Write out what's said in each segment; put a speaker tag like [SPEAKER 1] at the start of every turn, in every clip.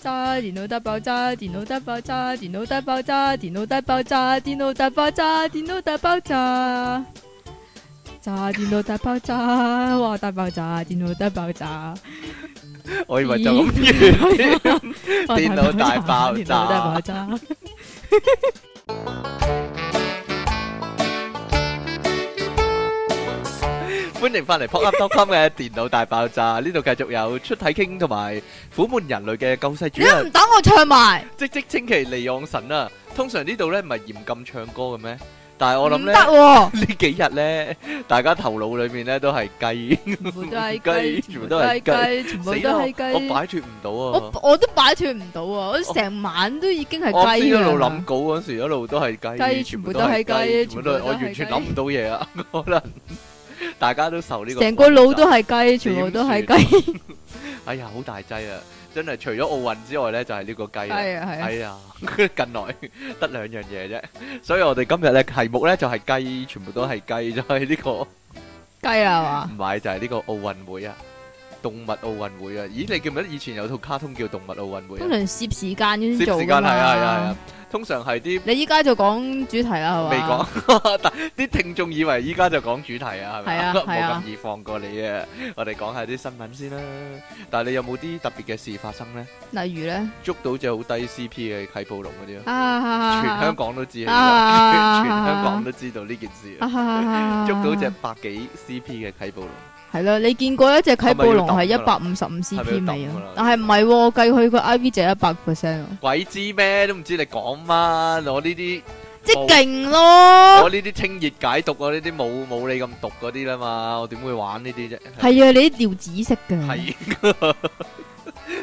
[SPEAKER 1] 炸，電腦大爆炸，電腦大爆炸，電腦大爆炸，電腦大爆炸，電腦大爆炸，電腦大爆炸，炸電腦大爆炸，哇大爆炸，電腦大爆炸，
[SPEAKER 2] 我以為就咁完 添。
[SPEAKER 1] 哇
[SPEAKER 2] 電腦大爆炸
[SPEAKER 1] 電腦大爆炸，
[SPEAKER 2] 欢迎翻嚟 p o p u p c o m 嘅電腦大爆炸，呢度繼續有出體傾同埋苦悶人類嘅救世主
[SPEAKER 1] 你
[SPEAKER 2] 啊
[SPEAKER 1] 都唔！等我唱埋，
[SPEAKER 2] 即即稱其離岸神啊！通常呢度咧唔係嚴禁唱歌嘅咩？但係我諗
[SPEAKER 1] 唔得
[SPEAKER 2] 咧
[SPEAKER 1] 喎，
[SPEAKER 2] 呢幾日咧，大家頭腦裏面咧都係雞，
[SPEAKER 1] 全部都係雞，
[SPEAKER 2] 全
[SPEAKER 1] 全
[SPEAKER 2] 部
[SPEAKER 1] 部
[SPEAKER 2] 都
[SPEAKER 1] 都
[SPEAKER 2] 係
[SPEAKER 1] 係雞，全部
[SPEAKER 2] 死
[SPEAKER 1] 都
[SPEAKER 2] 啦！
[SPEAKER 1] 係
[SPEAKER 2] 我
[SPEAKER 1] 雞。
[SPEAKER 2] 擺脱唔到啊！
[SPEAKER 1] 我我都擺脱唔到啊！我成晚都已經係
[SPEAKER 2] 我啱先
[SPEAKER 1] 雞
[SPEAKER 2] 一路
[SPEAKER 1] 㗎啦
[SPEAKER 2] 諗。稿嗰時，一路都係雞，
[SPEAKER 1] 雞
[SPEAKER 2] 全
[SPEAKER 1] 全
[SPEAKER 2] 部
[SPEAKER 1] 部
[SPEAKER 2] 都
[SPEAKER 1] 都係
[SPEAKER 2] 係
[SPEAKER 1] 雞全部
[SPEAKER 2] 全部都係
[SPEAKER 1] 都係
[SPEAKER 2] 我完全
[SPEAKER 1] 雞
[SPEAKER 2] 諗唔到嘢 啊！可能大家都受呢個
[SPEAKER 1] 成個腦都係雞，全部都係雞，
[SPEAKER 2] 哎呀，好大劑啊！真係除咗奧運之外咧，就係呢個雞啦。
[SPEAKER 1] 係啊係啊，
[SPEAKER 2] 係啊， 近來得兩樣嘢啫，所以我哋今日咧題目咧就係雞，全部都係雞，就係呢個唔
[SPEAKER 1] 雞啦係嘛？
[SPEAKER 2] 係就係呢個奧運會啊，動物奧運會啊。咦，你記唔記得以前有套卡通叫《動物奧運會》
[SPEAKER 1] 通
[SPEAKER 2] 啊？
[SPEAKER 1] 常攝時間先
[SPEAKER 2] 攝
[SPEAKER 1] 做
[SPEAKER 2] 時
[SPEAKER 1] 㗎
[SPEAKER 2] 間係
[SPEAKER 1] 嘛。
[SPEAKER 2] 啊係啊係啊，通常係啲
[SPEAKER 1] 你依家就講主題啦係嘛？
[SPEAKER 2] 未講， 但啲聽眾以為依家就講主題啊，係咪
[SPEAKER 1] 係 啊係
[SPEAKER 2] 冇
[SPEAKER 1] 啊
[SPEAKER 2] 咁易放過你啊！我哋講下啲新聞先啦。但係你有冇啲特別嘅事發生咧？
[SPEAKER 1] 例如咧
[SPEAKER 2] 捉到只好低 CP 嘅啟布龍嗰啲啊！
[SPEAKER 1] 啊，
[SPEAKER 2] 全香港都知啊，
[SPEAKER 1] 啊
[SPEAKER 2] 全香港都知道呢件事啊！
[SPEAKER 1] 港
[SPEAKER 2] 捉到只百幾 CP 嘅啟布龍，
[SPEAKER 1] 係啦，你見過一隻啟暴龍係
[SPEAKER 2] 係咪要
[SPEAKER 1] 一
[SPEAKER 2] 抌
[SPEAKER 1] 百五十五
[SPEAKER 2] 係
[SPEAKER 1] CP
[SPEAKER 2] 咪
[SPEAKER 1] 未
[SPEAKER 2] 要抌㗎啦
[SPEAKER 1] 啊？但係唔係喎，我計佢個 IV 就一百 percent 喎，
[SPEAKER 2] 鬼知咩？都唔知你講乜？我呢啲
[SPEAKER 1] 即係
[SPEAKER 2] 冇
[SPEAKER 1] 勁咯
[SPEAKER 2] 我！呢啲清熱解毒，啊我呢啲冇冇你咁毒嗰啲啦嘛，我點會玩呢啲啫？
[SPEAKER 1] 係啊，你啲調紫色嘅。
[SPEAKER 2] 係，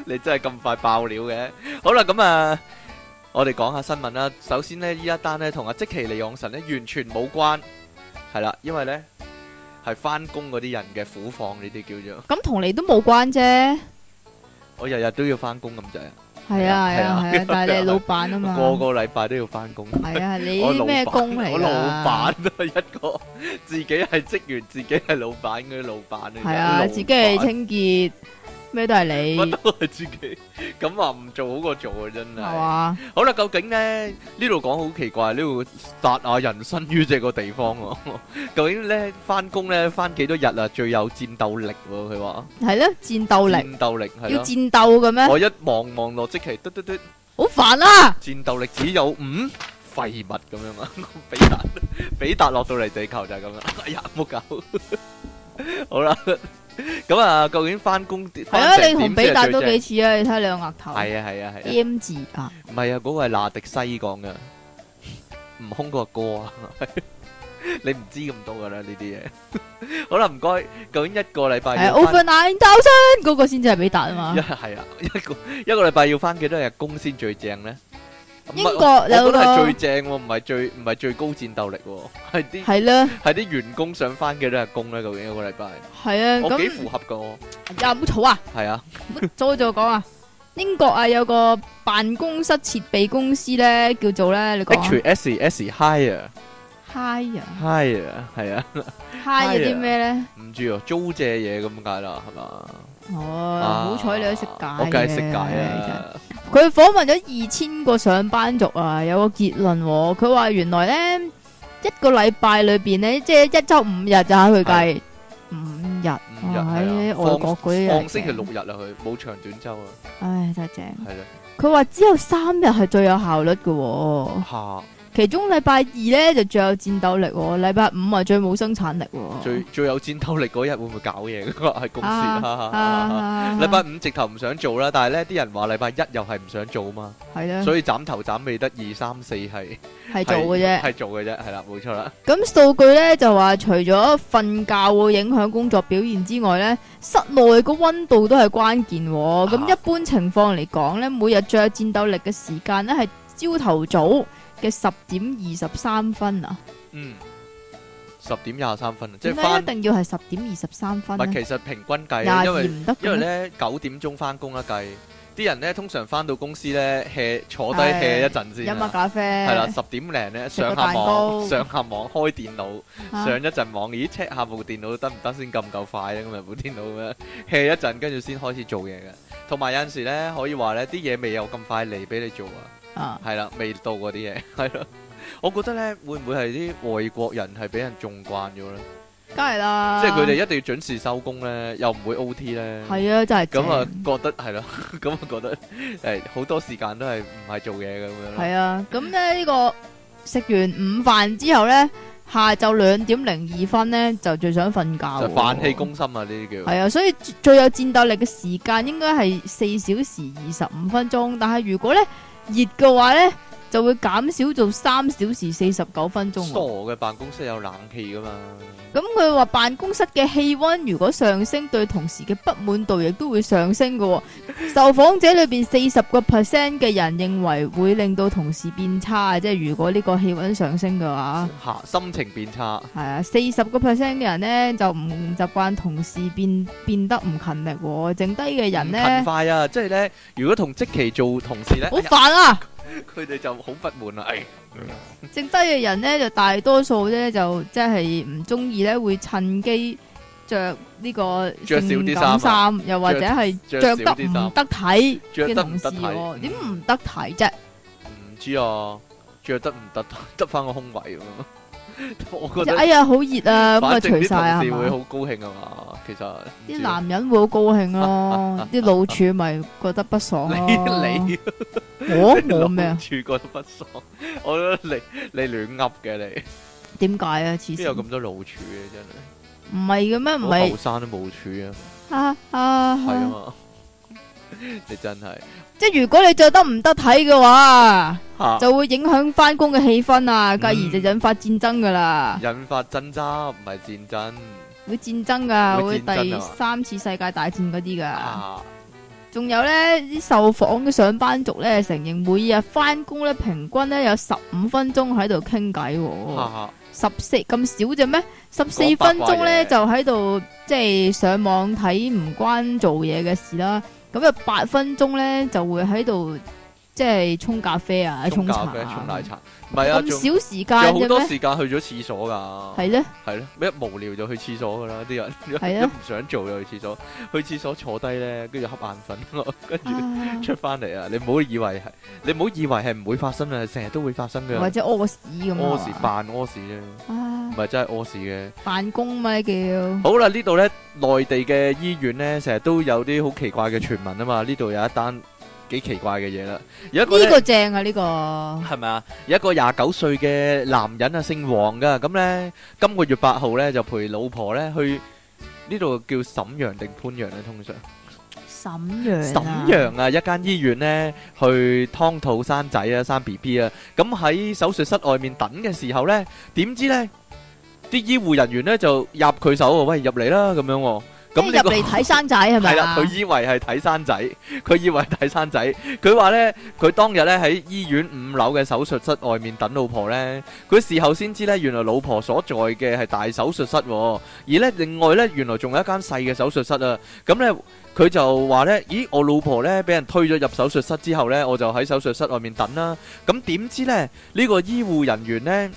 [SPEAKER 2] 你真係咁快爆料嘅。好啦，咁啊，我哋講下新聞啦。首先呢，呢一單呢，同阿即奇利昂神呢完全冇關，係啦，因為呢係翻工嗰啲人嘅苦況，呢啲叫做
[SPEAKER 1] 咁同你都冇關啫，
[SPEAKER 2] 我日日都要翻工咁滯啊，
[SPEAKER 1] 係啊係
[SPEAKER 2] 係啊
[SPEAKER 1] 啊係啊，但係你係老闆啊嘛，
[SPEAKER 2] 個個禮拜都要翻工。
[SPEAKER 1] 係啊，你
[SPEAKER 2] 我老
[SPEAKER 1] 啲咩
[SPEAKER 2] 闆
[SPEAKER 1] 工嚟㗎
[SPEAKER 2] 我老闆都係一個自己係職員，自己係老闆嗰啲老闆嚟㗎。
[SPEAKER 1] 係啊，
[SPEAKER 2] 老
[SPEAKER 1] 自己係
[SPEAKER 2] 闆
[SPEAKER 1] 清潔，咩都係你，
[SPEAKER 2] 乜
[SPEAKER 1] 係
[SPEAKER 2] 都係自己，咁話唔做好過做啊！真係。
[SPEAKER 1] 嘛？
[SPEAKER 2] 好啦，究竟咧呢度講好奇怪，呢度殺下人生於這個地方喎、 究竟咧翻工咧翻幾多日啊？最有戰鬥力喎、佢話
[SPEAKER 1] 係咯，戰鬥力
[SPEAKER 2] 戰鬥力嗯係
[SPEAKER 1] 要
[SPEAKER 2] 咯。
[SPEAKER 1] 戰鬥嘅咩？
[SPEAKER 2] 我一望望落即期，嘟嘟嘟，
[SPEAKER 1] 好煩啊！
[SPEAKER 2] 戰鬥力只有五廢物咁 樣啊！比達比達落到嚟地球就係咁啦。 哎呀，冇搞。好啦，咁啊，究竟翻工
[SPEAKER 1] 係
[SPEAKER 2] 係
[SPEAKER 1] 啊，你同比達都幾似啊！你睇下你個額頭
[SPEAKER 2] 係啊係啊係啊。
[SPEAKER 1] M 字啊，
[SPEAKER 2] 唔係啊，嗰個係拿迪西講嘅，悟空個歌啊， 你唔知咁多噶啦呢啲嘢。 好啦，唔該，究竟一個禮拜
[SPEAKER 1] 係啊
[SPEAKER 2] 要
[SPEAKER 1] over nine thousand 嗰個先至係比達啊
[SPEAKER 2] 一
[SPEAKER 1] 嘛。
[SPEAKER 2] 係啊，一個一個禮拜要翻幾多日工先最正咧？唔係
[SPEAKER 1] 英
[SPEAKER 2] 我
[SPEAKER 1] 國有
[SPEAKER 2] 我覺得係
[SPEAKER 1] 個
[SPEAKER 2] 最正喎，唔係最唔係最高戰鬥力喎，係 啲
[SPEAKER 1] 係啦，
[SPEAKER 2] 係啲員工想翻幾多日工咧？究竟一個禮拜，
[SPEAKER 1] 係啊，
[SPEAKER 2] 我幾
[SPEAKER 1] 咁
[SPEAKER 2] 符合噶我，
[SPEAKER 1] 呀唔好嘈啊！
[SPEAKER 2] 係啊，
[SPEAKER 1] 早就講啊，英國啊有個辦公室設備公司咧，叫做咧你講啊
[SPEAKER 2] H S S higher
[SPEAKER 1] Hi 啊
[SPEAKER 2] higher 係啊，
[SPEAKER 1] ，Hi 有啲咩咧？
[SPEAKER 2] 唔知啊，租借嘢咁解啦，係嘛？
[SPEAKER 1] 哦，好彩你都識解
[SPEAKER 2] 啊我梗係識解
[SPEAKER 1] 啊！
[SPEAKER 2] 啊！
[SPEAKER 1] 佢訪問咗二千個上班族啊，有個結論喎，佢話原來咧一個禮拜裏邊咧，即係一周五日咋，佢計五日，
[SPEAKER 2] 五日
[SPEAKER 1] 哇
[SPEAKER 2] 係啊
[SPEAKER 1] 喺外國嗰啲
[SPEAKER 2] 放
[SPEAKER 1] 人
[SPEAKER 2] 星期六
[SPEAKER 1] 正，
[SPEAKER 2] 日啊，佢冇長短周啊，
[SPEAKER 1] 唉真係正。
[SPEAKER 2] 係啦，
[SPEAKER 1] 佢話只有三日係最有效率嘅喎，
[SPEAKER 2] 下
[SPEAKER 1] 其中禮拜二咧就最有戰鬥力喎，禮拜五啊最冇生產力
[SPEAKER 2] 最
[SPEAKER 1] 喎。
[SPEAKER 2] 最有戰鬥力嗰日會唔會搞嘢 㗎？喺公司
[SPEAKER 1] 啊
[SPEAKER 2] 哈哈哈哈
[SPEAKER 1] 啊，
[SPEAKER 2] 禮拜五直頭唔想做啦，但係呢啲人話禮拜一又係唔 想做嘛，
[SPEAKER 1] 係啦，
[SPEAKER 2] 所以斬頭斬尾得二三四係
[SPEAKER 1] 係做嘅啫。
[SPEAKER 2] 係做嘅啫，係啦，冇錯啦，
[SPEAKER 1] 咁數據咧就話，除咗瞓覺會影響工作表現之外咧，室內個温度都係關鍵喎。咁、
[SPEAKER 2] 啊
[SPEAKER 1] 一般情況嚟講咧，每日最有戰鬥力嘅時間咧係朝頭早嘅十點二十三分啊。
[SPEAKER 2] 嗯，十點廿三分啊，即
[SPEAKER 1] 點
[SPEAKER 2] 係
[SPEAKER 1] 解一
[SPEAKER 2] 翻，
[SPEAKER 1] 定要係十點二十三
[SPEAKER 2] 唔
[SPEAKER 1] 分
[SPEAKER 2] 係
[SPEAKER 1] 咧？
[SPEAKER 2] 其實平均計
[SPEAKER 1] 廿
[SPEAKER 2] 啊，因
[SPEAKER 1] 二
[SPEAKER 2] 為。
[SPEAKER 1] 唔得嘅咩
[SPEAKER 2] 因為咧九點鐘翻工啦，計啲人咧通常翻到公司咧 hea 坐低
[SPEAKER 1] 係
[SPEAKER 2] hea 一陣
[SPEAKER 1] 飲
[SPEAKER 2] 先
[SPEAKER 1] 下
[SPEAKER 2] 啦，
[SPEAKER 1] 咖啡，
[SPEAKER 2] 係啦，十點零咧
[SPEAKER 1] 食個
[SPEAKER 2] 上下
[SPEAKER 1] 蛋
[SPEAKER 2] 網
[SPEAKER 1] 糕
[SPEAKER 2] 上下網開電腦，
[SPEAKER 1] 啊
[SPEAKER 2] 上一陣網，咦 check 下部電腦得唔得先夠唔夠快咧？咁啊部電腦咁樣 hea 一陣，跟住先開始做嘢嘅。同埋有陣時咧，可以話咧啲嘢未有咁快嚟俾你做啊。
[SPEAKER 1] 啊，
[SPEAKER 2] 係啦，未到嗰啲嘢， 係咯。我覺得咧，會唔會係啲外國人係俾人縱慣咗咧？
[SPEAKER 1] 梗係啦，
[SPEAKER 2] 即係佢哋一定要準時收工咧，又唔會 O T 咧。
[SPEAKER 1] 係啊，真係
[SPEAKER 2] 咁啊
[SPEAKER 1] 正，
[SPEAKER 2] 覺得係咯， 咁啊覺得誒好多時間都係唔係做嘢咁樣啦。
[SPEAKER 1] 係啊，咁咧呢個食完午飯之後咧，下晝兩點零二分咧就最想瞓覺喎，
[SPEAKER 2] 就飯氣攻心啊！呢啲叫
[SPEAKER 1] 啊係啊，所以最最有戰鬥力嘅時間應該係四小時二十五分鐘，但係如果咧熱嘅話咧，就會減少到三小時四十九分鐘
[SPEAKER 2] 傻
[SPEAKER 1] 喎。
[SPEAKER 2] 嘅辦公室有冷氣噶嘛？
[SPEAKER 1] 咁佢話辦公室嘅氣温如果上升，對同事嘅不滿度亦都會上升嘅、喎。 受訪者裏邊四十個 percent 嘅人認為會令到同事變差，即係如果呢個氣温上升嘅話。
[SPEAKER 2] 嚇心情變差，
[SPEAKER 1] 系啊，四十個 percent 嘅人咧就唔習慣同事變變得唔勤力、喎。剩低嘅人
[SPEAKER 2] 唔勤
[SPEAKER 1] 咧
[SPEAKER 2] 快啊！即係咧，如果同即期做同事咧，
[SPEAKER 1] 好煩啊！
[SPEAKER 2] 哎呀佢哋就好不滿啦。哎
[SPEAKER 1] 剩低嘅人咧就大多數咧就即係唔中意咧，會趁機着呢個
[SPEAKER 2] 着少啲
[SPEAKER 1] 性
[SPEAKER 2] 衫啊
[SPEAKER 1] 感衫，又或者係
[SPEAKER 2] 着
[SPEAKER 1] 着
[SPEAKER 2] 着
[SPEAKER 1] 得
[SPEAKER 2] 少啲
[SPEAKER 1] 唔
[SPEAKER 2] 衫
[SPEAKER 1] 得體
[SPEAKER 2] 着
[SPEAKER 1] 嘅
[SPEAKER 2] 得
[SPEAKER 1] 同
[SPEAKER 2] 唔
[SPEAKER 1] 事
[SPEAKER 2] 得體
[SPEAKER 1] 喎，點
[SPEAKER 2] 嗯
[SPEAKER 1] 唔得體啫？
[SPEAKER 2] 唔知啊，着得唔得 得翻個胸圍咁啊？ 我覺
[SPEAKER 1] 即
[SPEAKER 2] 得
[SPEAKER 1] 係哎呀好熱啊，咁啊
[SPEAKER 2] 反正
[SPEAKER 1] 除
[SPEAKER 2] 啲
[SPEAKER 1] 晒啊，
[SPEAKER 2] 同事
[SPEAKER 1] 係
[SPEAKER 2] 會
[SPEAKER 1] 嘛
[SPEAKER 2] 好高興啊嘛。其實唔
[SPEAKER 1] 啲
[SPEAKER 2] 知啊
[SPEAKER 1] 男人會好高興 咯，啲老處咪覺得不爽咯。
[SPEAKER 2] 你你。
[SPEAKER 1] 我我咩 啊？
[SPEAKER 2] 處覺得不爽， 我覺得你你亂噏嘅你，
[SPEAKER 1] 點解啊？黐
[SPEAKER 2] 邊有
[SPEAKER 1] 線，
[SPEAKER 2] 咁多老處嘅真係？
[SPEAKER 1] 唔係嘅咩？唔
[SPEAKER 2] 我後
[SPEAKER 1] 係
[SPEAKER 2] 生都冇處啊，
[SPEAKER 1] 啊啊！
[SPEAKER 2] 係啊嘛， 你真係
[SPEAKER 1] 即係如果你着得唔得體嘅話。
[SPEAKER 2] 嚇
[SPEAKER 1] 就會影響翻工嘅氣氛啊，繼而就
[SPEAKER 2] 啊嗯
[SPEAKER 1] 引發戰爭噶啦，
[SPEAKER 2] 引發爭執，唔係戰爭
[SPEAKER 1] 會戰爭噶，
[SPEAKER 2] 會
[SPEAKER 1] 會
[SPEAKER 2] 戰爭啊
[SPEAKER 1] 第三次世界大戰嗰啲噶。
[SPEAKER 2] 啊！
[SPEAKER 1] 仲有呢啲受訪嘅上班族呢，承認每日翻工呢，平均呢有十五分鐘喺度傾偈喎，
[SPEAKER 2] 嚇
[SPEAKER 1] 十四咁少啫咩？十四
[SPEAKER 2] 講八
[SPEAKER 1] 分
[SPEAKER 2] 卦
[SPEAKER 1] 鐘呢，
[SPEAKER 2] 嘢
[SPEAKER 1] 就喺度即係上網睇唔關做嘢嘅事啦。咁有八分鐘呢，就會喺度即係沖咖啡啊，
[SPEAKER 2] 沖
[SPEAKER 1] 沖茶
[SPEAKER 2] 咖啡、沖奶
[SPEAKER 1] 啊，
[SPEAKER 2] 茶，唔係啊，
[SPEAKER 1] 咁
[SPEAKER 2] 仲
[SPEAKER 1] 少時間
[SPEAKER 2] 仲有好
[SPEAKER 1] 啫
[SPEAKER 2] 多
[SPEAKER 1] 咩？
[SPEAKER 2] 時間去咗廁所㗎。
[SPEAKER 1] 係呢。
[SPEAKER 2] 係咯，一無聊就去廁所噶啦，啲人
[SPEAKER 1] 係啊
[SPEAKER 2] 一唔想做就去廁所，去廁所坐低咧，跟住瞌眼瞓，跟住。
[SPEAKER 1] 啊
[SPEAKER 2] 出翻嚟啊！你唔好以為係，你唔好以為係唔會發生啊，成日都會發生
[SPEAKER 1] 或
[SPEAKER 2] 嘅。
[SPEAKER 1] 者屙屎咁
[SPEAKER 2] 屙
[SPEAKER 1] 啊
[SPEAKER 2] 屎扮屙屎啫，唔
[SPEAKER 1] 啊，
[SPEAKER 2] 係真係屙屎嘅。
[SPEAKER 1] 辦公咪叫
[SPEAKER 2] 好啦，呢度呢，內地嘅醫院呢，成日都有啲好奇怪嘅傳聞啊嘛。呢度有一單幾奇怪嘅嘢啦，有一個
[SPEAKER 1] 呢
[SPEAKER 2] 呢
[SPEAKER 1] 個正啊呢個
[SPEAKER 2] 係咪啊？有一個廿九歲嘅男人啊，姓黃噶，咁呢，今個月八號呢，就陪老婆呢去呢度叫沈陽定潘陽呢，通常。
[SPEAKER 1] 沈陽
[SPEAKER 2] 沈
[SPEAKER 1] 啊
[SPEAKER 2] 陽啊，一間醫院呢，去劏肚生仔啊，生 B B 啊。咁喺手術室外面等嘅時候呢，點知呢啲醫護人員呢就入佢手啊喎，喂入嚟啦咁樣喎。
[SPEAKER 1] 即
[SPEAKER 2] 咁
[SPEAKER 1] 係
[SPEAKER 2] 呢個
[SPEAKER 1] 入嚟睇生仔係咪
[SPEAKER 2] 係啦，
[SPEAKER 1] 啊？
[SPEAKER 2] 佢以為係睇生仔， 佢以為係睇生仔。佢話呢，佢當日呢喺醫院五樓嘅手術室外面等老婆呢。佢事後先知呢，原來老婆所在嘅係大手術室喎，而呢，另外呢，原來仲有一間細嘅手術室啊。咁呢，佢就話呢：「咦，我老婆呢俾人推咗入手術室之後呢，我就喺手術室外面等啦。咁點知呢，呢個醫護人員呢，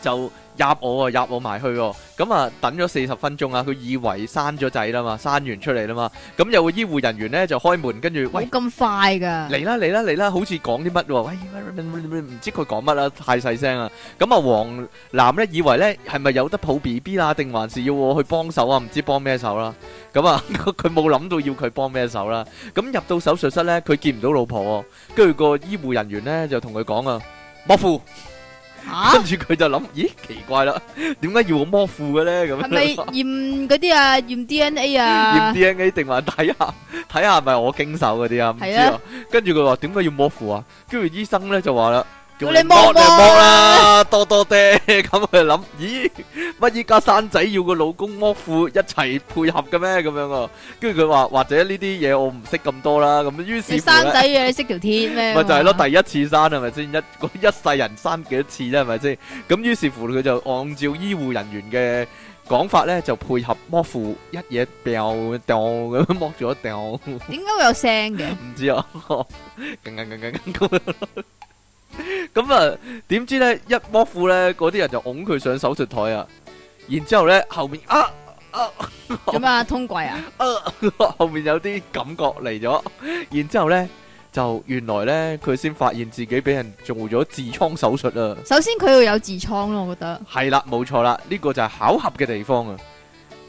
[SPEAKER 2] 就入我啊，入我埋去喎。咁啊，等咗四十分鐘啊，佢以為生咗仔啦嘛，生完出嚟啦嘛。咁有個醫護人員呢，就開門，跟住
[SPEAKER 1] 冇
[SPEAKER 2] 喂。
[SPEAKER 1] 咁快㗎，
[SPEAKER 2] 嚟啦嚟啦嚟啦，好似講啲乜喎？喂，唔知佢講乜啦，太細聲啦。咁啊，黃男咧以為咧係咪有得抱 B B 啦，定還是要我去幫手啊？唔知幫咩手啦。咁啊， 佢冇諗到要佢幫咩手啦。咁入到手術室咧，佢見唔到老婆喎，跟住個醫護人員咧就同佢講啊，摸褲。
[SPEAKER 1] 嚇
[SPEAKER 2] 跟住佢就諗，咦，奇怪啦，點解要我摸褲嘅咧？咁
[SPEAKER 1] 係
[SPEAKER 2] 樣
[SPEAKER 1] 咪驗嗰啲啊？驗 DNA 啊
[SPEAKER 2] 驗？DNA 定話睇下睇下係咪我經手嗰啲啊？唔知
[SPEAKER 1] 係
[SPEAKER 2] 啊。跟住佢話點解要摸褲啊？跟住醫生咧就話啦，
[SPEAKER 1] 叫
[SPEAKER 2] 叫
[SPEAKER 1] 你摸
[SPEAKER 2] 你
[SPEAKER 1] 摸
[SPEAKER 2] 摸啦，多多爹。 咁佢諗，咦，乜依家生仔要個老公摸褲一齊配合嘅咩？咁樣啊？跟住佢話或者呢啲嘢我唔識咁多啦。咁於是
[SPEAKER 1] 你
[SPEAKER 2] 乎
[SPEAKER 1] 生
[SPEAKER 2] 咧
[SPEAKER 1] 仔嘅你識條鐵咩？
[SPEAKER 2] 咪就係咯，第一次生係咪先？一個一世人生幾多次啫，係咪先？咁於是乎佢就按照醫護人員嘅講法咧，就配合剝褲一嘢掉掉 咁樣剝咗掉， 唔
[SPEAKER 1] 點解會有聲 嘅？
[SPEAKER 2] 知啊，更更更更咁樣 咯咁啊，點 à. 知咧一剝褲咧，嗰啲人就拱佢上手術台啊，然之後咧後面啊
[SPEAKER 1] 做咩啊？通柜啊？
[SPEAKER 2] 后哦面有啲感覺嚟咗，然之后咧就原來咧佢先發現自己俾人做咗痔瘡手術啊！
[SPEAKER 1] 首先佢要有痔瘡咯，我覺得
[SPEAKER 2] 係啦，冇錯啦，呢、個就係巧合嘅地方啊！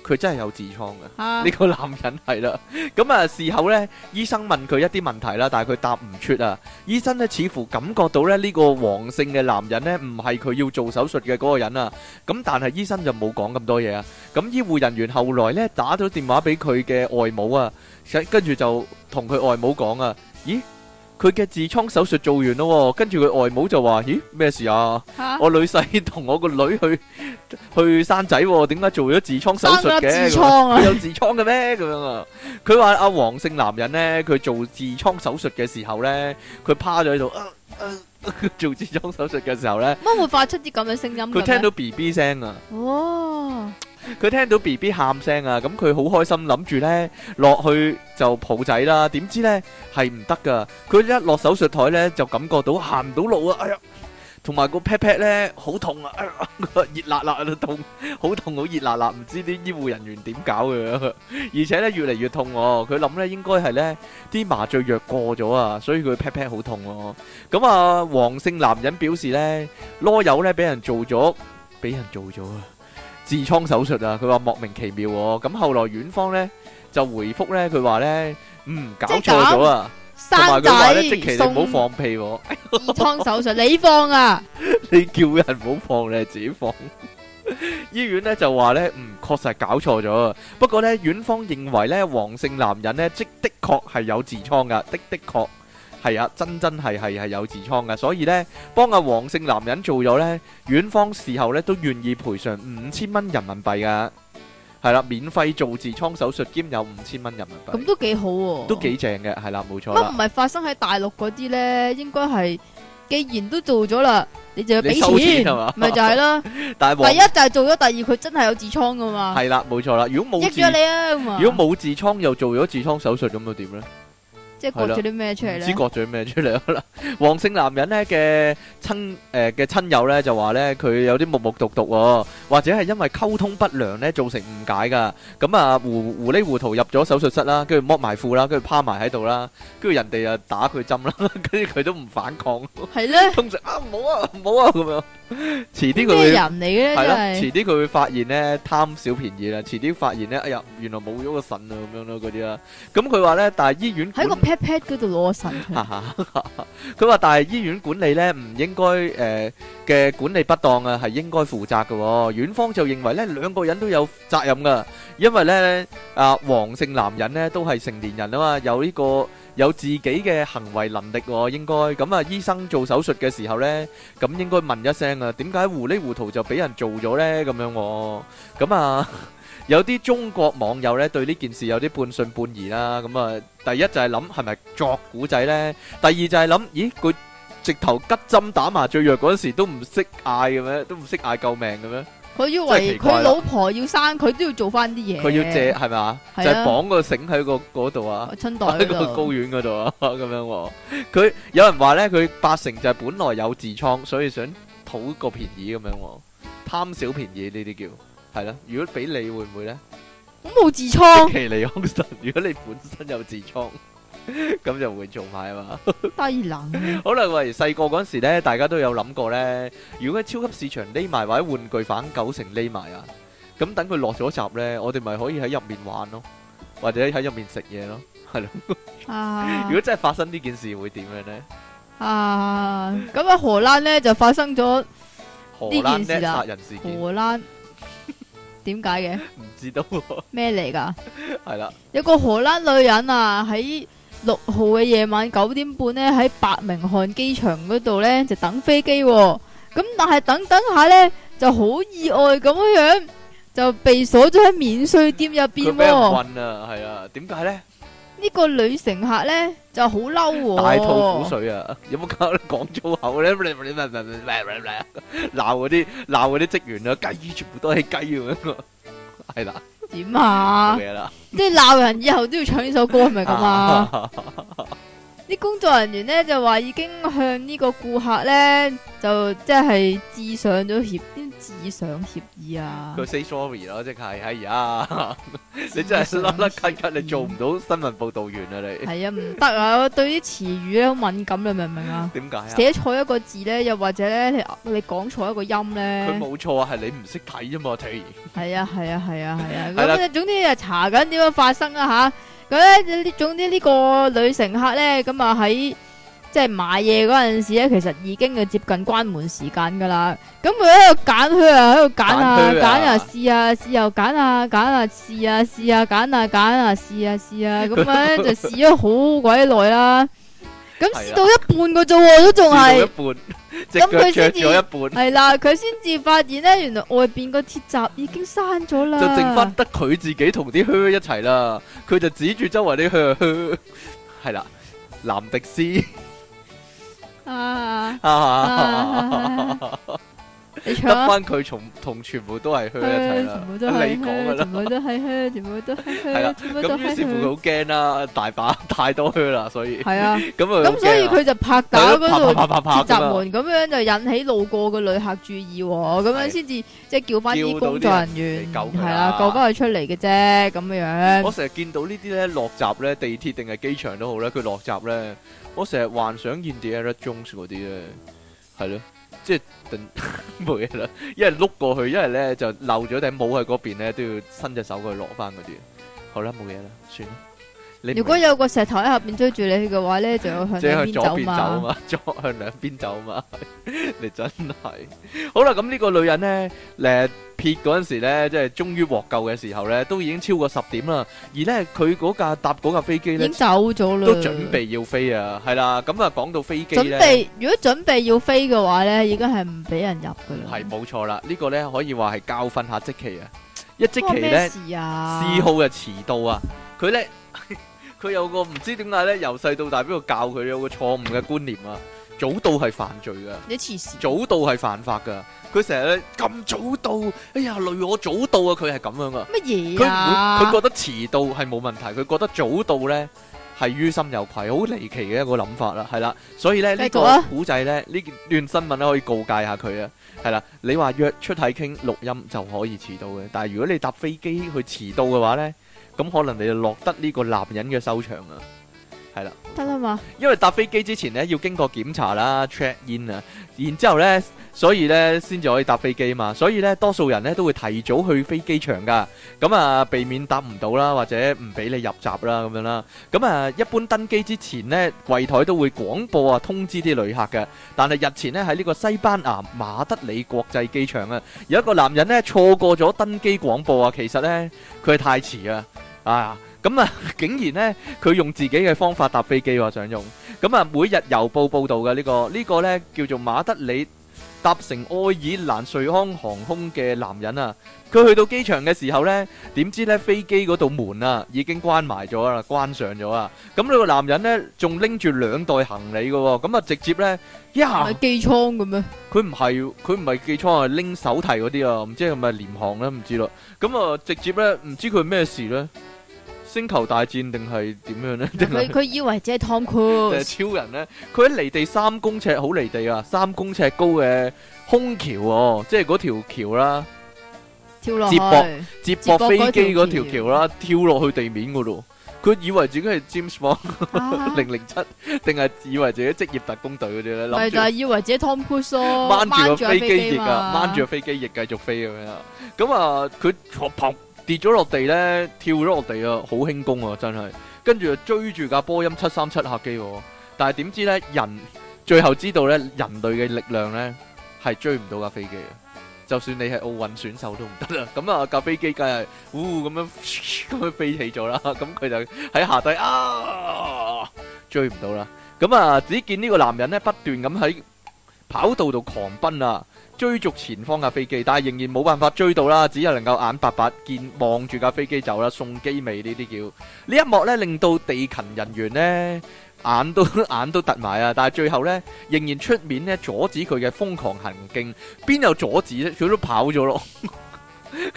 [SPEAKER 2] 佢真係有痔瘡啊噶。
[SPEAKER 1] 吓
[SPEAKER 2] 呢個男人係啦，咁啊事後呢，醫生問佢一啲問題啦，但係佢答唔出啊。醫生呢，似乎感覺到咧呢個黃姓嘅男人呢，唔係佢要做手術嘅嗰個人啊。咁但係醫生就冇講咁多嘢啊。咁醫護人員後來呢，打咗電話俾佢嘅外母啊，想跟住就同佢外母講啊，咦，佢嘅痔瘡手術做完咯喎，跟住佢外母就話，咦咩事啊？
[SPEAKER 1] 吓，
[SPEAKER 2] 我女婿同我個女去去生仔喎，點解做咗痔瘡手
[SPEAKER 1] 生
[SPEAKER 2] 術
[SPEAKER 1] 咗粒
[SPEAKER 2] 嘅？
[SPEAKER 1] 痔 瘡啊
[SPEAKER 2] 佢！有痔瘡嘅咩？咁樣啊？佢話阿黃姓男人咧，佢做痔瘡手術嘅時候咧，佢趴咗喺度，啊啊 做痔瘡手術嘅時候咧，
[SPEAKER 1] 乜會發出啲咁嘅聲音
[SPEAKER 2] 佢
[SPEAKER 1] 嘅
[SPEAKER 2] 聽
[SPEAKER 1] 咩？
[SPEAKER 2] 到 B B 聲啊，
[SPEAKER 1] 哦，
[SPEAKER 2] 佢聽到 B B 喊聲啊，咁佢好開心，諗住咧落去就抱仔啦，點知咧係唔得噶，佢一落手術台咧就感覺到行唔到路啊，哎呀！同埋 個 pat pat 咧好痛啊，哎呀熱辣辣啊痛，好痛好熱辣辣，唔知啲醫護人員點搞嘅，而且咧越嚟越痛喎。佢諗咧應該係咧啲麻醉藥過咗啊，所以佢 pat pat 好痛喎。咁啊，黃姓男人表示咧，啰柚咧俾人做咗，俾人做咗啊，痔瘡手術啊，佢話莫名其妙喎。咁後來院方咧就回覆咧，佢話咧，嗯，搞
[SPEAKER 1] 即
[SPEAKER 2] 錯
[SPEAKER 1] 係搞
[SPEAKER 2] 咗啊，同
[SPEAKER 1] 生
[SPEAKER 2] 埋佢話咧，
[SPEAKER 1] 仔
[SPEAKER 2] 即期你唔好
[SPEAKER 1] 送
[SPEAKER 2] 放屁喎。
[SPEAKER 1] 痔瘡手術，你放 啊？
[SPEAKER 2] 你叫人唔好放，你係自己放。醫院咧就話咧，嗯，確實係搞錯咗啊。不過咧，院方認為咧，黃姓男人咧，即的確係有痔瘡噶，的的確係啊，真真係係係有痔瘡噶。所以咧，幫阿黃姓男人做咗咧，院方事後咧都願意賠償五千蚊人民幣噶，係啦，免費做痔瘡手術兼有五千蚊人民幣
[SPEAKER 1] 咁，都幾好喎，
[SPEAKER 2] 都幾正嘅，係啦，冇錯
[SPEAKER 1] 乜
[SPEAKER 2] 啦
[SPEAKER 1] 唔。係發生喺大陸嗰啲咧？應該係既然都做咗啦，你就要俾
[SPEAKER 2] 你收錢係嘛
[SPEAKER 1] 咪就係 啦。
[SPEAKER 2] 但係
[SPEAKER 1] 第一
[SPEAKER 2] 黃
[SPEAKER 1] 就係做咗，第二佢真係有痔瘡噶嘛，
[SPEAKER 2] 係啦，冇錯啦。如果
[SPEAKER 1] 益
[SPEAKER 2] 冇
[SPEAKER 1] 咗
[SPEAKER 2] 痔
[SPEAKER 1] 你啊嘛。
[SPEAKER 2] 如果冇痔瘡又做咗痔瘡手術咁又點咧？
[SPEAKER 1] 即係割咗啲咩出嚟
[SPEAKER 2] 唔知
[SPEAKER 1] 咧？
[SPEAKER 2] 割咗咩出嚟啦。黃姓男人咧嘅親誒嘅親友咧就話咧佢有啲木木獨獨喎，或者係因為溝通不良咧造成誤解噶。咁啊糊糊裡糊塗入咗手術室啦，跟住剝埋褲啦，跟住趴埋喺度啦，跟住人哋就打佢針啦， 跟住佢都唔反抗，
[SPEAKER 1] 係咧，
[SPEAKER 2] 通常啊唔好啊唔好啊咁樣。遲啲佢
[SPEAKER 1] 咩
[SPEAKER 2] 會
[SPEAKER 1] 人嚟嘅咧？
[SPEAKER 2] 係
[SPEAKER 1] 真
[SPEAKER 2] 啦，
[SPEAKER 1] 係
[SPEAKER 2] 遲啲佢會發現咧貪小便宜啦，遲啲發現咧哎呀原來冇咗個腎啊咁樣咯嗰啲啦。咁佢話咧，但係醫院
[SPEAKER 1] 喺個
[SPEAKER 2] 管
[SPEAKER 1] pat pat 嗰度攞個腎 出嚟。
[SPEAKER 2] 佢話：但係醫院管理咧唔應該誒嘅管理不當啊，係應該負責嘅、喎。院方就認為咧兩個人都有責任噶，因為咧啊黃姓男人咧都係成年人啊嘛，有呢、個有自己嘅行為能力喎、應該咁啊醫生做手術嘅時候咧，咁應該問一聲啊，點解糊裡糊塗就俾人做咗咧咁樣、喎？咁啊。有啲中國網友咧對呢件事有啲半信半疑啦，咁啊，第一就係諗係咪作古仔呢？第二就係諗，咦佢直頭吉針打麻醉藥嗰陣時都唔識嗌嘅咩？都唔識嗌救命嘅咩？
[SPEAKER 1] 佢以
[SPEAKER 2] 真係奇
[SPEAKER 1] 為
[SPEAKER 2] 怪啦
[SPEAKER 1] 佢老婆要生，佢都要做翻啲嘢。
[SPEAKER 2] 佢要借係咪啊？就
[SPEAKER 1] 係啊
[SPEAKER 2] 係綁個繩喺個嗰度啊！
[SPEAKER 1] 春袋
[SPEAKER 2] 喺
[SPEAKER 1] 嗰
[SPEAKER 2] 個
[SPEAKER 1] 度
[SPEAKER 2] 高院嗰度啊，咁樣喎。佢有人話咧，佢八成就係本來有痔瘡，所以想討個便宜咁樣喎，貪小便宜呢啲叫係啦。如果俾你會唔會咧？
[SPEAKER 1] 咁冇痔瘡，
[SPEAKER 2] 即其尼康神，如果你本身有痔瘡，咁就會做埋啊嘛。
[SPEAKER 1] 低能。
[SPEAKER 2] 好啦，喂，細個嗰陣時咧，大家都有諗過咧，如果喺超級市場匿埋或者玩具反九成匿埋啊，咁等佢落咗閘咧，我哋咪可以喺入面玩咯，或者喺入面食嘢咯。
[SPEAKER 1] 啊
[SPEAKER 2] 如果真係發生呢件事，會點樣咧？
[SPEAKER 1] 啊！咁喺荷蘭咧就發生咗
[SPEAKER 2] 荷
[SPEAKER 1] 呢
[SPEAKER 2] 蘭
[SPEAKER 1] 件
[SPEAKER 2] 叻
[SPEAKER 1] 事啦
[SPEAKER 2] 殺人事件，唔
[SPEAKER 1] 荷蘭點解嘅
[SPEAKER 2] 知道 喎
[SPEAKER 1] 咩嚟㗎？
[SPEAKER 2] 係啦，
[SPEAKER 1] 有個荷蘭女人啊，喺六號嘅夜晚九點半呢，喺伯明翰機場嗰度呢，就等飛機、喎。咁但係等等下呢，就好意外咁樣樣就被鎖咗喺免税店入邊、
[SPEAKER 2] 佢俾人
[SPEAKER 1] 喎。
[SPEAKER 2] 困啊，係啊，點解咧？
[SPEAKER 1] 呢個女乘客呢，就好嬲、喎，
[SPEAKER 2] 大吐苦水啊！ 有冇搞講粗口咧？ 鬧嗰啲鬧嗰啲職員啊，雞全部都係雞咁樣啊，係啦，
[SPEAKER 1] 點啊
[SPEAKER 2] 冇？嘢啦，
[SPEAKER 1] 即係鬧人以後都要唱呢首歌，係咪咁啊？ 啲工作人員咧就話已經向呢個顧客咧就即係致上咗歉，至上協議啊？
[SPEAKER 2] 佢 say sorry 咯，即係哎呀，你真
[SPEAKER 1] 至
[SPEAKER 2] 係
[SPEAKER 1] 上
[SPEAKER 2] 甩甩咳
[SPEAKER 1] 協
[SPEAKER 2] 咳，
[SPEAKER 1] 議
[SPEAKER 2] 你做唔到新聞報導員啊你？
[SPEAKER 1] 係啊，唔得啊！我對啲詞語咧好敏感，你明唔明啊？
[SPEAKER 2] 點解啊？
[SPEAKER 1] 寫錯一個字咧，又或者咧你你講錯一個音
[SPEAKER 2] 佢
[SPEAKER 1] 咧，
[SPEAKER 2] 冇錯啊，係你唔識睇啫嘛，睇
[SPEAKER 1] 係啊係啊係啊係啊！
[SPEAKER 2] 係啦
[SPEAKER 1] 咁咧總之就查緊點樣發生啊吓。咁咧呢總之呢個女乘客咧咁啊喺即係買嘢嗰陣時咧，其實已經係接近關門時間噶啦。咁佢喺度揀佢啊，喺度揀啊
[SPEAKER 2] 揀佢
[SPEAKER 1] 揀
[SPEAKER 2] 啊
[SPEAKER 1] 啊試啊試又揀啊揀啊試啊試啊揀啊揀啊試啊試啊咁樣就試咗好鬼耐啦。咁
[SPEAKER 2] 係
[SPEAKER 1] 試
[SPEAKER 2] 啊
[SPEAKER 1] 到一半嘅啫喎，都仲
[SPEAKER 2] 試到
[SPEAKER 1] 係
[SPEAKER 2] 一。半，隻
[SPEAKER 1] 咁佢
[SPEAKER 2] 腳
[SPEAKER 1] 先
[SPEAKER 2] 着咗一半，
[SPEAKER 1] 系啦，佢先至發現咧，原來外边個鐵閘已經閂咗啦。
[SPEAKER 2] 就剩翻得佢自己同啲靴一齊啦。佢就指住周圍啲靴靴，係啦，藍迪斯
[SPEAKER 1] 啊！啊，你
[SPEAKER 2] 啊得
[SPEAKER 1] 唱啊！
[SPEAKER 2] 翻佢從同全部都係靴一齊啦
[SPEAKER 1] 全，部都係
[SPEAKER 2] 你講噶啦
[SPEAKER 1] 全。部都係靴，全部都係
[SPEAKER 2] 係
[SPEAKER 1] 靴
[SPEAKER 2] 啦，
[SPEAKER 1] 全部都
[SPEAKER 2] 咁於
[SPEAKER 1] 係
[SPEAKER 2] 是乎佢好驚啦，大把太多靴啦，所以
[SPEAKER 1] 係啊，
[SPEAKER 2] 咁佢好
[SPEAKER 1] 咁所以
[SPEAKER 2] 驚啦
[SPEAKER 1] 佢就拍打
[SPEAKER 2] 係
[SPEAKER 1] 嗰
[SPEAKER 2] 咯啪
[SPEAKER 1] 度
[SPEAKER 2] 啪啪
[SPEAKER 1] 鐵
[SPEAKER 2] 啪啪咁
[SPEAKER 1] 閘
[SPEAKER 2] 啊
[SPEAKER 1] 門，咁樣就引起路過嘅旅客注意喎，咁樣
[SPEAKER 2] 係
[SPEAKER 1] 先至即係叫翻啲
[SPEAKER 2] 叫到
[SPEAKER 1] 工作人員
[SPEAKER 2] 嚟救佢
[SPEAKER 1] 係
[SPEAKER 2] 啦
[SPEAKER 1] 啦，救翻佢出嚟嘅啫，咁樣
[SPEAKER 2] 我成日見到呢啲咧落閘咧，地鐵定係機場都好咧，佢落閘咧，我成日幻想 Indiana Jones 嗰啲咧，係咯，即係 定冇嘢啦，一係碌過去，一係咧就漏咗頂帽喺嗰邊咧，都要伸隻手過去攞翻嗰啲。好啦，冇嘢啦，算啦。你唔
[SPEAKER 1] 如果有個石頭喺下边追住你嘅話咧，就要向
[SPEAKER 2] 即係
[SPEAKER 1] 兩
[SPEAKER 2] 向
[SPEAKER 1] 邊
[SPEAKER 2] 左
[SPEAKER 1] 走
[SPEAKER 2] 邊走啊
[SPEAKER 1] 嘛。
[SPEAKER 2] 嘛， 左向兩邊走啊嘛， 你真係好啦。咁呢個女人呢，誒撇嗰陣時咧，即係終於獲救嘅時候呢，都已經超過十點啦。而呢，佢嗰架搭嗰架飛
[SPEAKER 1] 已
[SPEAKER 2] 機呢
[SPEAKER 1] 經，走咗啦。
[SPEAKER 2] 都準備要飛啊，係啦。咁啊，講到飛機
[SPEAKER 1] 準
[SPEAKER 2] 呢，
[SPEAKER 1] 備如果準備要飛嘅話咧，已經係唔俾人入噶啦。
[SPEAKER 2] 係冇錯啦。呢、個呢，可以話係教訓下即期啊，一即
[SPEAKER 1] 關
[SPEAKER 2] 期
[SPEAKER 1] 咩
[SPEAKER 2] 呢。
[SPEAKER 1] 事啊？
[SPEAKER 2] 嗜好嘅遲到啊！佢咧 佢有個唔知點解咧，由細到大邊度教佢有個錯誤嘅觀念啊！早到係犯罪噶，
[SPEAKER 1] 你黐線，
[SPEAKER 2] 早到係犯法噶。佢成日咧咁早到，哎呀累我早到啊！佢係咁樣噶，
[SPEAKER 1] 乜
[SPEAKER 2] 佢
[SPEAKER 1] 嘢
[SPEAKER 2] 唔
[SPEAKER 1] 啊？
[SPEAKER 2] 會佢覺得遲到係冇問題，佢覺得早到咧。係於心有愧，好離奇嘅一個諗法啦，係啦，所以咧呢
[SPEAKER 1] 繼
[SPEAKER 2] 個
[SPEAKER 1] 續啊
[SPEAKER 2] 古仔咧呢段新聞咧可以告戒下佢啊，係啦，你話約出體傾錄音就可以遲到嘅，但係如果你搭飛機去遲到嘅話咧，咁可能你就落得呢個男人嘅收場啊，係啦。
[SPEAKER 1] 得啦嘛，
[SPEAKER 2] 因為搭飛機之前咧要經過檢查啦、check in 啊，然之後咧，所以咧先至可以搭飛機嘛。所以咧，多數人咧都會提早去飛機場噶，咁啊避免搭唔到啦，或者唔俾你入閘啦咁樣啦。咁啊，一般登機之前咧，櫃台都會廣播啊通知啲旅客嘅。但係日前咧喺呢個西班牙馬德里國際機場啊，有一個男人咧錯過咗登機廣播啊，其實咧佢係太遲啊，啊咁啊 竟然咧佢用自己嘅方法搭飛機喎，想用。咁啊，每日郵報報導嘅呢個呢個呢叫做馬德里搭乘愛爾蘭瑞康航空嘅男人啊，佢去到機場嘅時候呢，點知呢飛機嗰度門啊已經關埋咗啦，關上咗啊！咁呢個男人呢，仲拎住兩袋行李嘅喎，咁啊直接呢，呀
[SPEAKER 1] 咪機艙咁啊咩？
[SPEAKER 2] 佢唔係佢唔係寄倉係拎手提嗰啲啊，唔知係咪廉航咧，唔知啦。咁啊直接呢，唔知佢咩事呢？星球大戰定係點樣呢？定係
[SPEAKER 1] 佢佢以為只係 Tom
[SPEAKER 2] 誒
[SPEAKER 1] Cruise，
[SPEAKER 2] 超人咧，佢喺離地三公尺，好離地啊，三公尺高嘅空橋喎，即係嗰條橋啦，
[SPEAKER 1] 跳落
[SPEAKER 2] 接
[SPEAKER 1] 去
[SPEAKER 2] 駁 接駁飛機嗰
[SPEAKER 1] 接
[SPEAKER 2] 條
[SPEAKER 1] 駁嗰條
[SPEAKER 2] 橋啦，跳落去地面嗰度。佢以為自己係 James Bond
[SPEAKER 1] 啊，
[SPEAKER 2] 零零七，定係以為自己職業特工隊嗰啲
[SPEAKER 1] 咪
[SPEAKER 2] 咧，諗住
[SPEAKER 1] 就係以為只係 Tom Cruise 咯，
[SPEAKER 2] 掹住個飛機翼啊，
[SPEAKER 1] 嘛
[SPEAKER 2] 掹住個飛機翼繼續飛咁樣啊。咁啊，佢砰砰跌咗落地咧，跳咗落地啊，好輕功啊，真係。跟住就追住架波音七三七客機喎，但係點知咧人最後知道咧人類嘅力量咧係追唔到架飛機嘅。就算你係奧運選手都唔得啦，咁啊架飛機梗係，呜咁樣咁樣飛起咗啦，咁佢就 喺下低啊追唔到啦，咁啊只見呢個男人咧不斷咁喺跑道度狂奔啊，追逐前方架飛機，但係仍然冇辦法追到啦，只係能夠眼白白見望住架飛機走啦，送機尾呢啲叫呢一幕呢，令到地勤人員呢眼 都眼都突埋啊！但係最後呢，仍然出面呢阻止佢嘅瘋狂行徑，邊有阻止啫？佢都跑咗咯，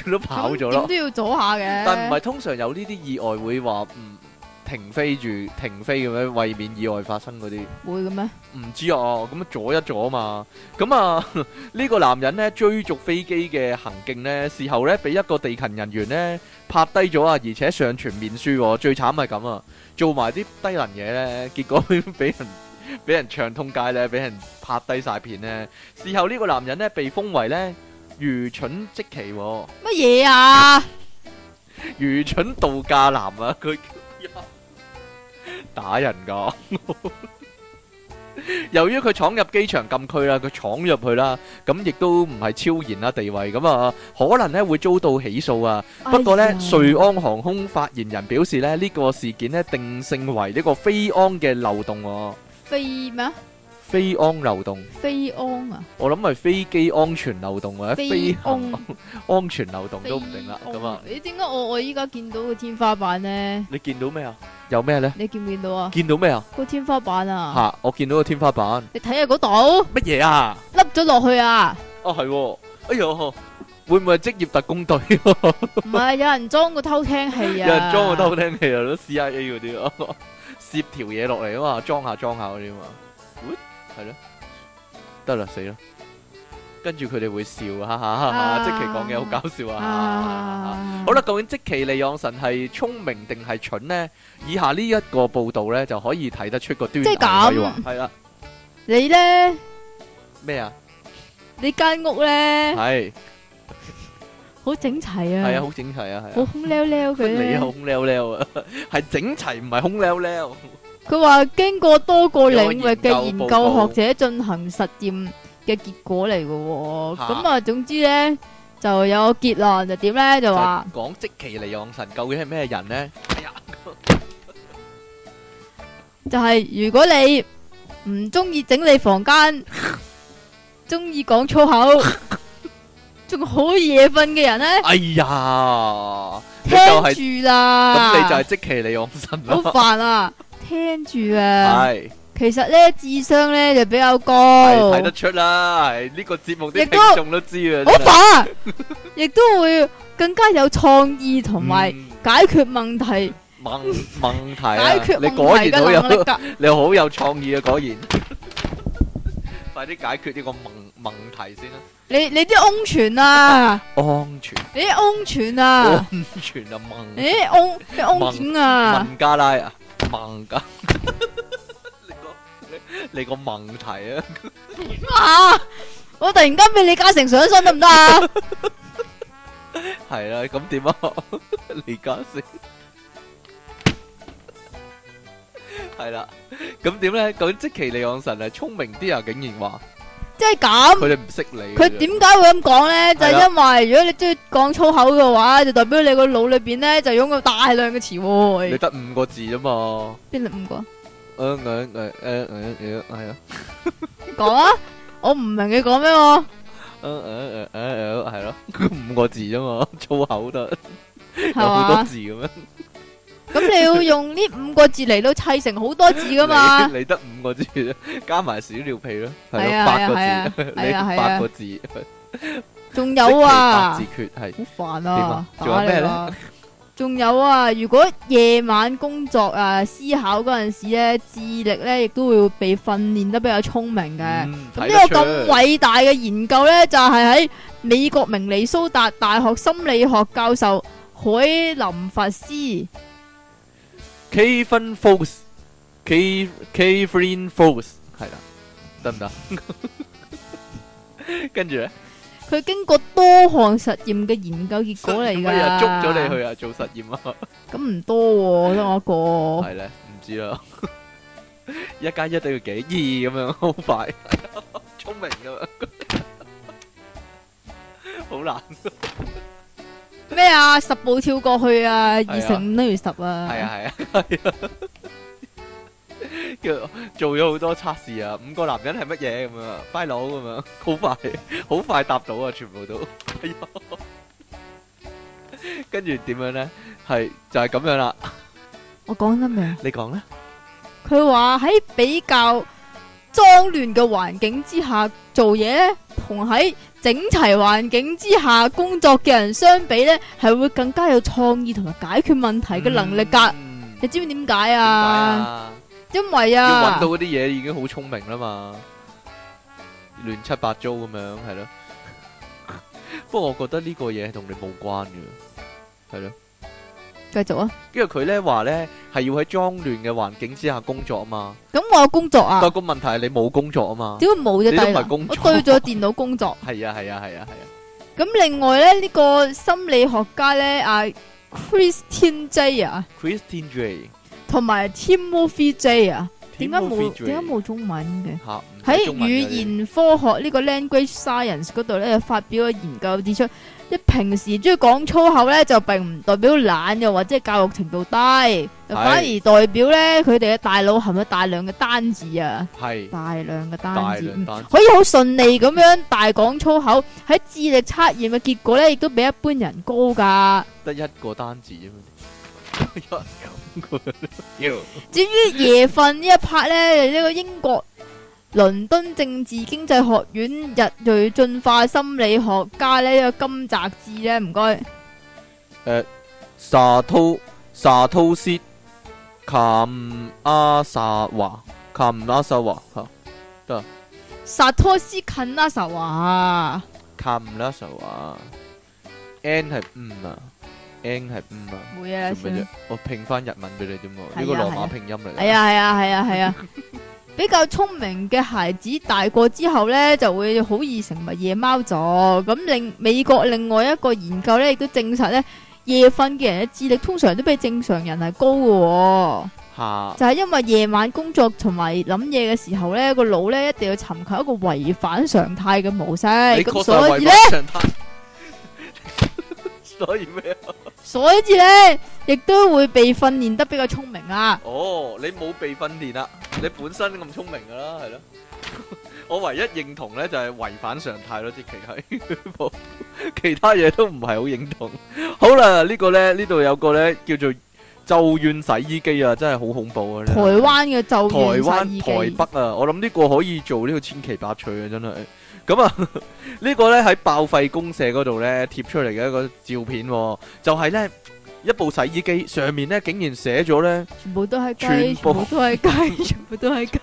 [SPEAKER 2] 佢都跑咗
[SPEAKER 1] 咁
[SPEAKER 2] 咯
[SPEAKER 1] 點。都要阻下嘅。
[SPEAKER 2] 但唔係通常有呢啲意外會話唔停飛住停飛咁樣，為免意外發生嗰啲。
[SPEAKER 1] 會嘅咩？
[SPEAKER 2] 唔知啊，咁阻一阻嘛，咁啊 呢個男人呢，追逐飛機嘅行徑呢，事後呢，俾一個地勤人員呢拍低咗啊，而且上傳面書喎，最慘係咁啊，做埋啲低能嘢呢，結果俾人 俾人唱通街呢，俾人拍低晒片呢。事後呢個男人呢，被封為呢愚蠢即奇、喎，
[SPEAKER 1] 乜嘢啊？
[SPEAKER 2] 愚蠢度假男啊，佢打人㗎。 由於佢闖入機場禁區啦，佢闖入去啦，咁亦都唔係超然啦地位，咁啊可能咧會遭到起訴啊。 不過
[SPEAKER 1] 哎
[SPEAKER 2] 咧，瑞安航空發言人表示咧，呢、個事件咧定性為呢個飛安嘅漏洞、喎，
[SPEAKER 1] 飛咩啊？
[SPEAKER 2] 飛安漏洞，
[SPEAKER 1] 飛安啊？
[SPEAKER 2] 我諗係飛機安全漏洞或者 飛
[SPEAKER 1] 飛
[SPEAKER 2] 行
[SPEAKER 1] 安
[SPEAKER 2] 安全漏洞
[SPEAKER 1] 飛
[SPEAKER 2] 都唔定啦。咁啊，
[SPEAKER 1] 安你點解我我依家見到個天花板咧？
[SPEAKER 2] 你見到咩啊？有咩呢？
[SPEAKER 1] 你見唔見到啊？
[SPEAKER 2] 見到咩啊？
[SPEAKER 1] 個天花板
[SPEAKER 2] 吓、
[SPEAKER 1] 啊？
[SPEAKER 2] 我見到個天花板，
[SPEAKER 1] 你睇下嗰度
[SPEAKER 2] 乜嘢啊？
[SPEAKER 1] 凹咗落去啊？
[SPEAKER 2] 哦、係喎，哎呦，會唔會係職業特工隊、
[SPEAKER 1] 唔係有人裝個偷聽器啊？
[SPEAKER 2] 有人裝個偷聽器啊，都 CIA 嗰啲咯， 攝條嘢落嚟啊嘛，裝下裝下嗰啲啊嘛，喎係咯，得啦死啦，跟住佢哋會笑，哈哈哈哈，
[SPEAKER 1] 啊
[SPEAKER 2] 即其講嘅好搞笑啊！
[SPEAKER 1] 啊！
[SPEAKER 2] 好啦，究竟即其利昂神係聰明定係蠢呢？以下呢一個報導咧就可以睇得出個端倪。
[SPEAKER 1] 即係咁
[SPEAKER 2] 可以話係啦，
[SPEAKER 1] 你咧，
[SPEAKER 2] 咩啊？
[SPEAKER 1] 你間屋咧
[SPEAKER 2] 係
[SPEAKER 1] 好整齊啊，
[SPEAKER 2] 係啊，好整齊啊，係
[SPEAKER 1] 好
[SPEAKER 2] 啊，
[SPEAKER 1] 空溜溜佢
[SPEAKER 2] 你
[SPEAKER 1] 咧
[SPEAKER 2] 啊，空溜溜啊， 係整齊唔係空溜溜。
[SPEAKER 1] 佢話經過多個領
[SPEAKER 2] 有個
[SPEAKER 1] 域
[SPEAKER 2] 研究
[SPEAKER 1] 嘅研究
[SPEAKER 2] 報告
[SPEAKER 1] 學者進行實驗嘅結果嚟嘅喎，
[SPEAKER 2] 嚇
[SPEAKER 1] 咁啊總之咧就有個結論就點咧就話
[SPEAKER 2] 講即其利昂神究竟係咩人呢？
[SPEAKER 1] 就係如果你唔中意整理 房間，中意講粗口，仲好夜瞓嘅人咧，
[SPEAKER 2] 哎呀，你就係
[SPEAKER 1] 聽住啦，
[SPEAKER 2] 咁你就係即其利昂神
[SPEAKER 1] 好
[SPEAKER 2] 咯，
[SPEAKER 1] 煩啊，聽住啊，
[SPEAKER 2] 係
[SPEAKER 1] 其實咧智商咧就比較
[SPEAKER 2] 係
[SPEAKER 1] 高
[SPEAKER 2] 睇。得出啦，係呢個節目啲
[SPEAKER 1] 亦都
[SPEAKER 2] 聽眾都知啊，
[SPEAKER 1] 好
[SPEAKER 2] 真係
[SPEAKER 1] 煩， 亦都會更加有創意同埋
[SPEAKER 2] 嗯
[SPEAKER 1] 解決問題、
[SPEAKER 2] 問問題
[SPEAKER 1] 解
[SPEAKER 2] 啊
[SPEAKER 1] 決，
[SPEAKER 2] 你
[SPEAKER 1] 問
[SPEAKER 2] 果
[SPEAKER 1] 題嘅
[SPEAKER 2] 然好
[SPEAKER 1] 能力
[SPEAKER 2] 有
[SPEAKER 1] 噶。
[SPEAKER 2] 你好有創意啊，果然， 快啲解決呢個問問題先啦，
[SPEAKER 1] 你你啲翁泉 啊，
[SPEAKER 2] 安全
[SPEAKER 1] 你啲翁泉啊，
[SPEAKER 2] 安全啊問。
[SPEAKER 1] 你啲翁你啲翁點啊？
[SPEAKER 2] 孟加拉啊，孟加， 你個你你個問題啊，
[SPEAKER 1] 啊！我突然間俾李嘉誠上身得唔得 啊？
[SPEAKER 2] 係啦，咁點啊？李嘉誠係啦，咁點咧？究竟即其利昂神係聰明啲啊，竟然話
[SPEAKER 1] 即係咁，
[SPEAKER 2] 佢哋唔識你，
[SPEAKER 1] 佢點解會咁講咧？就
[SPEAKER 2] 係
[SPEAKER 1] 係
[SPEAKER 2] 啦
[SPEAKER 1] 因為如果你中意講粗口嘅話，就代表你個腦裏邊咧就擁有大量嘅詞
[SPEAKER 2] 你
[SPEAKER 1] 彙。
[SPEAKER 2] 得五個字啫嘛？
[SPEAKER 1] 邊五個？
[SPEAKER 2] 誒誒誒誒誒，係啊，
[SPEAKER 1] 你講啊！我唔明你 講咩喎？
[SPEAKER 2] 誒誒誒誒，係咯， 五個字啫嘛，粗口得
[SPEAKER 1] 係
[SPEAKER 2] 有好多
[SPEAKER 1] 嘛？
[SPEAKER 2] 字咁樣。
[SPEAKER 1] 咁你要用呢五個字嚟到砌成好多字噶嘛？
[SPEAKER 2] 你你得五個字啫，加埋屎尿屁咯，
[SPEAKER 1] 係
[SPEAKER 2] 係咯，
[SPEAKER 1] 啊
[SPEAKER 2] 八個
[SPEAKER 1] 係啊
[SPEAKER 2] 字，你
[SPEAKER 1] 係啊係啊
[SPEAKER 2] 八個字，
[SPEAKER 1] 仲有啊
[SPEAKER 2] 即，其八字訣
[SPEAKER 1] 好煩
[SPEAKER 2] 點啊
[SPEAKER 1] 啊！
[SPEAKER 2] 仲有咩呢
[SPEAKER 1] 打你啦？仲有啊，如果夜晚工作啊、思考嗰陣時咧，智力咧亦都會被訓練得比較聰明嘅。咁
[SPEAKER 2] 係，睇
[SPEAKER 1] 呢
[SPEAKER 2] 得
[SPEAKER 1] 個咁
[SPEAKER 2] 出
[SPEAKER 1] 偉大嘅研究呢，就係、喺美國明尼蘇達大學心理學教授海林法斯
[SPEAKER 2] Kevin Fox，K Kevin Fox 係啦，得 唔得？跟住咧，
[SPEAKER 1] 佢經過多項實驗嘅研究結果嚟
[SPEAKER 2] 哎呀
[SPEAKER 1] 㗎。
[SPEAKER 2] 捉咗你去啊，做實驗啊，
[SPEAKER 1] 咁唔多喎、得我 一個。
[SPEAKER 2] 係咧，唔知啦，一加一等於幾二咁 樣，好快，聰明噶 嘛，好難。
[SPEAKER 1] 咩啊？十步跳過去啊，二
[SPEAKER 2] 啊
[SPEAKER 1] 乘五等於十
[SPEAKER 2] 係
[SPEAKER 1] 啊。
[SPEAKER 2] 啊係啊係啊，叫做咗好多測試啊，五個男人係乜嘢咁樣啊，快佬咁樣，好快好快答到啊，全部都，哎呀，跟住點樣咧？係就係咁樣啦，
[SPEAKER 1] 我講得未啊？
[SPEAKER 2] 你講啦，
[SPEAKER 1] 佢話喺比較髒亂嘅環境之下做嘢咧，同喺整齊環境之下工作嘅人相比咧，係會更加有創意同埋解決問題嘅能力㗎。
[SPEAKER 2] 嗯。
[SPEAKER 1] 你知唔知点解
[SPEAKER 2] 點解
[SPEAKER 1] 啊？
[SPEAKER 2] 啊？
[SPEAKER 1] 因为
[SPEAKER 2] 要
[SPEAKER 1] 啊
[SPEAKER 2] 揾到，嗰啲嘢已經好聰明啦嘛，亂七八糟咁樣係咯。不過我覺得呢個嘢係同你冇關嘅，係咯，
[SPEAKER 1] 继续啊。
[SPEAKER 2] 因為佢咧話咧係要喺裝亂嘅環境之下工作啊嘛。
[SPEAKER 1] 咁我有工作啊
[SPEAKER 2] 但，個問題係你冇工作啊嘛。
[SPEAKER 1] 屌冇咗
[SPEAKER 2] 你都唔係
[SPEAKER 1] 低能
[SPEAKER 2] 工
[SPEAKER 1] 我
[SPEAKER 2] 作
[SPEAKER 1] 對咗電腦工作。
[SPEAKER 2] 係啊係啊係啊係啊，
[SPEAKER 1] 咁另外咧，呢、個心理學家咧，啊 Christian J 啊，
[SPEAKER 2] Christine J，
[SPEAKER 1] 同埋 Timothy J 啊，點解
[SPEAKER 2] Timothy
[SPEAKER 1] 冇
[SPEAKER 2] J
[SPEAKER 1] 點解冇中文嘅？
[SPEAKER 2] 嚇唔使
[SPEAKER 1] 喺
[SPEAKER 2] 中文
[SPEAKER 1] 語
[SPEAKER 2] 嘅
[SPEAKER 1] 言科學呢個 language science 嗰度咧，發表咗研究指出，即係平時中意講粗口咧，就並唔代表懶又或者係教育程度低，就反而代表咧佢哋嘅大腦含有大量嘅單字啊，
[SPEAKER 2] 係
[SPEAKER 1] 大量嘅
[SPEAKER 2] 大
[SPEAKER 1] 單字。
[SPEAKER 2] 量單
[SPEAKER 1] 可以好順利咁樣大講粗口，喺智力測驗嘅結果咧，亦都比一般人高噶。
[SPEAKER 2] 得一個單 字啫嘛，一個妖
[SPEAKER 1] 至於夜瞓呢一 part 咧，呢、個英國倫敦政治經濟學院日裔進化心理學家呢、呢個金澤志咧，唔該，
[SPEAKER 2] 沙土沙土斯卡姆阿沙華卡姆阿沙華嚇
[SPEAKER 1] 薩托斯近啊拉什話
[SPEAKER 2] 卡姆阿沙華 N 係五啊，N 係五啊，
[SPEAKER 1] 冇嘢啦，
[SPEAKER 2] 做乜
[SPEAKER 1] 算
[SPEAKER 2] 啫
[SPEAKER 1] 啦。？
[SPEAKER 2] 我拼翻日文俾你啫嘛，
[SPEAKER 1] 係啊
[SPEAKER 2] 呢個羅
[SPEAKER 1] 係
[SPEAKER 2] 馬
[SPEAKER 1] 啊
[SPEAKER 2] 拼音嚟㗎。
[SPEAKER 1] 係啊係啊係啊係 啊，比較聰明嘅孩子大個之後呢，就會好易成為夜貓族。咁另美國另外一個研究呢，亦都證實呢，夜瞓嘅人嘅智力通常都比正常人係高嘅、喎。
[SPEAKER 2] 下
[SPEAKER 1] 就係因為夜晚工作同埋諗嘢嘅時候呢，個腦呢一定要尋求一個違反常態嘅模式。
[SPEAKER 2] 你
[SPEAKER 1] 咁
[SPEAKER 2] 確
[SPEAKER 1] 所
[SPEAKER 2] 實
[SPEAKER 1] 以
[SPEAKER 2] 為
[SPEAKER 1] 呢，
[SPEAKER 2] 乜常態？所以咩啊？
[SPEAKER 1] 所以呢，亦都會被訓練得比較聰明啊。
[SPEAKER 2] 哦，你冇被訓練啦，你本身咁聰明噶啦，係咯。 我唯一認同咧就係違反常態咯，即其係冇 其他嘢都唔係好認同。好啦，呢個咧呢度有個咧叫做咒怨洗衣機啊，真係好恐怖啊！
[SPEAKER 1] 台
[SPEAKER 2] 真係
[SPEAKER 1] 灣嘅就
[SPEAKER 2] 台
[SPEAKER 1] 業洗
[SPEAKER 2] 灣
[SPEAKER 1] 衣機
[SPEAKER 2] 台北啊，我諗呢個可以做呢個千奇百趣啊，真係。咁啊， 呢個呢喺爆廢公社嗰度呢貼出嚟嘅一個照片、喎，就係呢一部洗衣機上面呢竟然寫咗呢。
[SPEAKER 1] 全部都係雞，
[SPEAKER 2] 全
[SPEAKER 1] 全
[SPEAKER 2] 部
[SPEAKER 1] 部都係雞，全 部都係雞。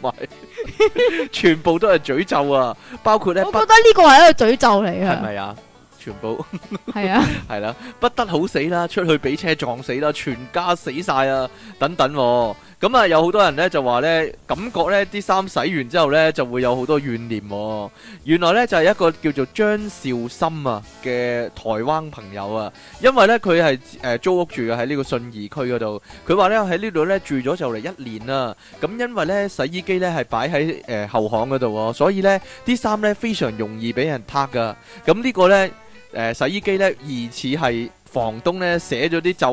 [SPEAKER 2] 唔系，全部都系诅咒啊！包括咧
[SPEAKER 1] 我
[SPEAKER 2] 不
[SPEAKER 1] 覺得呢個係一個詛咒嚟
[SPEAKER 2] 係
[SPEAKER 1] 啊，
[SPEAKER 2] 咪啊？全部
[SPEAKER 1] 係 啊，
[SPEAKER 2] 係啦，不得好死啦，出去俾車撞死啦，全家死晒啊，等等、喎。咁啊，有好多人咧就話咧，感覺咧啲衫洗完之後咧就會有好多怨念、喎。原來咧就係、一個叫做張兆森啊嘅台灣朋友啊，因為咧佢係誒租屋住嘅喺呢個信義區嗰度，佢話咧喺呢度咧住咗就嚟一年啦。咁因為咧洗衣機咧係擺喺誒後巷嗰度喎，所以咧啲衫咧非常容易俾人撻噶。咁呢個咧。誒、呃洗衣機咧，疑似係房東咧寫咗啲咒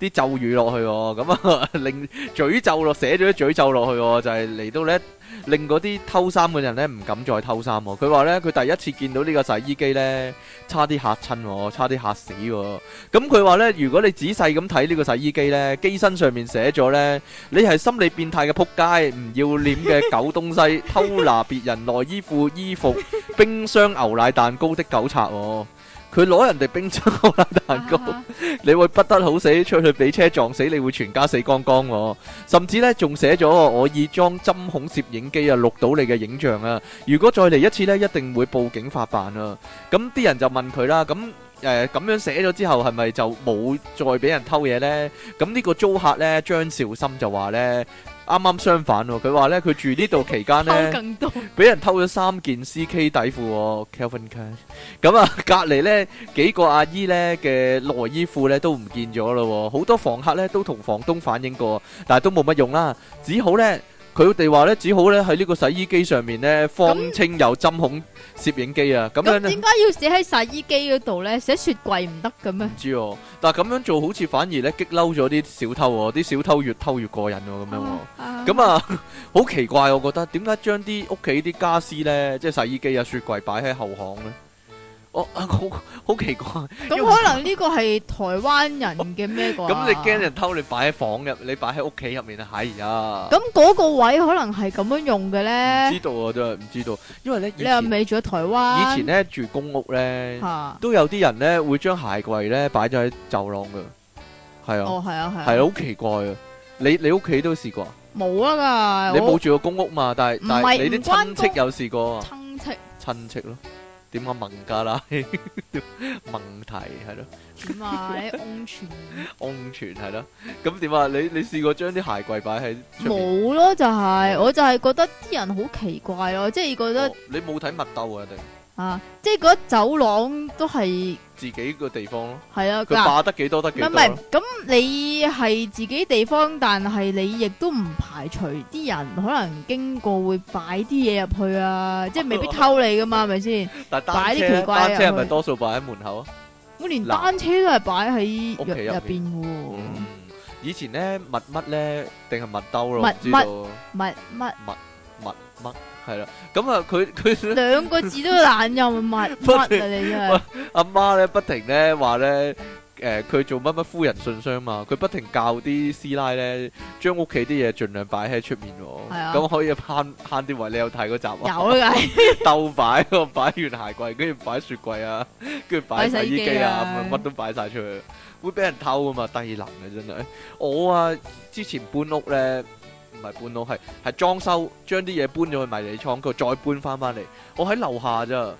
[SPEAKER 2] 啲咒語落去喎、咁啊 令詛咒咯，寫咗啲詛咒落去喎、就係、嚟到咧令嗰啲偷衫嘅人咧唔敢再偷衫喎、佢話咧佢第一次見到呢個洗衣機咧，差啲嚇親喎，差啲嚇死喎、咁佢話咧，如果你仔細咁睇呢個洗衣機咧，機身上面寫咗咧，你係心理變態嘅仆街，唔要臉嘅狗東西，偷拿別人內衣褲、衣服、冰箱、牛奶蛋糕的狗賊喎、佢攞人哋冰箱牛奶蛋
[SPEAKER 1] 啊
[SPEAKER 2] 糕。 你會不得好死，出去俾車撞死，你會全家死光光喎、甚至呢，仲寫咗我已裝針孔攝影機啊，錄到你嘅影像啊。如果再嚟一次呢，一定會報警法辦啊。咁啲人就問佢啦，咁誒咁樣寫咗之後，係咪就冇再俾人偷嘢呢？咁呢個租客呢，張兆森就話呢，啱啱相反喎、佢話呢，佢住呢度期
[SPEAKER 1] 偷
[SPEAKER 2] 間呢。
[SPEAKER 1] 更多，
[SPEAKER 2] 俾人偷咗三件 CK 底褲喎，Calvin Klein。咁啊， 隔離呢幾個阿姨呢嘅內衣褲呢都唔見咗咯喎，好多房客呢都同房東反映過，但係都冇乜用啦，只好呢，佢哋話呢，只好呢喺呢個洗衣機上面呢放
[SPEAKER 1] 咁
[SPEAKER 2] 清有針孔攝影機啊，咁樣
[SPEAKER 1] 咁
[SPEAKER 2] 呢。
[SPEAKER 1] 點解要寫喺洗衣機嗰度咧？寫雪櫃唔得嘅咩
[SPEAKER 2] 唔？知喎，但係咁樣做好似反而呢激嬲咗啲小偷喎，啲小偷越偷越過癮喎，咁樣喎。咁
[SPEAKER 1] 啊，
[SPEAKER 2] 啊， 好奇怪，我覺得點解將啲屋企啲家私咧，即係洗衣機啊、雪櫃擺喺後巷咧？我啊， 好好奇怪。
[SPEAKER 1] 咁可能呢個係台灣人嘅咩啩？
[SPEAKER 2] 咁你驚？人偷，你擺喺房入，你擺喺屋企入面啊？係啊，
[SPEAKER 1] 咁嗰個位可能係咁樣用嘅
[SPEAKER 2] 唔
[SPEAKER 1] 咧
[SPEAKER 2] 知？道啊，真係唔知道。因為咧，以
[SPEAKER 1] 你又
[SPEAKER 2] 前
[SPEAKER 1] 未住喺台灣？
[SPEAKER 2] 以前咧住公屋咧，
[SPEAKER 1] 嚇
[SPEAKER 2] 都有啲人咧會將鞋櫃咧擺咗喺走廊噶，係啊，
[SPEAKER 1] 哦，係啊，係啊，
[SPEAKER 2] 係啊，好奇怪啊。你-你屋企都試過啊？
[SPEAKER 1] 冇啦㗎，
[SPEAKER 2] 你冇
[SPEAKER 1] 我
[SPEAKER 2] 住過公屋嘛，但係-
[SPEAKER 1] 唔係，
[SPEAKER 2] 但係你
[SPEAKER 1] 唔關
[SPEAKER 2] 啲親戚
[SPEAKER 1] 公-
[SPEAKER 2] 有試過啊？
[SPEAKER 1] 親戚
[SPEAKER 2] 親戚咯。點解孟加拉？孟提係咯，安全係咯。咁點啊？你
[SPEAKER 1] 點啊？你安全
[SPEAKER 2] - 你試過將啲鞋櫃擺喺出面？
[SPEAKER 1] 冇咯，就係我就係覺得啲人好奇怪咯，即係覺得
[SPEAKER 2] 哦，你冇睇麥兜啊，定自己個地方咯？
[SPEAKER 1] 啊，即係覺得走廊都係係啊
[SPEAKER 2] 佢
[SPEAKER 1] 嗱。唔
[SPEAKER 2] 霸得幾多得幾
[SPEAKER 1] 係唔
[SPEAKER 2] 多咯。
[SPEAKER 1] 係，咁你係自己地方，但係你亦都唔排除啲人可能經過會擺啲嘢入去啊，即係 未必偷你噶嘛，係咪先？
[SPEAKER 2] 但係單車-
[SPEAKER 1] 擺啲奇怪嘅
[SPEAKER 2] 單車係
[SPEAKER 1] 入去。
[SPEAKER 2] 咪多數擺喺門口啊？
[SPEAKER 1] 我連
[SPEAKER 2] 嗱
[SPEAKER 1] 單車都係擺喺
[SPEAKER 2] 屋企
[SPEAKER 1] 入
[SPEAKER 2] 入
[SPEAKER 1] 入
[SPEAKER 2] 邊
[SPEAKER 1] 邊喎，
[SPEAKER 2] 嗯，以前呢，麥乜呢，定係麥兜咯，
[SPEAKER 1] 麥
[SPEAKER 2] 唔知
[SPEAKER 1] 唔
[SPEAKER 2] 道。
[SPEAKER 1] 係唔係
[SPEAKER 2] 麥乜，係啦。咁啊，佢 -佢呢，
[SPEAKER 1] 兩個字都懶音， 乜乜啊你真係
[SPEAKER 2] 阿媽咧不停咧話咧，诶佢做乜乜夫人信箱嘛，佢不停教啲師奶咧，將屋企啲嘢盡量擺喺出面喎，
[SPEAKER 1] 係啊
[SPEAKER 2] 咁、可以慳悭啲位。你有睇嗰集啊？
[SPEAKER 1] 有啦，梗係
[SPEAKER 2] 兜 擺喎，擺完鞋櫃，跟住擺雪櫃啊，跟住擺
[SPEAKER 1] 擺
[SPEAKER 2] 洗
[SPEAKER 1] 洗
[SPEAKER 2] 衣
[SPEAKER 1] 衣
[SPEAKER 2] 機
[SPEAKER 1] 機
[SPEAKER 2] 啊，
[SPEAKER 1] 啊
[SPEAKER 2] 咁樣乜都擺晒出去，會俾人偷噶嘛，低能啊真係。我啊之前搬屋咧，唔係搬屋係係裝修，將啲嘢搬咗去迷你倉，佢再搬翻翻嚟。我喺樓下咋，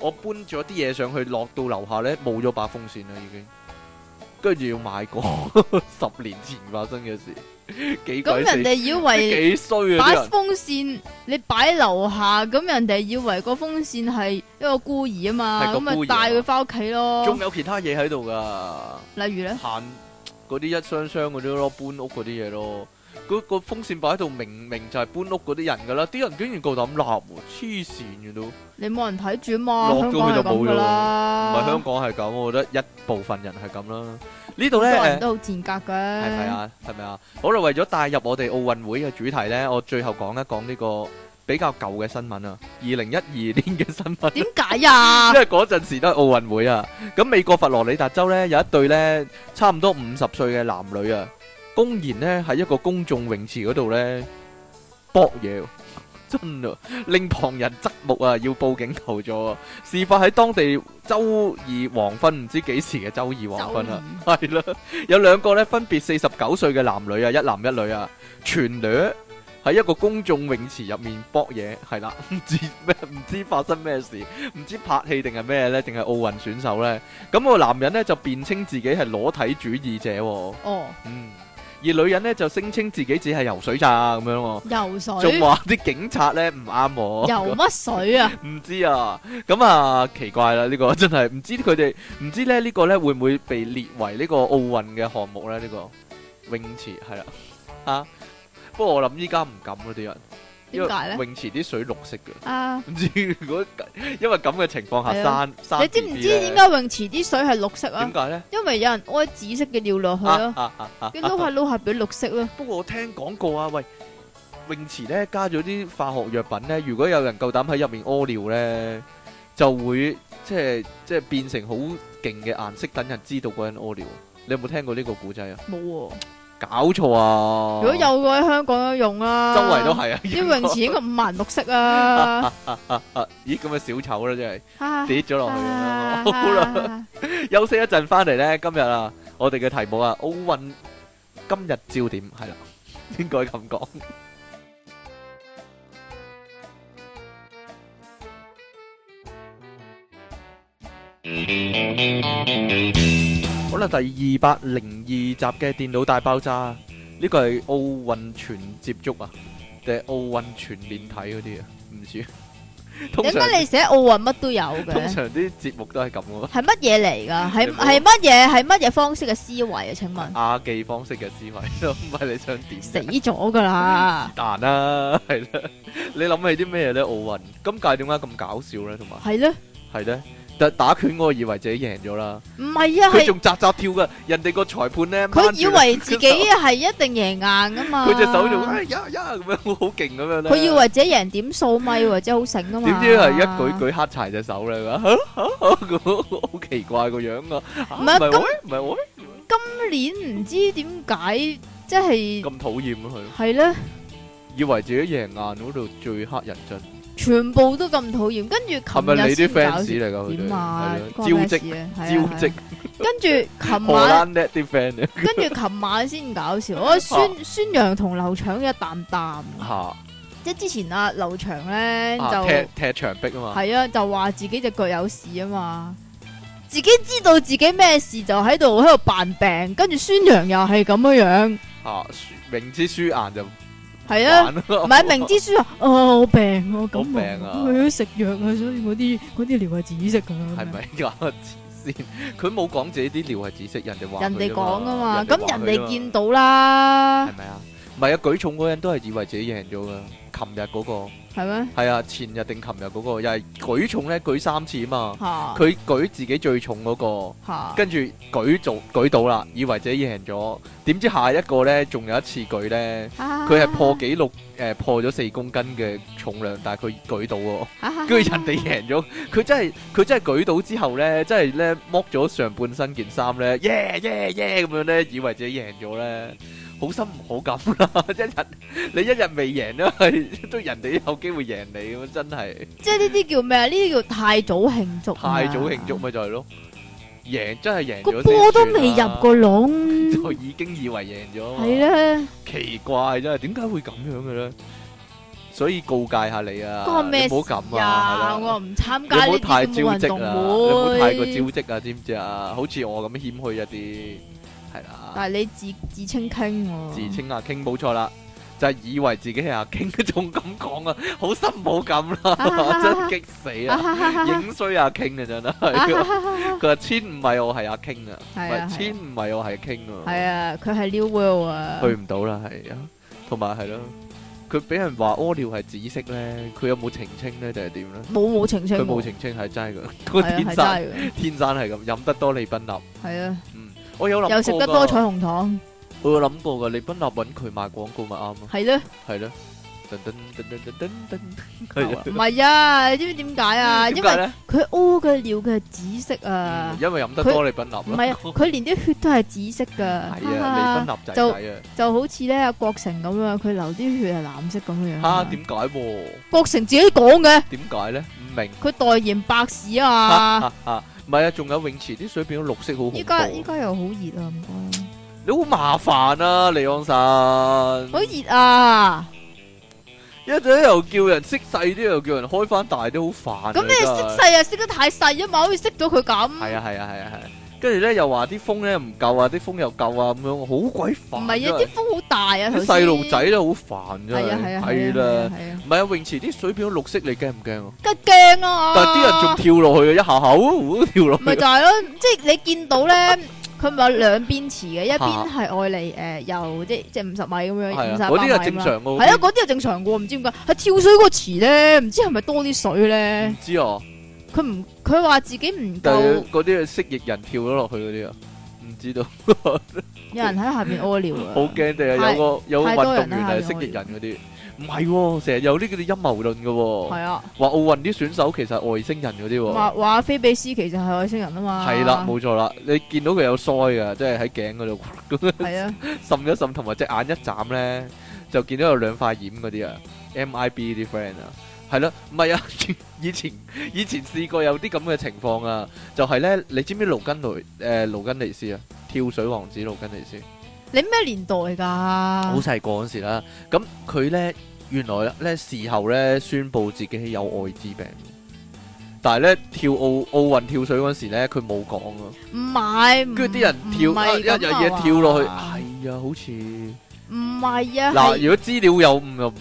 [SPEAKER 2] 我搬咗啲嘢上去，落到樓下咧冇咗把風扇啦已經，跟住要買 過十年前發生嘅事，幾
[SPEAKER 1] 咁
[SPEAKER 2] 鬼
[SPEAKER 1] 人
[SPEAKER 2] 死，
[SPEAKER 1] 哋以為
[SPEAKER 2] 幾衰啊啲
[SPEAKER 1] 擺
[SPEAKER 2] 人。
[SPEAKER 1] 風扇你擺樓下，咁人哋以為個風扇係一個孤兒啊嘛，
[SPEAKER 2] 係個
[SPEAKER 1] 咁咪
[SPEAKER 2] 孤兒啊
[SPEAKER 1] 帶佢翻屋企咯。
[SPEAKER 2] 仲有其他嘢喺度噶。
[SPEAKER 1] 例如咧，
[SPEAKER 2] 行嗰啲一箱箱嗰啲咯，搬屋嗰啲嘢咯。嗰、個風扇擺喺度，明明就係搬屋嗰啲人噶啦，啲人竟然夠膽立喎，黐線嘅都。唔
[SPEAKER 1] 你冇人睇住啊嘛，
[SPEAKER 2] 落咗
[SPEAKER 1] 香港係
[SPEAKER 2] 去就冇
[SPEAKER 1] 咁
[SPEAKER 2] 咗
[SPEAKER 1] 噶
[SPEAKER 2] 係、
[SPEAKER 1] 啦。
[SPEAKER 2] 香港係咁，我覺得一部分人係咁啦。呢度
[SPEAKER 1] 好
[SPEAKER 2] 呢，
[SPEAKER 1] 多
[SPEAKER 2] 誒
[SPEAKER 1] 人都好賤格嘅，
[SPEAKER 2] 係
[SPEAKER 1] 係
[SPEAKER 2] 咪？啊？係咪啊？好啦，為咗帶入我哋奧運會嘅主題呢，我最後講一講呢個比較舊嘅新聞啊，二零一二年嘅新聞。
[SPEAKER 1] 點解 呀
[SPEAKER 2] 因？為嗰陣時都係奧運會啊。咁美國佛羅里達州呢，有一對呢差唔多五十歲嘅男女啊，公然呢喺一個公眾泳池嗰度呢搏嘢喎， 真啊，令旁人側目啊，要報警求助啊。事發喺當地周二黃昏，唔知幾時嘅周二黃昏啊。 系啦，有兩個咧分別四十九歲嘅男女啊，一男一女啊，全女喺一個公眾泳池入面搏嘢，係啦， 唔知咩，唔知發生咩事，唔知拍戲定係咩呢？定係奧運選手呢？咁、個男人呢，就辯稱自己係裸體主義者、喎，
[SPEAKER 1] 哦，
[SPEAKER 2] 嗯，而女人呢，就聲稱自己只係游水咋咁樣喎、
[SPEAKER 1] 游水
[SPEAKER 2] 仲話啲警察呢唔啱喎。
[SPEAKER 1] 游乜水啊？
[SPEAKER 2] 唔知啊，咁啊奇怪啦，呢、個真係唔知佢哋唔知咧呢、個咧會唔會被列為呢個奧運嘅項目咧？呢、個泳池係啦，啊，不過我諗依家唔敢嗰啲人， 因為
[SPEAKER 1] 點解咧？
[SPEAKER 2] 泳池啲水綠色嘅，
[SPEAKER 1] 啊，
[SPEAKER 2] 唔知如果因為咁嘅情況下
[SPEAKER 1] 係啊
[SPEAKER 2] 生生
[SPEAKER 1] 你知唔
[SPEAKER 2] BB
[SPEAKER 1] 知
[SPEAKER 2] 咧
[SPEAKER 1] 點解泳池啲水係綠色啊
[SPEAKER 2] 點？解咧？
[SPEAKER 1] 因為有人屙紫色嘅尿落去
[SPEAKER 2] 啊
[SPEAKER 1] 咯，
[SPEAKER 2] 啊啊啊！
[SPEAKER 1] 跟住撈下撈下變綠色咯。
[SPEAKER 2] 不過我聽講過啊，喂，泳池咧加咗啲化學藥品咧，如果有人夠膽喺入面屙尿咧，就會即係即係變成好勁嘅顏色，等人知道嗰人屙尿。你有冇聽過呢個古仔啊？
[SPEAKER 1] 冇喎，
[SPEAKER 2] 搞錯啊！
[SPEAKER 1] 如果有嘅喺香港都用啦。
[SPEAKER 2] 周圍都。係啊，
[SPEAKER 1] 啲泳池應該五顏六 色啊！
[SPEAKER 2] 咦咁嘅小丑啦， 真係
[SPEAKER 1] 哈
[SPEAKER 2] 跌咗落去啊！好啦。
[SPEAKER 1] 啦，
[SPEAKER 2] 休息一陣翻嚟呢，今日啊，我哋嘅題目啊，奧運今日焦點係啦，應該咁講。好啦，第二百零二集嘅電腦大爆炸，呢個係奧運全接觸啊，定係奧運全連體嗰啲啊？唔知。通
[SPEAKER 1] 點
[SPEAKER 2] 常
[SPEAKER 1] 解你寫奧運乜都有
[SPEAKER 2] 通
[SPEAKER 1] 嘅？
[SPEAKER 2] 常啲節目都係咁嘅。
[SPEAKER 1] 係乜嘢嚟㗎？係
[SPEAKER 2] 你冇
[SPEAKER 1] 係乜嘢？係乜嘢方式嘅思維啊？請 問
[SPEAKER 2] 亞記方式嘅思維，唔係你想點？
[SPEAKER 1] 死咗㗎啦！
[SPEAKER 2] 但啦，係啦。你諗起啲咩咧？奧運今屆點解咁搞笑咧？同埋
[SPEAKER 1] 係咧，
[SPEAKER 2] 係咧，打打拳嗰個以為自己贏咗啦，
[SPEAKER 1] 唔係啊，
[SPEAKER 2] 佢
[SPEAKER 1] 係
[SPEAKER 2] 仲扎扎跳噶，人哋個裁判咧，
[SPEAKER 1] 佢
[SPEAKER 2] 掹住
[SPEAKER 1] 以為自己係一定贏硬㗎嘛。
[SPEAKER 2] 佢隻手仲哎呀呀咁樣，好勁咁樣咧。
[SPEAKER 1] 佢以為自己贏點數米或者好醒㗎嘛。
[SPEAKER 2] 點知係一舉舉黑柴隻手咧，嚇嚇嚇咁 好奇怪個樣啊！啊
[SPEAKER 1] 唔係
[SPEAKER 2] 係
[SPEAKER 1] 咁
[SPEAKER 2] 喂，唔係喂，
[SPEAKER 1] 今年唔知點解即係
[SPEAKER 2] 咁討厭啊佢，
[SPEAKER 1] 係咧，
[SPEAKER 2] 以為自己贏硬嗰度最黑人憎。
[SPEAKER 1] 唰全部都咁討厭。跟住琴日
[SPEAKER 2] 係咪你啲
[SPEAKER 1] 先搞
[SPEAKER 2] fans
[SPEAKER 1] 笑
[SPEAKER 2] 嚟㗎佢哋
[SPEAKER 1] 點啊
[SPEAKER 2] 係啊？
[SPEAKER 1] 關我咩
[SPEAKER 2] 招
[SPEAKER 1] 事啊？係啊
[SPEAKER 2] 招積。
[SPEAKER 1] 跟住琴
[SPEAKER 2] 荷
[SPEAKER 1] 晚，
[SPEAKER 2] 蘭叻啲 friend 啊
[SPEAKER 1] 跟住琴晚先搞笑。 我孫孫楊同劉翔一啖啖，
[SPEAKER 2] 嚇
[SPEAKER 1] 即係之前啊劉翔咧
[SPEAKER 2] 啊，
[SPEAKER 1] 就
[SPEAKER 2] 踢踢牆壁啊嘛，
[SPEAKER 1] 係啊，就話自己只腳有事啊嘛。自己知道自己咩事就喺度喺度扮病，跟住孫楊又係咁樣樣，
[SPEAKER 2] 嚇輸明知輸硬就
[SPEAKER 1] 係啊。
[SPEAKER 2] 玩咯
[SPEAKER 1] 唔，係明知輸啊！啊，我病我感
[SPEAKER 2] 我
[SPEAKER 1] 冒，
[SPEAKER 2] 病啊
[SPEAKER 1] 我去咗食藥啊，所以嗰啲嗰啲療係紫色噶。
[SPEAKER 2] 係咪㗎？黐線，佢冇講自己啲尿係紫色，人哋話
[SPEAKER 1] 人哋講
[SPEAKER 2] 噶
[SPEAKER 1] 噶嘛，咁人哋見
[SPEAKER 2] 見
[SPEAKER 1] 到啦
[SPEAKER 2] 係，咪啊？唔係啊，舉重嗰人都係以為自己贏咗噶，琴日嗰個。
[SPEAKER 1] 係咩？
[SPEAKER 2] 系啊，前日定琴日嗰個又係舉重咧，舉三次啊嘛。
[SPEAKER 1] 嚇
[SPEAKER 2] 佢舉自己最重嗰、個，
[SPEAKER 1] 嚇
[SPEAKER 2] 跟住舉做舉到啦，以為自己贏咗，點知下一個咧仲有一次舉咧，佢係破紀錄诶、呃破咗四公斤嘅重量，但係佢舉到喎，
[SPEAKER 1] 啊，
[SPEAKER 2] 跟住人哋贏咗，佢真係佢真係舉到之後咧，真係咧剝咗上半身件衫咧，耶耶耶咁樣咧，以為自己贏咗咧。好心唔好咁啦， 一日你一日未 贏啦，係都人哋有機會贏你咁，真係。
[SPEAKER 1] 即係呢啲叫咩啊？呢啲叫太早慶祝啊，
[SPEAKER 2] 太早慶祝咪就係咯，贏真係贏
[SPEAKER 1] 個
[SPEAKER 2] 咗
[SPEAKER 1] 波都
[SPEAKER 2] 先算
[SPEAKER 1] 未入
[SPEAKER 2] 啦，
[SPEAKER 1] 個 籠，
[SPEAKER 2] 就已經以為贏咗啊嘛。
[SPEAKER 1] 係咧，
[SPEAKER 2] 奇怪真係，點解會咁樣嘅咧？所以告戒下你啊，
[SPEAKER 1] 關我咩
[SPEAKER 2] 你唔好
[SPEAKER 1] 事
[SPEAKER 2] 咁啊，
[SPEAKER 1] 啊？
[SPEAKER 2] 係
[SPEAKER 1] 我
[SPEAKER 2] 啦
[SPEAKER 1] 唔參
[SPEAKER 2] 你
[SPEAKER 1] 加
[SPEAKER 2] 唔
[SPEAKER 1] 呢
[SPEAKER 2] 好
[SPEAKER 1] 啲
[SPEAKER 2] 太
[SPEAKER 1] 咁
[SPEAKER 2] 招
[SPEAKER 1] 嘅運
[SPEAKER 2] 積
[SPEAKER 1] 動
[SPEAKER 2] 啊，你唔好太過
[SPEAKER 1] 會。
[SPEAKER 2] 招積啊，知唔知啊？好似我咁謙虛一啲，係啦，
[SPEAKER 1] 但係你自自稱傾喎，
[SPEAKER 2] 自稱阿傾冇錯啦。就係以為自己係阿傾，仲咁講啊，好心冇咁 啦，真係激死啊！影衰阿傾啊，真係。佢話千唔係我係阿 King 啊，唔
[SPEAKER 1] 係啊係啊
[SPEAKER 2] 係千唔係我係 King
[SPEAKER 1] 系
[SPEAKER 2] 啊，
[SPEAKER 1] 啊，佢係 New World 啊，
[SPEAKER 2] 去唔到啦，係啊，同埋係咯，佢俾人話屙尿係紫色咧，佢有冇澄清咧定係點咧？
[SPEAKER 1] 冇冇澄清喎，
[SPEAKER 2] 佢冇澄清係真係 佢，
[SPEAKER 1] 係啊，
[SPEAKER 2] 佢天
[SPEAKER 1] 係真
[SPEAKER 2] 生
[SPEAKER 1] 係嘅，
[SPEAKER 2] 天生係咁，飲得多利賓納，
[SPEAKER 1] 係 啊，
[SPEAKER 2] 我有諗
[SPEAKER 1] 又食得
[SPEAKER 2] 過
[SPEAKER 1] 多
[SPEAKER 2] 㗎
[SPEAKER 1] 彩虹糖，
[SPEAKER 2] 我有諗過㗎，利賓納揾佢賣廣告咪啱咯，
[SPEAKER 1] 係咧，
[SPEAKER 2] 係咯，噔噔噔噔噔噔 噔，係啊
[SPEAKER 1] 唔係啊，你知唔知點解啊？因
[SPEAKER 2] 點
[SPEAKER 1] 為
[SPEAKER 2] 解咧？
[SPEAKER 1] 佢屙嘅尿佢係紫色啊
[SPEAKER 2] 嗯，因為飲得
[SPEAKER 1] 佢
[SPEAKER 2] 多利賓納
[SPEAKER 1] 唔
[SPEAKER 2] 咯，
[SPEAKER 1] 係啊，佢連啲血都係紫色噶，
[SPEAKER 2] 嗯 係啊，利賓納仔
[SPEAKER 1] 就
[SPEAKER 2] 仔啊。
[SPEAKER 1] 就好似咧阿郭成咁樣，佢流啲血係藍色咁樣 樣
[SPEAKER 2] 吓，
[SPEAKER 1] 啊。
[SPEAKER 2] 點解喎？
[SPEAKER 1] 郭成自己講嘅，
[SPEAKER 2] 點解咧？唔明。
[SPEAKER 1] 佢代言百事 啊嘛，
[SPEAKER 2] 啊，啊，唔係啊，仲有泳池啲水變咗綠色，好恐怖。
[SPEAKER 1] 依家依家又好熱啊，唔該，
[SPEAKER 2] 你好麻煩啊，離岸神。
[SPEAKER 1] 好熱啊！
[SPEAKER 2] 一陣又叫人熄細啲，又叫人開返大啲，好煩啊，
[SPEAKER 1] 咁你
[SPEAKER 2] 真係。
[SPEAKER 1] 識細啊，識得太細啊嘛，好似識咗佢咁。
[SPEAKER 2] 啊係啊，係啊，係啊，係啊。跟住呢，又話啲風呢唔夠啊，啲風又夠啊，咁樣，好鬼煩，
[SPEAKER 1] 唔係啊，
[SPEAKER 2] 真係。
[SPEAKER 1] 啲風好大啊，
[SPEAKER 2] 啲
[SPEAKER 1] 頭先
[SPEAKER 2] 細路仔都好煩，真係。
[SPEAKER 1] 係啊係啊
[SPEAKER 2] 係啦。
[SPEAKER 1] 係啊係啊，
[SPEAKER 2] 唔係啊，泳池啲水變咗綠色，你驚唔驚啊？
[SPEAKER 1] 梗係驚啦！
[SPEAKER 2] 啊但係啲人仲跳落去啊，一下口，跳落去。
[SPEAKER 1] 咪就係咯，即係你見到咧，佢咪有兩邊池嘅，一邊係愛嚟誒游即即五十米咁樣，
[SPEAKER 2] 啊係啊，
[SPEAKER 1] 五十
[SPEAKER 2] 嗰啲係
[SPEAKER 1] 米咁啦。
[SPEAKER 2] 正常喎，
[SPEAKER 1] 係啊，嗰啲係正常嘅喎，唔知點解係跳水嗰個池咧，唔知係咪多啲水咧？
[SPEAKER 2] 唔知啊。
[SPEAKER 1] 佢唔佢話自己唔
[SPEAKER 2] 但
[SPEAKER 1] 夠，
[SPEAKER 2] 係嗰啲係蜥蜴人跳咗落去嗰啲啊，唔知道，
[SPEAKER 1] 有人喺下邊屙尿啊！
[SPEAKER 2] 好驚定係
[SPEAKER 1] 太
[SPEAKER 2] 有個有個
[SPEAKER 1] 太
[SPEAKER 2] 運
[SPEAKER 1] 多
[SPEAKER 2] 動
[SPEAKER 1] 人啦
[SPEAKER 2] 員係蜥
[SPEAKER 1] 下面
[SPEAKER 2] 蜴人嗰啲，唔係喎，成日有呢個啲陰謀論嘅
[SPEAKER 1] 係
[SPEAKER 2] 喎，
[SPEAKER 1] 啊，
[SPEAKER 2] 話奧運啲選手其實係外星人嗰啲喎，
[SPEAKER 1] 話話菲比斯其實係外星人啊嘛，
[SPEAKER 2] 係啦，冇錯啦，你見到佢有腮嘅，即係喺頸嗰度 咁樣
[SPEAKER 1] 係啊，
[SPEAKER 2] 滲一滲，同埋隻眼一眨咧，就見到有兩塊掩嗰啲啊，MIB 啲 friend 啊。係啦，唔係啊！ 以前以前試過有啲咁嘅情況啊，就係咧，你知唔知盧根雷誒、呃、盧根尼斯啊，跳水王子盧根尼斯，
[SPEAKER 1] 你咩年代
[SPEAKER 2] 好
[SPEAKER 1] 㗎？
[SPEAKER 2] 細個嗰時啦，咁佢咧原來咧事後咧宣布自己有艾滋病，但係咧跳奧奧運跳水嗰時咧佢冇講啊，
[SPEAKER 1] 唔係，
[SPEAKER 2] 跟住啲人跳
[SPEAKER 1] 唔係
[SPEAKER 2] 啊一
[SPEAKER 1] 咁
[SPEAKER 2] 日
[SPEAKER 1] 啊
[SPEAKER 2] 嘢跳落去，
[SPEAKER 1] 話
[SPEAKER 2] 係啊，好似
[SPEAKER 1] 唔係啊，
[SPEAKER 2] 嗱，
[SPEAKER 1] 係
[SPEAKER 2] 如果資料有誤又唔唔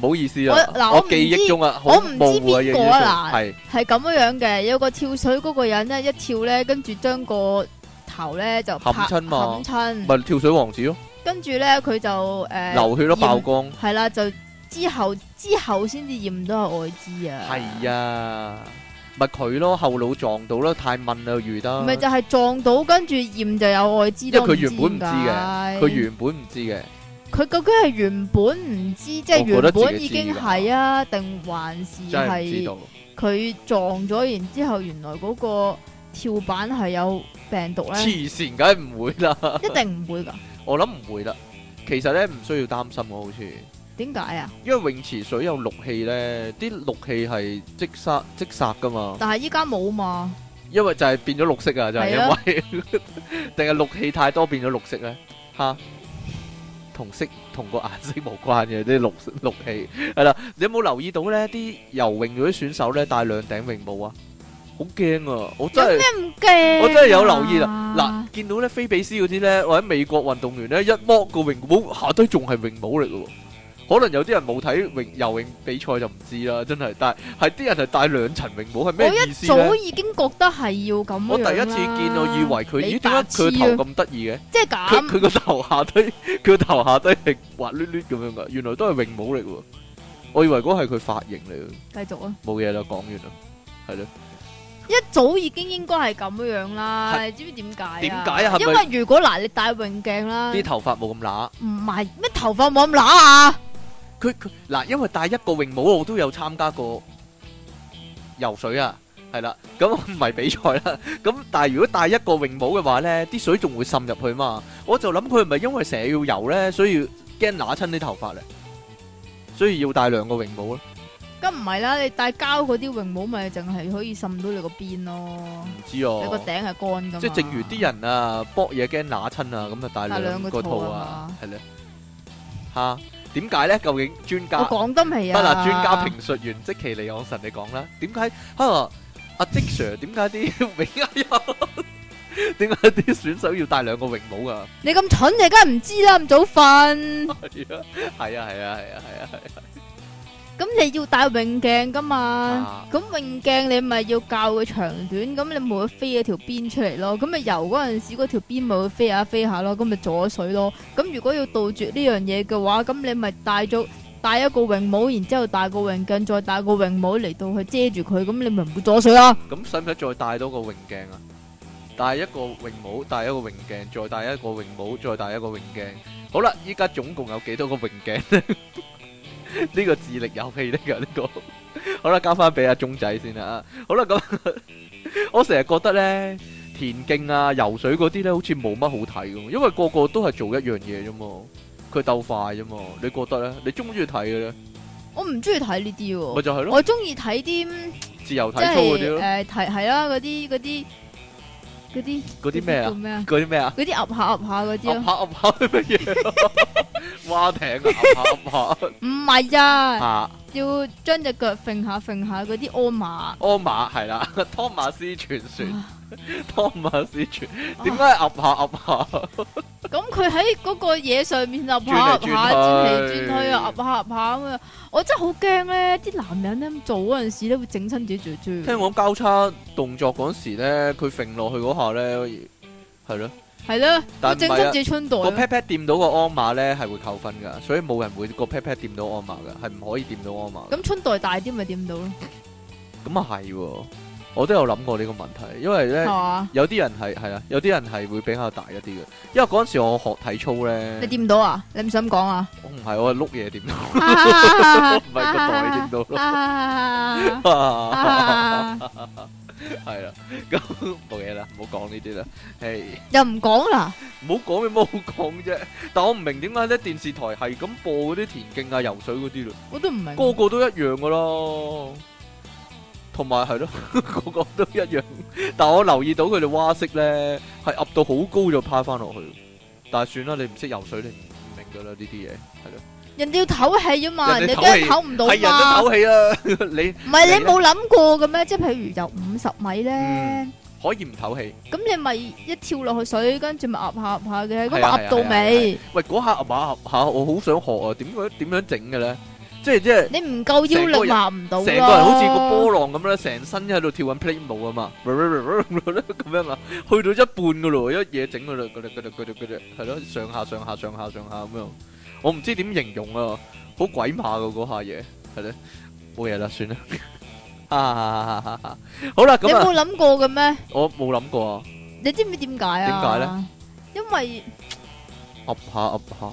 [SPEAKER 2] 唔好意思啊
[SPEAKER 1] 我，嗱
[SPEAKER 2] 我
[SPEAKER 1] 我唔知
[SPEAKER 2] 記憶中啊，好
[SPEAKER 1] 我唔知
[SPEAKER 2] 模糊啊，
[SPEAKER 1] 邊
[SPEAKER 2] 記
[SPEAKER 1] 個
[SPEAKER 2] 憶
[SPEAKER 1] 啊
[SPEAKER 2] 中係
[SPEAKER 1] 係咁樣樣嘅，有個跳水嗰個人咧，一跳咧，跟住將個頭咧就拍
[SPEAKER 2] 冚親嘛
[SPEAKER 1] 冚親，
[SPEAKER 2] 咪跳水王子咯，
[SPEAKER 1] 跟住咧佢就诶
[SPEAKER 2] 流血咯，曝，光。
[SPEAKER 1] 驗係啦，就之後之後先至驗到係艾滋啊，
[SPEAKER 2] 係啊，咪佢咯，後腦撞到啦，太問啦，遇得。
[SPEAKER 1] 咪就係撞到，跟住驗就有艾滋，
[SPEAKER 2] 因為佢
[SPEAKER 1] 都唔知
[SPEAKER 2] 原本唔知
[SPEAKER 1] 點
[SPEAKER 2] 嘅
[SPEAKER 1] 解
[SPEAKER 2] 佢原本唔知嘅，
[SPEAKER 1] 佢究竟係原本唔知，即係
[SPEAKER 2] 我覺
[SPEAKER 1] 原
[SPEAKER 2] 得自己
[SPEAKER 1] 本已經係啊，定還是
[SPEAKER 2] 真係唔知
[SPEAKER 1] 係
[SPEAKER 2] 道。
[SPEAKER 1] 佢撞咗，然之後原來嗰個跳板係有病毒咧？
[SPEAKER 2] 黐線，梗係唔會啦，
[SPEAKER 1] 一定唔會㗎。
[SPEAKER 2] 我諗唔會啦。其實咧唔需要擔心喎，好似
[SPEAKER 1] 點解啊？
[SPEAKER 2] 因為泳池水有氯氣咧，啲氯氣係即殺即殺噶嘛，
[SPEAKER 1] 但係依家冇嘛，
[SPEAKER 2] 因為就係變咗綠色啊，就
[SPEAKER 1] 係
[SPEAKER 2] 係、
[SPEAKER 1] 啊
[SPEAKER 2] 因為 定係氯氣太多變咗綠色咧，吓同色同個顏色無關嘅啲綠氯氣係啦，你有冇留意到咧？啲游泳嗰啲選手咧戴兩頂泳帽啊，好驚啊！我真
[SPEAKER 1] 有
[SPEAKER 2] 係
[SPEAKER 1] 咩。唔驚？
[SPEAKER 2] 我真係有留意啦。嗱，見到咧菲比斯嗰啲咧，或者美國運動員咧，一剝個泳帽下低仲係泳帽嚟嘅喎。可能有啲人冇睇泳游泳比賽就唔知啦，真係。但係係啲人係戴兩層泳帽係
[SPEAKER 1] 我
[SPEAKER 2] 咩意
[SPEAKER 1] 一
[SPEAKER 2] 思咧
[SPEAKER 1] 早？已經覺得係要咁樣
[SPEAKER 2] 我第一次
[SPEAKER 1] 啦
[SPEAKER 2] 見，我以為佢
[SPEAKER 1] 你
[SPEAKER 2] 咦點
[SPEAKER 1] 白
[SPEAKER 2] 解佢
[SPEAKER 1] 痴
[SPEAKER 2] 個
[SPEAKER 1] 啊
[SPEAKER 2] 頭咁得意嘅？
[SPEAKER 1] 即係
[SPEAKER 2] 佢
[SPEAKER 1] 咁
[SPEAKER 2] 佢個頭下低， 佢個頭下低係滑捋捋咁樣噶，原來都係泳帽嚟嘅喎。我以為嗰係佢髮型嚟嘅，
[SPEAKER 1] 繼續啊！
[SPEAKER 2] 冇嘢啦，講完啦，係咯。
[SPEAKER 1] 一早已經應該係咁樣啦，你知唔知點解啊？
[SPEAKER 2] 點解啊係
[SPEAKER 1] 因
[SPEAKER 2] 咪
[SPEAKER 1] 為如果嗱你戴泳鏡啦，
[SPEAKER 2] 啲頭髮冇咁乸。
[SPEAKER 1] 唔係咩頭髮冇咁乸啊？
[SPEAKER 2] 佢佢嗱，因為戴一個泳帽，我都有參加過游水啊，係啦，咁唔係 比賽啦。咁但係如果戴一個泳帽嘅話咧，啲水仲會滲入去嘛。我就諗佢係咪因為成日要游咧，所以驚揦親啲頭髮咧，所以要戴兩個泳帽咯。
[SPEAKER 1] 咁唔係啦，你戴膠嗰啲泳帽咪淨係可以滲到你個邊咯，
[SPEAKER 2] 唔知
[SPEAKER 1] 你個
[SPEAKER 2] 哦，
[SPEAKER 1] 頂係乾噶。
[SPEAKER 2] 即係正如啲人啊，搏嘢驚揦親啊，咁就
[SPEAKER 1] 戴
[SPEAKER 2] 戴兩
[SPEAKER 1] 兩
[SPEAKER 2] 個
[SPEAKER 1] 個
[SPEAKER 2] 套
[SPEAKER 1] 套
[SPEAKER 2] 啊
[SPEAKER 1] 啊，
[SPEAKER 2] 係咧嚇點解咧？究竟專
[SPEAKER 1] 我
[SPEAKER 2] 家？
[SPEAKER 1] 講得未啊？
[SPEAKER 2] 得啦，專家評述員即其利昂神，你講啦，點解啊阿即 Sir 點解啲 泳哎呀 點解啲選手要戴兩個泳帽啊？
[SPEAKER 1] 你咁蠢，你梗係唔知啦，咁早瞓。
[SPEAKER 2] 係啊，係啊，係啊，係啊，係啊，
[SPEAKER 1] 咁你要戴泳鏡噶嘛
[SPEAKER 2] 啊？
[SPEAKER 1] 咁泳鏡你咪要教佢長短，咁你咪會飛咗條邊出嚟咯。咁咪游嗰陣時，嗰條邊咪會飛下飛下咯，咁咪阻咗水咯。咁如果要杜絕呢樣嘢嘅話，咁你咪戴咗戴一個泳帽，然之後戴個泳鏡，再戴個泳帽嚟到去遮住佢，咁你咪唔會阻水啦。
[SPEAKER 2] 咁使唔使再戴多個泳鏡啊？戴一個泳帽，戴一個泳鏡，再戴一個泳帽，再戴一個泳鏡。好啦，依家總共有幾多個泳鏡呢？呢個智力遊戲嚟噶呢個。好啦，交翻俾阿鐘仔先啦。好啦，咁 我成日覺得呢，田徑啊、游水嗰啲呢，好似冇乜好睇咁，因為個個都係做一樣嘢啫嘛，佢鬥快啫嘛。你覺得呢？你中唔中意睇嘅呢？
[SPEAKER 1] 我唔中意睇呢啲
[SPEAKER 2] 咪
[SPEAKER 1] 喎，
[SPEAKER 2] 就係咯，
[SPEAKER 1] 我中意睇啲嗯
[SPEAKER 2] 自由體
[SPEAKER 1] 即
[SPEAKER 2] 操嗰啲
[SPEAKER 1] 係
[SPEAKER 2] 咯，
[SPEAKER 1] 誒睇係啦，嗰啲嗰啲嗰啲
[SPEAKER 2] 嗰啲咩
[SPEAKER 1] 叫
[SPEAKER 2] 啊？
[SPEAKER 1] 咩啊？
[SPEAKER 2] 嗰啲咩啊？
[SPEAKER 1] 嗰啲噏下噏下嗰啲咯
[SPEAKER 2] 噏。下噏下 係乜嘢？蛙艇啊，噏下噏
[SPEAKER 1] 唔係啊，
[SPEAKER 2] 下
[SPEAKER 1] 要將隻腳揈下揈下嗰啲鞍馬。
[SPEAKER 2] 嚇，鞍馬係啦， 托馬斯全船，
[SPEAKER 1] 啊
[SPEAKER 2] 托馬斯全，點解噏下噏下？
[SPEAKER 1] 咁佢喺嗰個嘢上面揼下揼下，
[SPEAKER 2] 轉
[SPEAKER 1] 轉
[SPEAKER 2] 嚟
[SPEAKER 1] 嚟
[SPEAKER 2] 轉去
[SPEAKER 1] 轉去啊，揼下揼下咁啊！我真係好驚咧，啲男人咧咁做嗰陣時咧會整親自己嘴嘴。
[SPEAKER 2] 聽講交叉動作嗰時咧，佢揈落去嗰下咧，係咯，
[SPEAKER 1] 係啦，
[SPEAKER 2] 但
[SPEAKER 1] 會
[SPEAKER 2] 唔係
[SPEAKER 1] 整
[SPEAKER 2] 啊
[SPEAKER 1] 親自己春袋
[SPEAKER 2] 個
[SPEAKER 1] 咯。
[SPEAKER 2] pat pat 掂到個鞍馬咧係會扣分㗎，所以冇人會個 pat pat 掂到鞍馬㗎，係唔可以掂到鞍馬㗎。
[SPEAKER 1] 咁春袋大啲咪點到咯？
[SPEAKER 2] 咁啊係喎，我都有諗過呢個問題，因為咧
[SPEAKER 1] 係。嘛？
[SPEAKER 2] 有啲人係係啦，有啲人係會比較大一啲嘅，因為嗰陣時我學體操咧
[SPEAKER 1] 你，掂到啊？你唔想咁講 啊？
[SPEAKER 2] 我唔係我係碌嘢 掂到，
[SPEAKER 1] 唔
[SPEAKER 2] 唔係個 袋掂到咯
[SPEAKER 1] 咯。 啊
[SPEAKER 2] 係啦， 咁冇嘢啦，唔好講呢啲啦，係
[SPEAKER 1] 又唔講 啦？
[SPEAKER 2] 唔好講有冇好講啫。但我唔明點解咧電視台係咁播嗰啲田徑啊、游水嗰啲咯，
[SPEAKER 1] 我都唔明。
[SPEAKER 2] 個個都一樣噶咯，同埋 係咯，個個都一樣。但我留意到佢哋蛙式咧係噏到好高就趴翻落去，但係算啦，你唔識游水你唔唔明噶啦呢啲嘢，係咯，
[SPEAKER 1] 人哋要唞氣啊嘛，
[SPEAKER 2] 人
[SPEAKER 1] 人哋
[SPEAKER 2] 哋唞
[SPEAKER 1] 梗係
[SPEAKER 2] 氣
[SPEAKER 1] 唞唔到
[SPEAKER 2] 係人都
[SPEAKER 1] 嘛。
[SPEAKER 2] 唞氣 啦，你
[SPEAKER 1] 唔係
[SPEAKER 2] 你
[SPEAKER 1] 你
[SPEAKER 2] 呢
[SPEAKER 1] 冇諗過嘅咩？即係譬如由五十米咧
[SPEAKER 2] 嗯，可以唔唞氣。
[SPEAKER 1] 咁、你咪一跳落去水，跟住咪壓下壓下嘅，咁
[SPEAKER 2] 係啊係啊
[SPEAKER 1] 壓到尾，
[SPEAKER 2] 喂，嗰下馬下，我好想學啊！點樣點樣整嘅咧？即係即係
[SPEAKER 1] 你唔夠腰力壓唔到啊
[SPEAKER 2] 成個人好似個
[SPEAKER 1] 咯。
[SPEAKER 2] 波浪咁咧，成身喺度跳緊 play 舞啊嘛，咁樣啊，去到一半噶咯，一嘢整佢啦，佢哋佢哋佢哋佢哋係咯，上下上下上下上下咁樣，我唔知點形容啊，好鬼馬噶嗰下嘢，係咧，冇嘢啦，算啦，啊，好啦，
[SPEAKER 1] 你
[SPEAKER 2] 咁啊，
[SPEAKER 1] 冇諗過嘅咩？
[SPEAKER 2] 我冇諗過啊，
[SPEAKER 1] 你知唔知點解啊？點解咧？因為
[SPEAKER 2] 噏下噏下，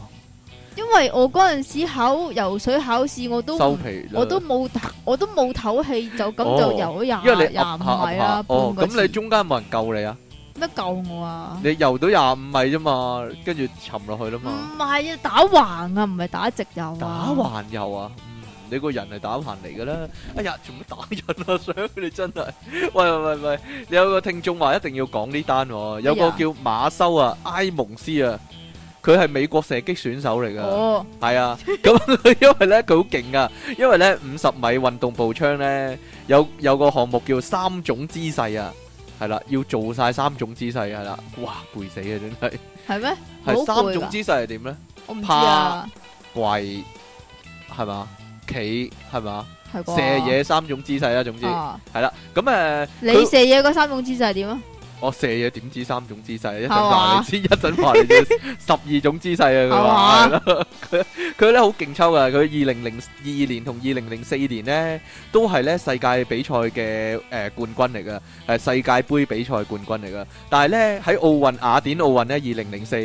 [SPEAKER 1] 因為我嗰陣時考游水考試，我都
[SPEAKER 2] 收
[SPEAKER 1] 唔
[SPEAKER 2] 皮啦，
[SPEAKER 1] 我都冇唞我都冇唞氣，就咁
[SPEAKER 2] 哦
[SPEAKER 1] 就游咗
[SPEAKER 2] 因為
[SPEAKER 1] 廿
[SPEAKER 2] 你
[SPEAKER 1] 廿
[SPEAKER 2] 噏
[SPEAKER 1] 五
[SPEAKER 2] 下噏
[SPEAKER 1] 米
[SPEAKER 2] 下
[SPEAKER 1] 啦，，
[SPEAKER 2] 哦
[SPEAKER 1] 半，個
[SPEAKER 2] 咁
[SPEAKER 1] 字。
[SPEAKER 2] 你中間冇人救你啊？
[SPEAKER 1] 咩救我啊？
[SPEAKER 2] 你游到廿五米啫嘛，跟住沉落去啦
[SPEAKER 1] 唔
[SPEAKER 2] 嘛。
[SPEAKER 1] 係啊，打橫啊，唔係打直游啊。
[SPEAKER 2] 打橫游啊，嗯你個人係打橫嚟噶啦。哎呀，做乜打人啊？想你真係， 喂喂喂喂，你有個聽眾話一定要講呢單喎，有個
[SPEAKER 1] 哎呀
[SPEAKER 2] 叫馬修啊，埃蒙斯啊，佢係美國射擊選手嚟噶。
[SPEAKER 1] 哦，
[SPEAKER 2] 系啊，咁因為咧佢好勁噶，因為咧五十米運動步槍咧有有個項目叫三種姿勢啊，係啦，要做晒三種姿勢係啦，哇攰死啊真係，
[SPEAKER 1] 係咩？好
[SPEAKER 2] 係三
[SPEAKER 1] 攰
[SPEAKER 2] 種
[SPEAKER 1] 㗎
[SPEAKER 2] 姿勢係點咧？
[SPEAKER 1] 我唔知啊，
[SPEAKER 2] 跪係嘛，企係嘛，
[SPEAKER 1] 係
[SPEAKER 2] 射
[SPEAKER 1] 啩？
[SPEAKER 2] 嘢三種姿勢啦，總之
[SPEAKER 1] 啊
[SPEAKER 2] 係啦，咁诶，
[SPEAKER 1] 你
[SPEAKER 2] 佢
[SPEAKER 1] 射嘢嗰三種姿勢係點啊？
[SPEAKER 2] 我射嘢點止三種姿勢，一陣
[SPEAKER 1] 係
[SPEAKER 2] 話
[SPEAKER 1] 嘛
[SPEAKER 2] 你知， 一陣話你知，十二種姿勢啊！佢話係
[SPEAKER 1] 係
[SPEAKER 2] 啦，佢佢咧好勁抽噶，佢二零零二年同二零零四年呢，都係咧世界比賽嘅誒冠軍嚟噶，係世界盃比賽冠軍嚟噶。但係咧喺奧運雅典奧運呢，二零零四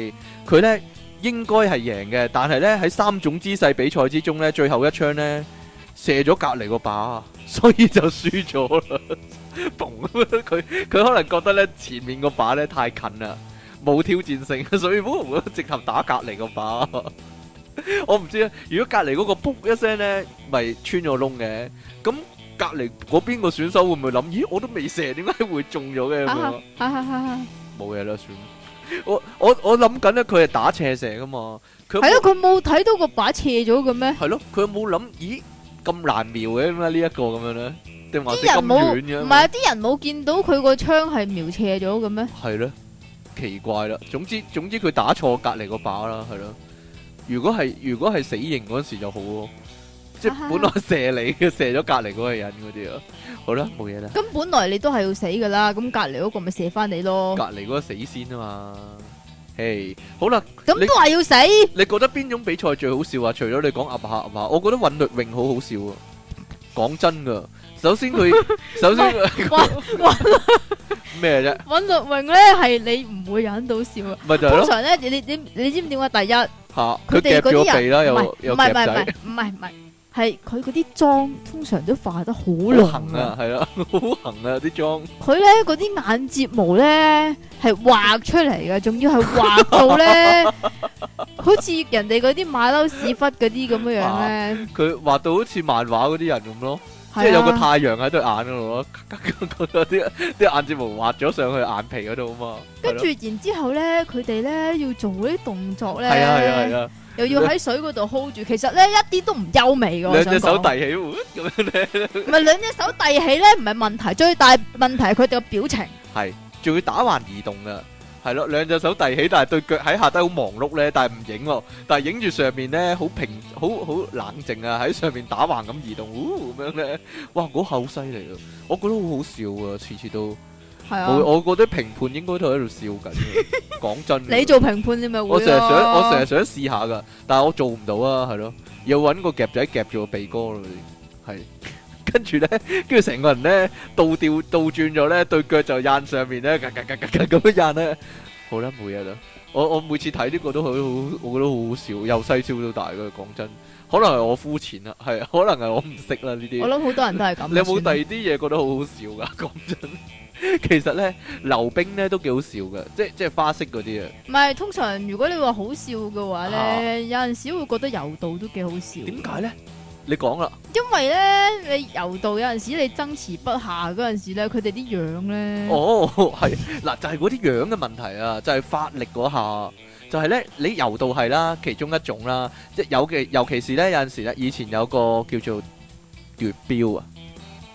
[SPEAKER 2] 佢咧應該係贏嘅，但係咧喺三種姿勢比賽之中咧，最後一槍咧射咗隔離個靶， 所以就輸咗啦。 嘣佢佢可能覺得咧前面個靶咧太近啦，冇挑戰性， 所以冇直頭打隔離個靶。 我唔知啊，如果隔離嗰個噗一聲咧，咪穿咗窿嘅，咁隔離嗰邊個選手會唔會諗？咦，我都未射，點解會中咗嘅？咁
[SPEAKER 1] 哈哈
[SPEAKER 2] 樣
[SPEAKER 1] 哈哈哈哈！
[SPEAKER 2] 冇嘢啦，算。我我我諗緊咧，佢係打斜射噶嘛，佢有冇
[SPEAKER 1] 係咯，佢冇睇到個靶斜咗嘅咩？
[SPEAKER 2] 係咯，佢有冇諗？咦，咁難瞄嘅咩呢一個咁樣咧？定還是
[SPEAKER 1] 啲
[SPEAKER 2] 咁
[SPEAKER 1] 人冇，
[SPEAKER 2] 遠嘅？
[SPEAKER 1] 唔係啊！啲人冇見到佢個槍係瞄斜咗嘅咩？
[SPEAKER 2] 系咯，奇怪啦。總之總之佢打錯隔離個靶啦，係咯。如果係如果係死刑嗰陣時就好咯，即
[SPEAKER 1] 啊
[SPEAKER 2] 係本來射你嘅，射咗隔離嗰個人嗰啲啊。好啦，冇嘢啦。
[SPEAKER 1] 咁本來你都係要死噶啦，咁隔離嗰個咪射翻你咯
[SPEAKER 2] 隔。離嗰個死先啊嘛。嘿，好啦，
[SPEAKER 1] 咁都話要死，
[SPEAKER 2] 你覺得邊種比賽最好笑啊？除咗你講鴨下鴨下，我覺得韻律泳好好笑啊。講真噶，首先佢 首先
[SPEAKER 1] 搵
[SPEAKER 2] 咩啫？
[SPEAKER 1] 搵陸泳咧係你唔會忍到笑啊！
[SPEAKER 2] 咪就係
[SPEAKER 1] 通
[SPEAKER 2] 咯
[SPEAKER 1] 常咧，你你你你知唔知點解？第一，
[SPEAKER 2] 吓，
[SPEAKER 1] 佢
[SPEAKER 2] 佢
[SPEAKER 1] 哋
[SPEAKER 2] 夾
[SPEAKER 1] 嗰
[SPEAKER 2] 咗
[SPEAKER 1] 啲
[SPEAKER 2] 鼻啦，
[SPEAKER 1] 人唔係
[SPEAKER 2] 又又
[SPEAKER 1] 唔係唔
[SPEAKER 2] 夾
[SPEAKER 1] 係
[SPEAKER 2] 仔。
[SPEAKER 1] 唔係唔係，係佢嗰啲妝通常都化得好
[SPEAKER 2] 好
[SPEAKER 1] 濃
[SPEAKER 2] 痕
[SPEAKER 1] 啊！
[SPEAKER 2] 啊，係啊，好痕啊啲妝，
[SPEAKER 1] 佢咧嗰啲眼睫毛咧係畫出嚟嘅，仲要係畫到咧， 好似人哋嗰啲馬騮屎忽嗰啲咁樣樣咧，
[SPEAKER 2] 佢畫到好似漫畫嗰啲人咁咯，即
[SPEAKER 1] 係
[SPEAKER 2] 係有個
[SPEAKER 1] 啊
[SPEAKER 2] 太陽喺對眼嗰度咯， 嗰啲啲眼睫毛畫咗上去眼皮嗰度啊嘛，係
[SPEAKER 1] 跟
[SPEAKER 2] 咯
[SPEAKER 1] 住然之後咧，佢哋咧要做嗰啲動作咧，
[SPEAKER 2] 係啊係啊係啊，
[SPEAKER 1] 又要喺水嗰度 hold 住，其實咧一啲都唔優美嘅。我
[SPEAKER 2] 兩隻手
[SPEAKER 1] 想講
[SPEAKER 2] 遞起，咁樣咧，
[SPEAKER 1] 唔係兩隻手遞起咧，唔係問題，最大問題係佢哋嘅表情。
[SPEAKER 2] 係仲要打橫移動啊，係咯，兩隻手遞起，但係對腳喺下低好忙碌咧，但係唔影喎，但係影住上面咧好平好好冷靜啊，喺上面打橫咁移動，呜咁樣咧，哇嗰下好犀利啊，我覺得好好笑啊，次次都。
[SPEAKER 1] 係啊，
[SPEAKER 2] 我我覺得評判應該都喺度笑緊嘅，講真嘅。
[SPEAKER 1] 你做評判你咪會
[SPEAKER 2] 我成日想，
[SPEAKER 1] 咯
[SPEAKER 2] 我成日想試下噶，但係我做唔到啊，係咯，要揾個夾仔夾住個鼻哥咯，係。 跟住咧，跟住成個人咧倒吊倒轉咗咧，對腳就掗上面咧，格格格格格咁樣掗咧。好啦，冇嘢啦。我我每次睇呢個都好好，我覺得好好笑，由細笑到大嘅。講真，可能係我膚淺啦，係 可能係我唔識啦呢啲
[SPEAKER 1] 我。諗好多人都係咁。
[SPEAKER 2] 你有冇第
[SPEAKER 1] 算
[SPEAKER 2] 二
[SPEAKER 1] 啦
[SPEAKER 2] 啲嘢覺得好好笑噶？講真， 其實咧溜冰咧都幾好笑嘅，即係即係花式嗰啲啊。
[SPEAKER 1] 唔係通常如果你話好笑嘅話
[SPEAKER 2] 啊
[SPEAKER 1] 咧，有陣時會覺得柔道都幾好笑。
[SPEAKER 2] 點解咧？你講啦，
[SPEAKER 1] 因為咧，你柔道有陣時你爭持不下嗰陣時咧，佢哋啲樣咧，
[SPEAKER 2] 哦，係嗱，就係嗰啲樣嘅問題啊，就係發力嗰下，就係咧你柔道係啦，其中一種啦，即係有嘅，尤其是咧有陣時咧，以前有個叫做奪標啊，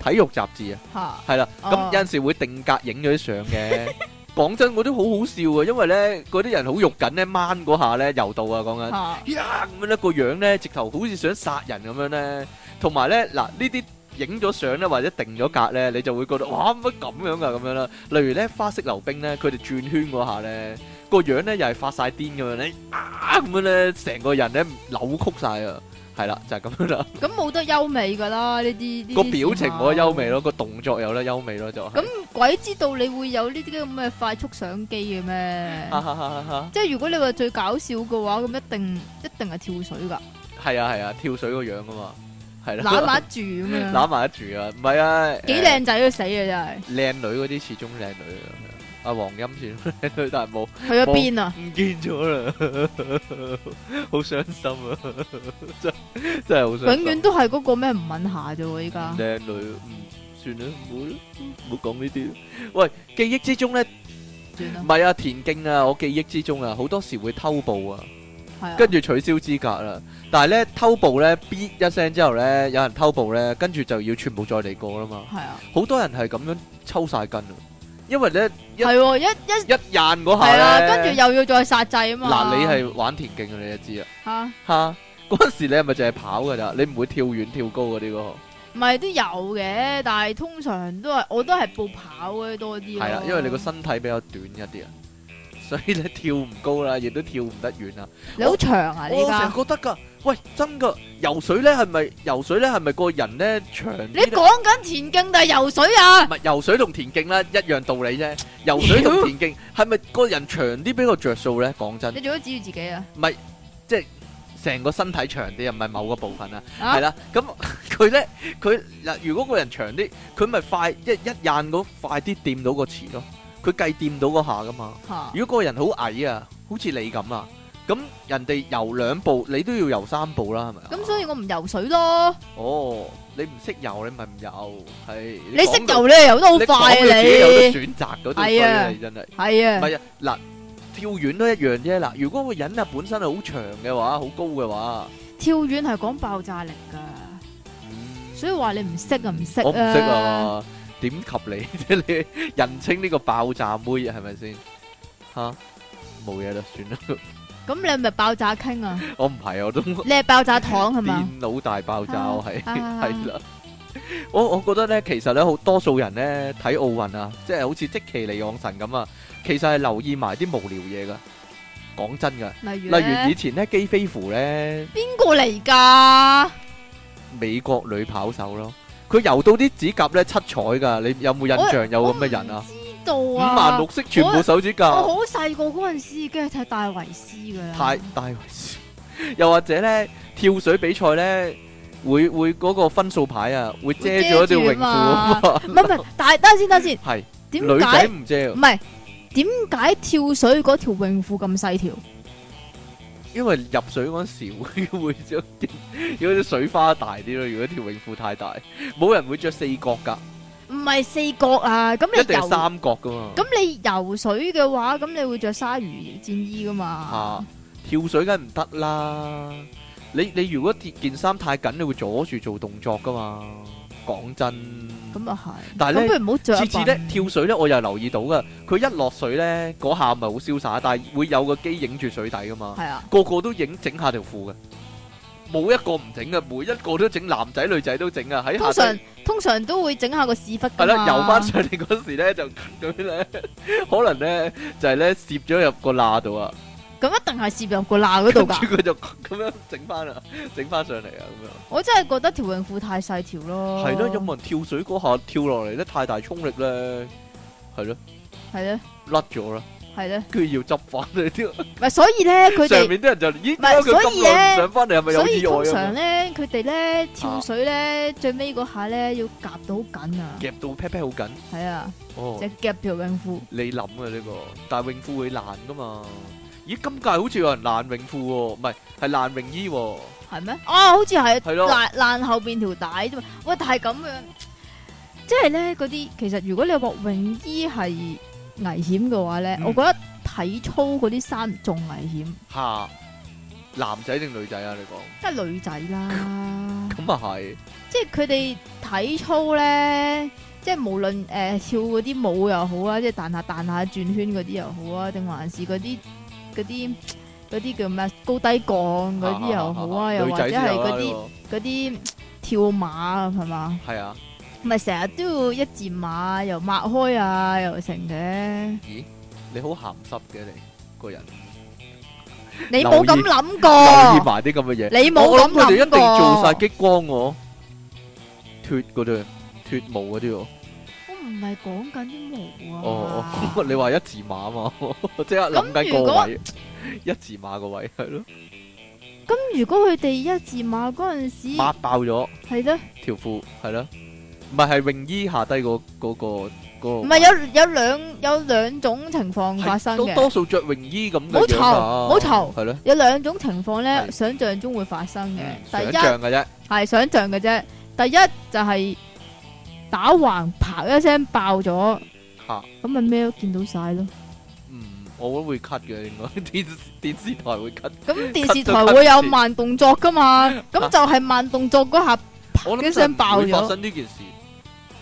[SPEAKER 2] 體育雜誌啊。
[SPEAKER 1] 嚇
[SPEAKER 2] 係啦，咁
[SPEAKER 1] 哦
[SPEAKER 2] 有陣時會定格影咗啲相 嘅。講真，嗰啲好好笑啊，因為咧嗰啲人好肉緊咧，掹嗰下咧柔道啊，講緊。
[SPEAKER 1] 嚇
[SPEAKER 2] 呀咁樣咧個樣咧，直頭好似想殺人咁樣咧，同埋咧嗱呢啲影咗相咧或者定咗格咧，你就會覺得哇乜咁樣噶咁樣啦。例如咧花式溜冰咧，佢哋轉圈嗰下咧，個樣咧又係發晒癲咁樣咧，啊咁樣咧，成個人咧扭曲晒啊，係啦就係、咁樣啦，
[SPEAKER 1] 咁冇得優美㗎啦，呢啲呢
[SPEAKER 2] 個
[SPEAKER 1] 啲
[SPEAKER 2] 表情
[SPEAKER 1] 時候
[SPEAKER 2] 冇得優美。咯，個動作有得優美咯就係、
[SPEAKER 1] 咁鬼知道你會有呢啲咁嘅快速相機嘅咩？
[SPEAKER 2] 哈哈哈哈哈。
[SPEAKER 1] 即係如果你話最搞笑嘅話，咁一定一定係跳水 㗎，
[SPEAKER 2] 係啊係啊，跳水個樣啊嘛，係啦，
[SPEAKER 1] 揦揦 住咁樣，
[SPEAKER 2] 攬埋一住啊，唔係啊，
[SPEAKER 1] 幾
[SPEAKER 2] 誒
[SPEAKER 1] 靚仔都死啊真係。
[SPEAKER 2] 靚女嗰啲始終靚女啊，阿黃音算靚女，但係冇
[SPEAKER 1] 去咗邊 啊？
[SPEAKER 2] 唔見咗啦，好傷心啊！真真係好
[SPEAKER 1] 永
[SPEAKER 2] 傷
[SPEAKER 1] 遠
[SPEAKER 2] 心。
[SPEAKER 1] 都係嗰個咩唔吻下啫喎，依家
[SPEAKER 2] 靚女，嗯，算啦，唔好啦，唔好講呢啲啦。喂，記憶之中咧，
[SPEAKER 1] 算
[SPEAKER 2] 唔
[SPEAKER 1] 啦，
[SPEAKER 2] 係啊，田徑啊，我記憶之中啊，好多時會偷步啊。
[SPEAKER 1] 係啊，
[SPEAKER 2] 跟住取消資格啦。但係咧偷步咧，咇一聲之後咧，有人偷步咧，跟住就要全部再嚟過啦嘛。
[SPEAKER 1] 係啊，
[SPEAKER 2] 好多人係咁樣抽晒筋啊，因為咧一
[SPEAKER 1] 係喎，一一
[SPEAKER 2] 一掗嗰
[SPEAKER 1] 係
[SPEAKER 2] 下
[SPEAKER 1] 啊，
[SPEAKER 2] 咧，
[SPEAKER 1] 跟住又要再殺制啊嘛。
[SPEAKER 2] 嗱，你係玩田徑嘅，你就知啊。
[SPEAKER 1] 吓，
[SPEAKER 2] 嚇，嗰陣時你係咪淨係跑㗎咋？你唔會跳遠跳高嗰啲嗰
[SPEAKER 1] 唔係都有嘅，但係通常都係我都係報跑嘅多啲
[SPEAKER 2] 個？
[SPEAKER 1] 咯。
[SPEAKER 2] 係啦，因為你個身體比較短一啲啊， 所以咧跳唔高啦，亦都跳唔得遠啦。
[SPEAKER 1] 你好長啊，你
[SPEAKER 2] 我
[SPEAKER 1] 依
[SPEAKER 2] 成
[SPEAKER 1] 家
[SPEAKER 2] 日。覺得㗎，喂，真㗎，游水咧係咪游水咧係咪個人咧長啲
[SPEAKER 1] 你
[SPEAKER 2] 呢
[SPEAKER 1] 講緊田徑定係游水啊？
[SPEAKER 2] 唔係游水同田徑咧一樣道理啫。游水同田徑係咪個人長啲比較着數咧？講真
[SPEAKER 1] 你，做咗指住自己啊？
[SPEAKER 2] 成個身體長啲，唔係某個部分啊。
[SPEAKER 1] 啊
[SPEAKER 2] 係，啦，咁 佢咧佢嗱，如果個人長啲，佢咪快一一掗嗰快啲掂到個池咯。佢計掂到嗰下噶嘛。
[SPEAKER 1] 嚇
[SPEAKER 2] 如果個人好矮啊，好似你咁啊，咁人哋游兩步，你都要游三步啦，係咪啊？
[SPEAKER 1] 咁所以我唔游水咯。
[SPEAKER 2] 哦，你唔識游，你咪唔游。係
[SPEAKER 1] 你識
[SPEAKER 2] 講到
[SPEAKER 1] 游咧，游得好
[SPEAKER 2] 你
[SPEAKER 1] 快啊！
[SPEAKER 2] 講到自己有得
[SPEAKER 1] 你
[SPEAKER 2] 選擇嗰度，
[SPEAKER 1] 係啊
[SPEAKER 2] 你真係。
[SPEAKER 1] 係啊
[SPEAKER 2] 唔，係啊，嗱，跳遠都一樣啫。嗱，如果個人啊本身係好長嘅話，好高嘅話，
[SPEAKER 1] 跳遠係講爆炸力噶，所以話你唔識啊，唔識
[SPEAKER 2] 我唔識！啊，點及你 即係你人稱呢個爆炸妹係咪先？吓，冇嘢啦， 算啦。
[SPEAKER 1] 咁你係咪爆炸傾啊？
[SPEAKER 2] 我唔係，我都
[SPEAKER 1] 你係爆炸糖係嘛？
[SPEAKER 2] 電腦大爆炸，
[SPEAKER 1] 啊
[SPEAKER 2] 我係
[SPEAKER 1] 啊
[SPEAKER 2] 係啦。我我覺得咧，其實咧，好多數人咧睇奧運啊，即係好似即其尼昂神咁啊，其實係留意埋啲無聊嘢噶。講真噶，
[SPEAKER 1] 例
[SPEAKER 2] 例
[SPEAKER 1] 如
[SPEAKER 2] 如以
[SPEAKER 1] 咧，
[SPEAKER 2] 前咧，基飛狐咧。
[SPEAKER 1] 邊個嚟㗎？
[SPEAKER 2] 美國女跑手咯，佢游到啲指甲咧七彩噶，你有冇印象有咁嘅人啊？
[SPEAKER 1] 到
[SPEAKER 2] 五
[SPEAKER 1] 啊
[SPEAKER 2] 顏！六色全部手指甲
[SPEAKER 1] 我，好啊細個嗰陣時已經係睇戴維斯㗎啦。
[SPEAKER 2] 太大回事。又或者咧跳水比賽咧，會會嗰個分數牌啊，會遮咗一條泳褲啊嘛，
[SPEAKER 1] 唔係唔係，但係等陣先，等陣先，
[SPEAKER 2] 係
[SPEAKER 1] 點
[SPEAKER 2] 女仔
[SPEAKER 1] 解
[SPEAKER 2] 唔遮
[SPEAKER 1] 唔
[SPEAKER 2] 啊，
[SPEAKER 1] 係點解跳水嗰條泳褲咁細條？
[SPEAKER 2] 因為入水嗰陣時會 會有啲有啲水花大啲咯。如果條泳褲太大，冇人會着四角噶，
[SPEAKER 1] 唔係四角啊！咁
[SPEAKER 2] 一定
[SPEAKER 1] 你
[SPEAKER 2] 係
[SPEAKER 1] 游
[SPEAKER 2] 三角噶嘛。
[SPEAKER 1] 咁你游水嘅話，咁你會着鯊魚戰衣噶
[SPEAKER 2] 啊
[SPEAKER 1] 嘛？，
[SPEAKER 2] 跳水梗係唔得啦！你你如果件件衫太緊，你會阻住做動作噶嘛？講真，
[SPEAKER 1] 咁啊係。
[SPEAKER 2] 但係
[SPEAKER 1] 咁
[SPEAKER 2] 呢
[SPEAKER 1] 不如唔好着
[SPEAKER 2] 次次咧跳水咧，我又留意到噶，佢一落水咧，嗰下咪好瀟灑，但係會有個機影住水底噶嘛，
[SPEAKER 1] 係啊，
[SPEAKER 2] 個個都影整下條褲嘅，冇一個唔整嘅，每一個都整，男仔女仔都整啊！喺
[SPEAKER 1] 通
[SPEAKER 2] 下
[SPEAKER 1] 常
[SPEAKER 2] 低
[SPEAKER 1] 通常都會整下個屎忽
[SPEAKER 2] 係
[SPEAKER 1] 㗎
[SPEAKER 2] 啦，
[SPEAKER 1] 嘛。
[SPEAKER 2] 游翻上嚟嗰時咧，就 咁樣咧，可能咧就係咧攝咗入個罅度啊。
[SPEAKER 1] 咁一定係攝入個罅嗰度
[SPEAKER 2] 跟
[SPEAKER 1] 㗎。
[SPEAKER 2] 住佢就 咁樣整翻啦，整翻上嚟啊咁
[SPEAKER 1] 我真係覺得條泳褲太細條咯。
[SPEAKER 2] 樣。係咯，有冇人跳水嗰下跳落嚟咧太大衝力咧，係咯
[SPEAKER 1] 係咧
[SPEAKER 2] 甩咗啦，
[SPEAKER 1] 係咧，
[SPEAKER 2] 跟住要執翻你啲。
[SPEAKER 1] 咪所以咧佢
[SPEAKER 2] 上
[SPEAKER 1] 哋。
[SPEAKER 2] 面啲人就咦，
[SPEAKER 1] 唔係
[SPEAKER 2] 點解佢
[SPEAKER 1] 所以
[SPEAKER 2] 咁耐唔
[SPEAKER 1] 呢
[SPEAKER 2] 上翻嚟係咪有
[SPEAKER 1] 所以
[SPEAKER 2] 意外啊
[SPEAKER 1] 通
[SPEAKER 2] 咁
[SPEAKER 1] 常
[SPEAKER 2] 樣？
[SPEAKER 1] 咧，佢哋咧跳水咧，最尾嗰下咧要夾到好緊啊，
[SPEAKER 2] 夾到 pat pat 好緊，
[SPEAKER 1] 係啊，就
[SPEAKER 2] 哦，
[SPEAKER 1] 夾條泳褲。
[SPEAKER 2] 你諗啊呢個，但係泳褲會爛噶嘛？咦，今屆好似有人爛泳褲喎，唔係係爛泳衣喎，
[SPEAKER 1] 系咩？啊，好似系
[SPEAKER 2] 係咯
[SPEAKER 1] 爛爛後边條帶啫嘛。喂，但係咁樣，即係咧嗰啲，其實如果你話泳衣係危險嘅話咧，
[SPEAKER 2] 嗯
[SPEAKER 1] 我覺得體操嗰啲衫仲危險，
[SPEAKER 2] 嚇男仔定女仔啊？你，
[SPEAKER 1] 即係女仔啦
[SPEAKER 2] 講咁啊係，
[SPEAKER 1] 即係佢哋體操咧。即係無論誒、呃跳嗰啲舞又好啊，即係彈下彈下轉圈嗰啲又好啊，定還是嗰啲嗰啲嗰啲叫咩高低槓嗰啲又好啊，又
[SPEAKER 2] 女
[SPEAKER 1] 或
[SPEAKER 2] 仔
[SPEAKER 1] 者
[SPEAKER 2] 先
[SPEAKER 1] 係
[SPEAKER 2] 有啦
[SPEAKER 1] 嗰啲
[SPEAKER 2] 呢
[SPEAKER 1] 嗰啲跳馬啊，係嘛？
[SPEAKER 2] 個係啊。
[SPEAKER 1] 咪成日都要一字馬又擘開啊，又成嘅。
[SPEAKER 2] 咦，你好鹹濕嘅你個人，
[SPEAKER 1] 你冇咁諗
[SPEAKER 2] 留意
[SPEAKER 1] 過，
[SPEAKER 2] 埋啲咁嘅嘢。
[SPEAKER 1] 你冇
[SPEAKER 2] 我諗
[SPEAKER 1] 咁
[SPEAKER 2] 佢哋一
[SPEAKER 1] 諗
[SPEAKER 2] 定做
[SPEAKER 1] 過。
[SPEAKER 2] 晒激光喎，脱嗰對脱毛嗰啲喎。
[SPEAKER 1] 我唔係講緊啲毛啊。
[SPEAKER 2] 哦哦， 你話一字馬嘛，我即刻諗緊
[SPEAKER 1] 咁如
[SPEAKER 2] 個
[SPEAKER 1] 果
[SPEAKER 2] 位，一字馬個位係咯，
[SPEAKER 1] 咁如果佢哋一字馬嗰陣
[SPEAKER 2] 抹
[SPEAKER 1] 時，
[SPEAKER 2] 爆咗
[SPEAKER 1] 係咧，
[SPEAKER 2] 條褲係咯，唔係係泳衣下低嗰嗰個嗰個
[SPEAKER 1] 唔係有有兩有兩種情況
[SPEAKER 2] 係
[SPEAKER 1] 發生
[SPEAKER 2] 都
[SPEAKER 1] 嘅，
[SPEAKER 2] 多數着泳衣咁嘅
[SPEAKER 1] 冇
[SPEAKER 2] 樣
[SPEAKER 1] 頭
[SPEAKER 2] 啊
[SPEAKER 1] 冇頭
[SPEAKER 2] 係咯，
[SPEAKER 1] 有兩種情況咧，
[SPEAKER 2] 係
[SPEAKER 1] 想像中會發生嘅
[SPEAKER 2] 嗯。
[SPEAKER 1] 第
[SPEAKER 2] 想
[SPEAKER 1] 一
[SPEAKER 2] 像嘅啫，
[SPEAKER 1] 係想像嘅啫，第一就係打橫嘭一聲爆咗，
[SPEAKER 2] 嚇
[SPEAKER 1] 咁咪咩都見到晒咯。
[SPEAKER 2] 嗯，我覺得會 cut 嘅，應該 電電視台會 cut。
[SPEAKER 1] 咁電視台會有慢動作噶嘛？咁就係慢動作嗰下啪
[SPEAKER 2] 我諗
[SPEAKER 1] 一聲爆
[SPEAKER 2] 真係唔會發
[SPEAKER 1] 咗，
[SPEAKER 2] 生呢件事。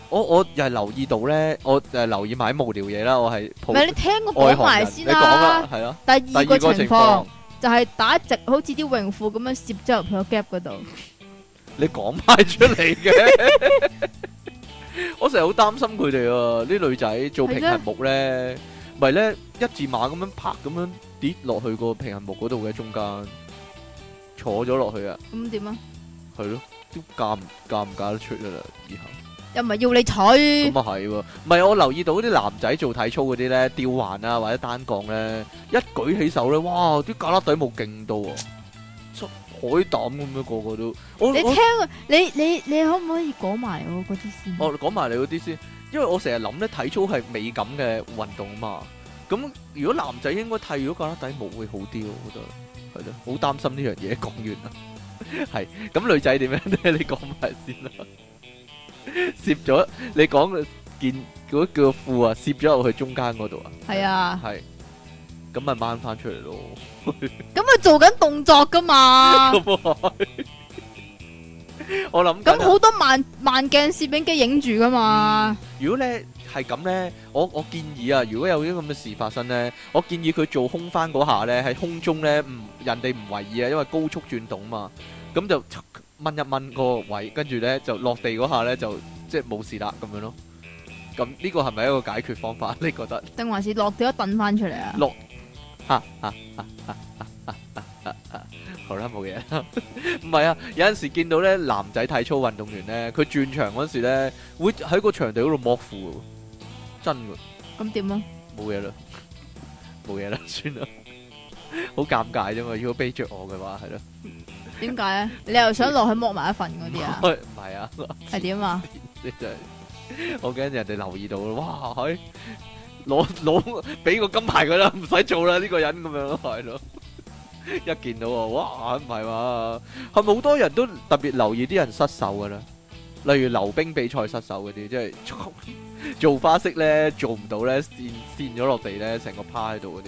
[SPEAKER 2] 我我又係留意到咧，我就係留意埋啲無聊嘢啦，我係
[SPEAKER 1] 唔
[SPEAKER 2] 普
[SPEAKER 1] 係你聽我
[SPEAKER 2] 外
[SPEAKER 1] 講
[SPEAKER 2] 行
[SPEAKER 1] 埋
[SPEAKER 2] 人，你
[SPEAKER 1] 先
[SPEAKER 2] 講啦
[SPEAKER 1] 啦，。
[SPEAKER 2] 係咯，
[SPEAKER 1] 第
[SPEAKER 2] 第
[SPEAKER 1] 二個
[SPEAKER 2] 二個
[SPEAKER 1] 情
[SPEAKER 2] 情
[SPEAKER 1] 況
[SPEAKER 2] 況，
[SPEAKER 1] 就係打直，好似啲泳褲咁樣攝咗入去個 gap 嗰度。
[SPEAKER 2] 你講埋出嚟嘅。 我成日好擔心佢哋啊，啲女仔做平衡木咧，咪咧一字馬咁樣拍咁樣跌落去個平衡木嗰度嘅中間，坐咗落去啊，
[SPEAKER 1] 咁點啊？
[SPEAKER 2] 係咯，都嫁唔嫁唔嫁得出噶啦，以後。
[SPEAKER 1] 又唔係要你取，
[SPEAKER 2] 咁啊係喎，唔係我留意到啲男仔做體操嗰啲咧，吊環啊或者單槓咧，一舉起手咧，哇！啲格拉底冇勁到啊，出海膽咁樣個個都。我
[SPEAKER 1] 你
[SPEAKER 2] 我
[SPEAKER 1] 聽啊你你你可唔可以講埋我嗰啲先？
[SPEAKER 2] 我講埋你嗰啲先，因為我成日諗咧體操係美感嘅運動啊嘛。咁如果男仔應該剃咗格拉底毛會好啲咯，我覺得係咯，好擔心呢樣嘢。講完啦， 係咁女仔點樣咧？你講埋先啦。攝咗你講件嗰個褲啊，攝咗入去中間嗰度啊。
[SPEAKER 1] 係啊，
[SPEAKER 2] 系，咁咪掹翻出嚟咯。
[SPEAKER 1] 咁佢做緊動作噶嘛？
[SPEAKER 2] 啊我諗緊
[SPEAKER 1] 咁
[SPEAKER 2] 啊
[SPEAKER 1] 好多慢慢鏡攝影機影住噶嘛？
[SPEAKER 2] 如果咧係咁咧，我我建議啊，如果有啲咁嘅事發生咧，我建議佢做空翻嗰下咧，喺空中咧唔人哋唔為意啊，因為高速轉動嘛，咁就掹一掹個位，跟住咧就落地嗰下咧就即係冇事啦咁樣咯。咁呢個係咪一個解決方法？你覺得？
[SPEAKER 1] 定還是落地一蹬翻出嚟啊？
[SPEAKER 2] 吓吓吓吓吓吓吓好啦，冇嘢 啦。唔係啊，有陣時見到咧男仔體操運動員咧，佢轉場嗰時咧，會喺個場地嗰度剝褲嘅喎，真嘅，
[SPEAKER 1] 咁點啊？
[SPEAKER 2] 冇嘢啦，冇嘢啦，算啦，好尷尬啫嘛。如果背着我嘅話，係咯，
[SPEAKER 1] 點解啊？你又想落去剝埋一份嗰 啲啊？
[SPEAKER 2] 唔係啊，
[SPEAKER 1] 係點啊？
[SPEAKER 2] 你真係，我驚人哋留意到啦，哇，係攞攞俾個金牌佢啦，唔使做啦呢個人咁樣咯， 係咯。一見到我，哇，唔係嘛？係咪好多人都特別留意啲人失手噶啦？例如溜冰比賽失手嗰啲，即係 做花式咧做唔到咧，跣跣咗落地咧，成個趴喺度嗰啲，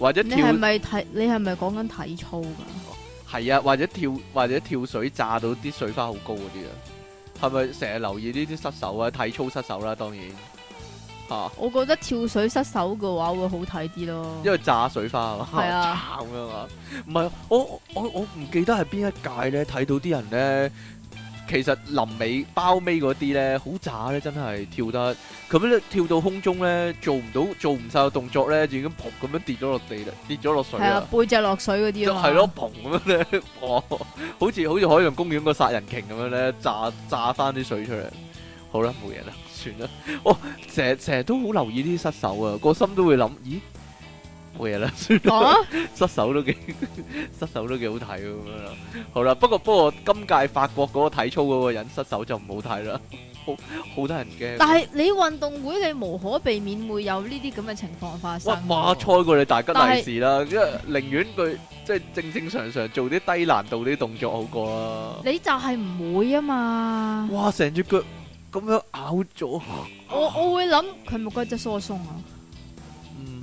[SPEAKER 2] 或者
[SPEAKER 1] 你
[SPEAKER 2] 跳
[SPEAKER 1] 係咪體？你係咪講緊體操㗎？
[SPEAKER 2] 係啊，或者跳或者跳水炸到啲水花好高嗰啲啊，係咪成日留意呢啲失手啊？體操失手啦、當然嚇、啊
[SPEAKER 1] 我覺得跳水失手嘅話會好睇啲咯。
[SPEAKER 2] 因為炸水花啊嘛，
[SPEAKER 1] 係 啊
[SPEAKER 2] 炸咁樣啊，唔係我我我我唔記得係邊一屆咧，睇到啲人咧，其實臨尾包尾嗰啲咧，好渣咧，真係跳得咁樣咧跳到空中咧，做唔到做唔晒個動作咧，就已經撲咁樣跌咗落地啦，跌咗落水
[SPEAKER 1] 係
[SPEAKER 2] 啦
[SPEAKER 1] 啊。，背脊落水嗰啲
[SPEAKER 2] 就
[SPEAKER 1] 啊嘛
[SPEAKER 2] 係咯，，砰咁樣咧， 哦，好似好似海洋公園個殺人鯨咁樣咧，炸炸翻啲水出嚟。好啦，冇嘢啦， 算啦。我成日成日都好留意啲失手啊，個心都會諗，咦，冇嘢啦， 算
[SPEAKER 1] 講
[SPEAKER 2] 啦。
[SPEAKER 1] 啊，
[SPEAKER 2] 失手都幾 失手都幾好睇咁樣啦。好啦，不過不過今屆法國嗰個體操嗰個人失手就唔好睇啦，好好得人驚。
[SPEAKER 1] 但係你運動會你無可避免會有呢啲咁嘅情況發生
[SPEAKER 2] 哇！
[SPEAKER 1] 㗎喎。
[SPEAKER 2] 馬賽過你大吉
[SPEAKER 1] 但係
[SPEAKER 2] 利是啦，因為寧願佢即係正正常常做啲低難度啲動作好過啦。
[SPEAKER 1] 你就係唔會啊嘛。
[SPEAKER 2] 哇！成只腳咁樣咬咗，唔
[SPEAKER 1] 我我會諗佢咪骨質疏鬆啊？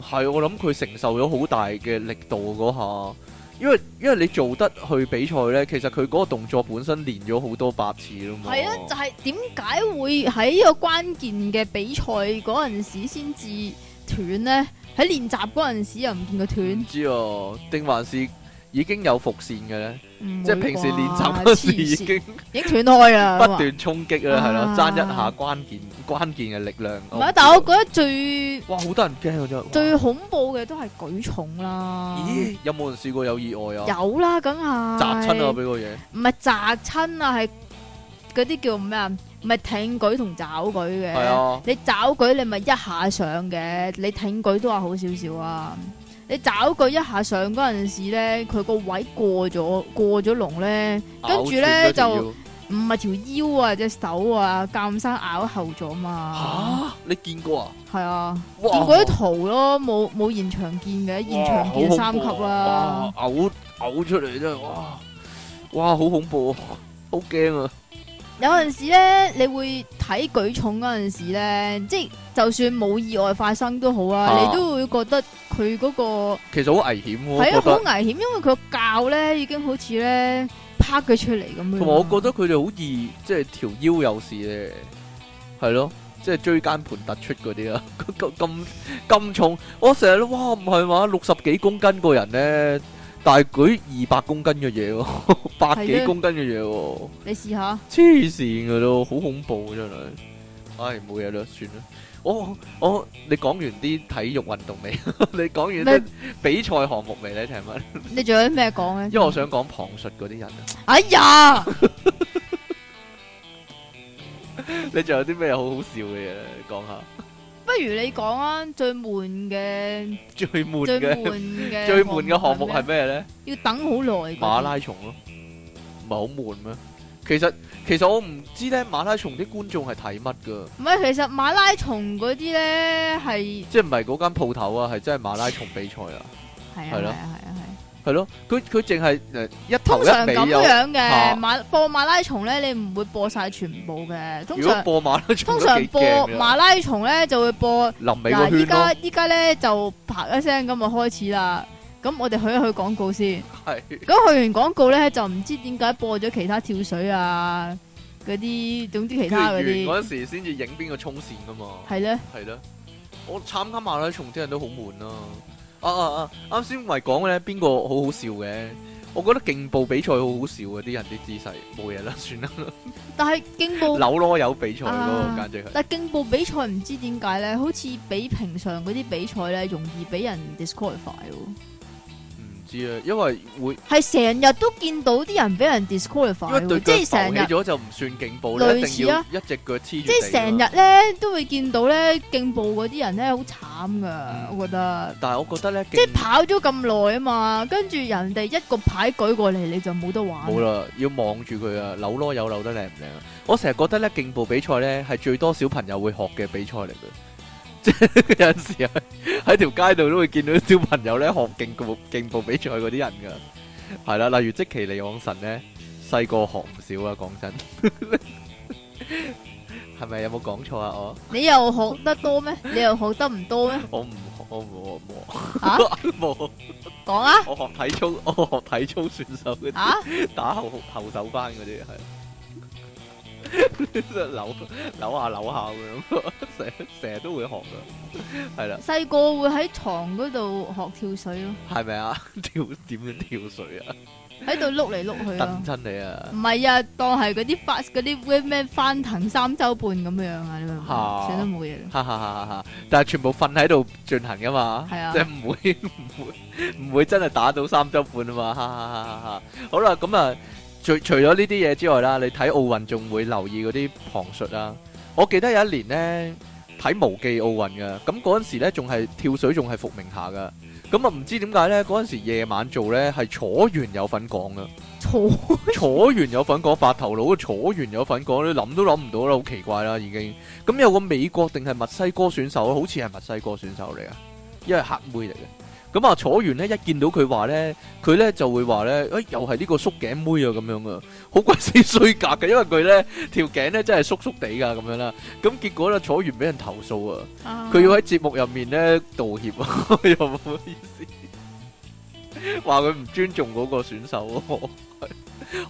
[SPEAKER 2] 係我諗佢承受咗好大嘅力度嗰下，因為因為你做得去比賽呢，其實佢嗰個動作本身練咗好多百次啦嘛。
[SPEAKER 1] 係啊，就係點解會喺呢個關鍵嘅比賽嗰陣時先至斷呢？喺練習嗰陣時又唔見佢斷
[SPEAKER 2] 唔，知啊，定還是已經有伏線嘅呢？
[SPEAKER 1] 唔
[SPEAKER 2] 嗯即係
[SPEAKER 1] 會
[SPEAKER 2] 平時
[SPEAKER 1] 啩
[SPEAKER 2] 練習嗰時已
[SPEAKER 1] 黐線
[SPEAKER 2] 經
[SPEAKER 1] 已經斷開啦。
[SPEAKER 2] 不
[SPEAKER 1] 咁啊
[SPEAKER 2] 斷衝擊啦，係咯，
[SPEAKER 1] 啊
[SPEAKER 2] 爭一下關鍵關鍵嘅力量。
[SPEAKER 1] 唔
[SPEAKER 2] 我
[SPEAKER 1] 係
[SPEAKER 2] 哦知，
[SPEAKER 1] 但係我
[SPEAKER 2] 道
[SPEAKER 1] 覺得最
[SPEAKER 2] 哇，好得人驚啊真係。
[SPEAKER 1] 最恐怖嘅都係舉重啦
[SPEAKER 2] 哇。咦？有冇人試過有意外啊？
[SPEAKER 1] 有啦，梗係
[SPEAKER 2] 砸親啊！俾個嘢。
[SPEAKER 1] 唔係砸親啊，係嗰啲叫咩啊？唔係挺舉同爪舉嘅。
[SPEAKER 2] 係啊
[SPEAKER 1] 你爪舉你咪一下上嘅，你挺舉都話好少少啊。你爪舉一下上嗰陣時咧，佢個位過咗過咗龍咧，跟住
[SPEAKER 2] 咬斷
[SPEAKER 1] 咧
[SPEAKER 2] 咗條
[SPEAKER 1] 就
[SPEAKER 2] 腰
[SPEAKER 1] 唔係條腰啊隻手啊，監生咬後咗嘛，
[SPEAKER 2] 吓？你見過啊？哇，
[SPEAKER 1] 係啊，見
[SPEAKER 2] à?
[SPEAKER 1] 過啲圖咯，冇冇現場見嘅，現
[SPEAKER 2] 哇，
[SPEAKER 1] 場見
[SPEAKER 2] 好恐怖啊，
[SPEAKER 1] 三級啦，
[SPEAKER 2] 哇，嘔-嘔出嚟真係，哇，哇，好恐怖啊，好驚啊。
[SPEAKER 1] 有陣時咧，你會睇舉重嗰陣時咧，即係就算冇意外發生都好啊，
[SPEAKER 2] 啊
[SPEAKER 1] 你都會覺得佢嗰、個
[SPEAKER 2] 其實好危險
[SPEAKER 1] 係
[SPEAKER 2] 喎，
[SPEAKER 1] 啊
[SPEAKER 2] 我覺
[SPEAKER 1] 好
[SPEAKER 2] 得。
[SPEAKER 1] 危險，因為佢個教咧已經好似咧拍佢出嚟咁樣。
[SPEAKER 2] 同埋我覺得佢哋好易即係條腰有事咧，係咯，即係椎間盤突出嗰 啲啊，咁咁咁重，我成日都哇唔係嘛，六十幾公斤個人咧，但係舉二百公斤嘅 嘢喎，百幾
[SPEAKER 1] 係啊
[SPEAKER 2] 公斤嘅嘢喎，
[SPEAKER 1] 你試下，
[SPEAKER 2] 黐線嘅都好恐怖啊真係，唉冇嘢啦，算啦。我我你講完啲體育運動未？ 你講完啲
[SPEAKER 1] 咩
[SPEAKER 2] 比賽項目未咧？聽聞，
[SPEAKER 1] 你仲有啲咩講咧？
[SPEAKER 2] 因為我想講旁述嗰啲人啊。
[SPEAKER 1] 哎呀，
[SPEAKER 2] 你仲有啲咩好好笑嘅嘢講下？
[SPEAKER 1] 不如你講啊，最悶嘅、
[SPEAKER 2] 最悶
[SPEAKER 1] 最
[SPEAKER 2] 嘅
[SPEAKER 1] 悶嘅、
[SPEAKER 2] 最悶嘅項目係？咩咧？
[SPEAKER 1] 要等好耐嗰啲。
[SPEAKER 2] 馬拉松咯，唔係好悶咩？其實其實我唔知咧，馬拉松啲觀眾係睇乜噶，
[SPEAKER 1] 唔係，其實馬拉松嗰啲咧係
[SPEAKER 2] 即係唔係嗰間鋪頭啊，係真係馬拉松比賽啊，
[SPEAKER 1] 係啊
[SPEAKER 2] 係
[SPEAKER 1] 係
[SPEAKER 2] 咯
[SPEAKER 1] 啊係啊係。
[SPEAKER 2] 係咯，佢佢淨係誒一
[SPEAKER 1] 通
[SPEAKER 2] 頭
[SPEAKER 1] 常
[SPEAKER 2] 一
[SPEAKER 1] 咁
[SPEAKER 2] 尾有。
[SPEAKER 1] 樣
[SPEAKER 2] 啊
[SPEAKER 1] 嘅馬播馬拉松咧，你唔會播晒全部嘅。通
[SPEAKER 2] 如果
[SPEAKER 1] 常
[SPEAKER 2] 播馬拉松
[SPEAKER 1] 通
[SPEAKER 2] 都
[SPEAKER 1] 常
[SPEAKER 2] 幾
[SPEAKER 1] 播
[SPEAKER 2] 驚嘅，
[SPEAKER 1] 馬拉松咧就會播
[SPEAKER 2] 臨尾
[SPEAKER 1] 嗱，
[SPEAKER 2] 個
[SPEAKER 1] 依
[SPEAKER 2] 圈
[SPEAKER 1] 家
[SPEAKER 2] 咯，
[SPEAKER 1] 依家咧就啪一聲咁就開始啦。咁我哋去一去廣告先。
[SPEAKER 2] 係
[SPEAKER 1] 咁去完廣告咧就唔知點解播咗其他跳水啊嗰啲，總之其
[SPEAKER 2] 跟住
[SPEAKER 1] 他嗰
[SPEAKER 2] 完
[SPEAKER 1] 啲
[SPEAKER 2] 嗰陣時先至影邊個衝線噶嘛。
[SPEAKER 1] 係咧。
[SPEAKER 2] 係咯，我參加馬拉松啲人都好悶啦、啊。啊啊啊！啱先咪講咧，邊個好好笑嘅？我覺得競步比賽好好笑嘅，啲人啲姿勢冇嘢啦，算啦。
[SPEAKER 1] 但係競
[SPEAKER 2] 扭
[SPEAKER 1] 步，
[SPEAKER 2] 螺友比賽嗰個
[SPEAKER 1] 啊
[SPEAKER 2] 簡直係
[SPEAKER 1] 但係競步比賽唔知點解咧，好似比平常嗰啲比賽咧容易俾人 disqualify 喎。
[SPEAKER 2] 唔知啊，因為會
[SPEAKER 1] 系成日都見到啲人俾人
[SPEAKER 2] 因
[SPEAKER 1] disqualify，
[SPEAKER 2] 為對
[SPEAKER 1] 喎即係
[SPEAKER 2] 腳
[SPEAKER 1] 成
[SPEAKER 2] 浮
[SPEAKER 1] 日
[SPEAKER 2] 起，咗就唔算競步咧，一
[SPEAKER 1] 類
[SPEAKER 2] 定
[SPEAKER 1] 似
[SPEAKER 2] 要
[SPEAKER 1] 啊
[SPEAKER 2] 一隻腳黐住
[SPEAKER 1] 即係
[SPEAKER 2] 地啊
[SPEAKER 1] 成
[SPEAKER 2] 嘛。
[SPEAKER 1] 日咧都會見到咧競步嗰啲人咧好慘噶，
[SPEAKER 2] 嗯
[SPEAKER 1] 我覺得。
[SPEAKER 2] 但係我覺得咧，
[SPEAKER 1] 即係
[SPEAKER 2] 競
[SPEAKER 1] 跑咗咁耐啊嘛，跟住人哋一個牌舉過嚟，你就冇得玩。
[SPEAKER 2] 冇啦，要望住佢啊，扭螺友扭得靚唔靚啊？我成日覺得咧，競步比賽咧係最多小朋友會學嘅比賽嚟嘅， 即係有陣時喺喺條街度都會見到小朋友咧學競步競步比賽嗰啲人噶，係啦，例如即其利昂神咧，細個學唔少啊，講真， 係咪有冇講錯啊？我
[SPEAKER 1] 你又學得多咩？ 你又學得唔多咩？
[SPEAKER 2] 我唔學，我冇冇
[SPEAKER 1] 啊，
[SPEAKER 2] 冇，
[SPEAKER 1] 講啊，
[SPEAKER 2] 我學體操，我學體操選手嗰啲。
[SPEAKER 1] 啊，
[SPEAKER 2] 打後後手翻嗰啲係， 扭扭下扭下咁樣， 成成日都會學噶，係啦，
[SPEAKER 1] 細個會喺床嗰度學跳水咯，
[SPEAKER 2] 係咪啊？ 跳點樣跳水啊？
[SPEAKER 1] 喺度碌嚟碌去咯
[SPEAKER 2] 蹬。親你啊！
[SPEAKER 1] 唔係啊，當係嗰啲翻嗰啲咩翻騰三周半咁樣啊，你明唔明？
[SPEAKER 2] 嚇
[SPEAKER 1] 算都冇嘢啦。
[SPEAKER 2] 哈哈哈！哈哈！但係全部瞓喺度進行噶嘛，
[SPEAKER 1] 係啊
[SPEAKER 2] 即係唔會 唔會唔會真係打到三周半啊嘛！哈哈哈！哈哈！好啦，咁啊，除除咗呢啲嘢之外啦，你睇奧運仲會留意嗰啲旁述啦。我記得有一年呢，睇無記奧運噶，咁嗰陣時咧仲係跳水仲係伏明霞噶，咁啊唔知點解呢，嗰陣時夜晚做呢係楚原有份講噶。
[SPEAKER 1] 嘈
[SPEAKER 2] 楚原有份講白頭佬，楚原有份講，你諗都諗唔到啦，好奇怪啦已經。咁有個美國定係墨西哥選手，好似係墨西哥選手嚟啊，因為黑妹嚟嘅。咁啊，楚原呢，一見到佢話呢，佢呢就會話呢，誒、又係呢個縮頸妹啊咁樣啊，好鬼死衰格嘅，因為佢呢條頸呢真係縮縮地噶咁樣啦。咁結果呢，楚原俾人投訴啊。佢要喺節目入面咧道歉 啊，又冇意思，話佢唔尊重嗰個選手喎，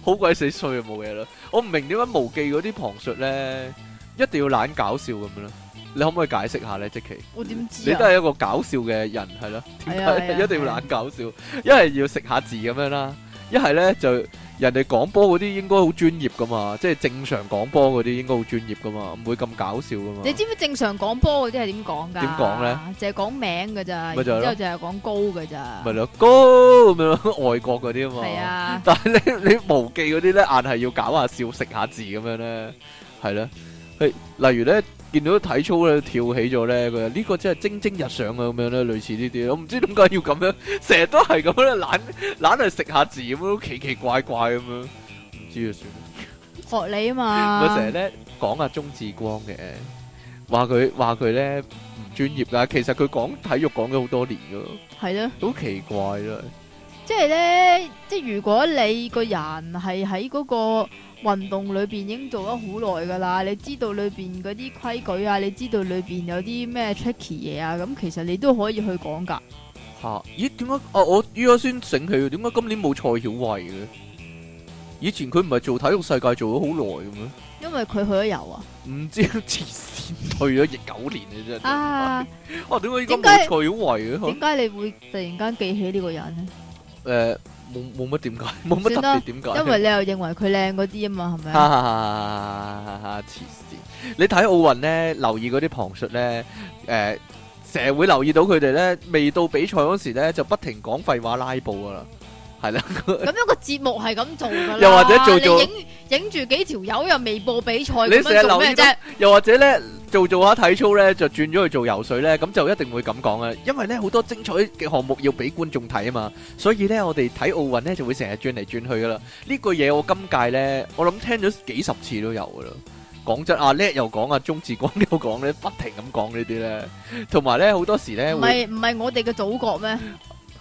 [SPEAKER 2] 好鬼死衰啊，冇嘢啦。我唔明點解無記嗰啲旁述咧，一定要懶搞笑咁樣咧？你可唔可以解釋下咧？即其
[SPEAKER 1] 我點知
[SPEAKER 2] 你
[SPEAKER 1] 啊
[SPEAKER 2] 都？係一個搞笑嘅人，係咯？
[SPEAKER 1] 係啊係
[SPEAKER 2] 點
[SPEAKER 1] 啊
[SPEAKER 2] 解一定要懶搞笑？一係要食下字咁樣啦，一係咧就人哋講波嗰啲應該好專業噶嘛，即係正常講波嗰啲應該好專業噶嘛，唔會咁搞笑噶嘛。
[SPEAKER 1] 你知唔知正常講波嗰啲係點講㗎？
[SPEAKER 2] 點講咧？
[SPEAKER 1] 就係講名㗎咋，
[SPEAKER 2] 咪
[SPEAKER 1] 然
[SPEAKER 2] 就係
[SPEAKER 1] 之
[SPEAKER 2] 咯
[SPEAKER 1] 後就係講高㗎咋。
[SPEAKER 2] 咪咯，高咁 樣咯，外國嗰啲啊嘛。
[SPEAKER 1] 係 啊，
[SPEAKER 2] 但係你你無記嗰啲咧，硬係要搞下笑、食下字咁樣咧，係啦。係例如咧，見到體操咧跳起咗咧，佢話呢個真係蒸蒸日上啊咁樣咧，類似呢啲。我唔知點解要咁樣，成日都係咁樣懶懶係食下字咁樣，奇奇怪怪咁樣，唔知啊算啦。
[SPEAKER 1] 學你啊嘛。
[SPEAKER 2] 我成日咧講阿鐘志光嘅，話佢話佢咧唔專業噶，其實佢講體育講咗好多年噶，
[SPEAKER 1] 係咯，
[SPEAKER 2] 好奇怪啦。
[SPEAKER 1] 即係咧，即係如果你個人係喺嗰個運動裏邊已經做咗好耐噶啦，你知道裏邊嗰啲規矩啊，你知道裏邊有啲咩 tricky 嘢啊，咁其實你都可以去講㗎。
[SPEAKER 2] 吓、咦？點解啊？我依家先醒起，點解今年冇蔡曉慧嘅？以前佢唔係做體育世界做咗好耐嘅咩？
[SPEAKER 1] 因為佢去咗游 啊，
[SPEAKER 2] 唔知黐線退咗九年嘅真係。
[SPEAKER 1] 啊，
[SPEAKER 2] 哦，點解依家
[SPEAKER 1] 點解
[SPEAKER 2] 冇蔡曉慧嘅？
[SPEAKER 1] 點解你會突然間記起呢個人呢？
[SPEAKER 2] 誒，冇冇乜點解，冇乜特
[SPEAKER 1] 算啦
[SPEAKER 2] 別點解。
[SPEAKER 1] 因為你又認為佢靚嗰啲啊嘛，係咪啊？
[SPEAKER 2] 哈！黐線！你睇奧運咧，留意嗰啲旁述咧，誒成日會留意到佢哋咧，未到比賽嗰時咧，就不停講廢話拉布噶啦，係啦，
[SPEAKER 1] 咁一個節目係咁做噶啦，
[SPEAKER 2] 又或者做做
[SPEAKER 1] 你影影住幾條友又未播比賽，
[SPEAKER 2] 你
[SPEAKER 1] 咁
[SPEAKER 2] 成日
[SPEAKER 1] 樣做
[SPEAKER 2] 留
[SPEAKER 1] 咩
[SPEAKER 2] 意到
[SPEAKER 1] 啫？
[SPEAKER 2] 又或者咧做做下體操咧，就轉咗去做游水咧，咁就一定會咁講啊，因為咧好多精彩嘅項目要俾觀眾睇啊嘛，所以咧我哋睇奧運咧就會成日轉嚟轉去噶啦。呢句嘢我今屆咧，我諗聽咗幾十次都有噶啦。講真，阿叻又講，阿鐘志光又講咧，不停咁講呢啲咧，同埋咧好多時咧
[SPEAKER 1] 唔
[SPEAKER 2] 會。
[SPEAKER 1] 係唔係我哋嘅祖國咩？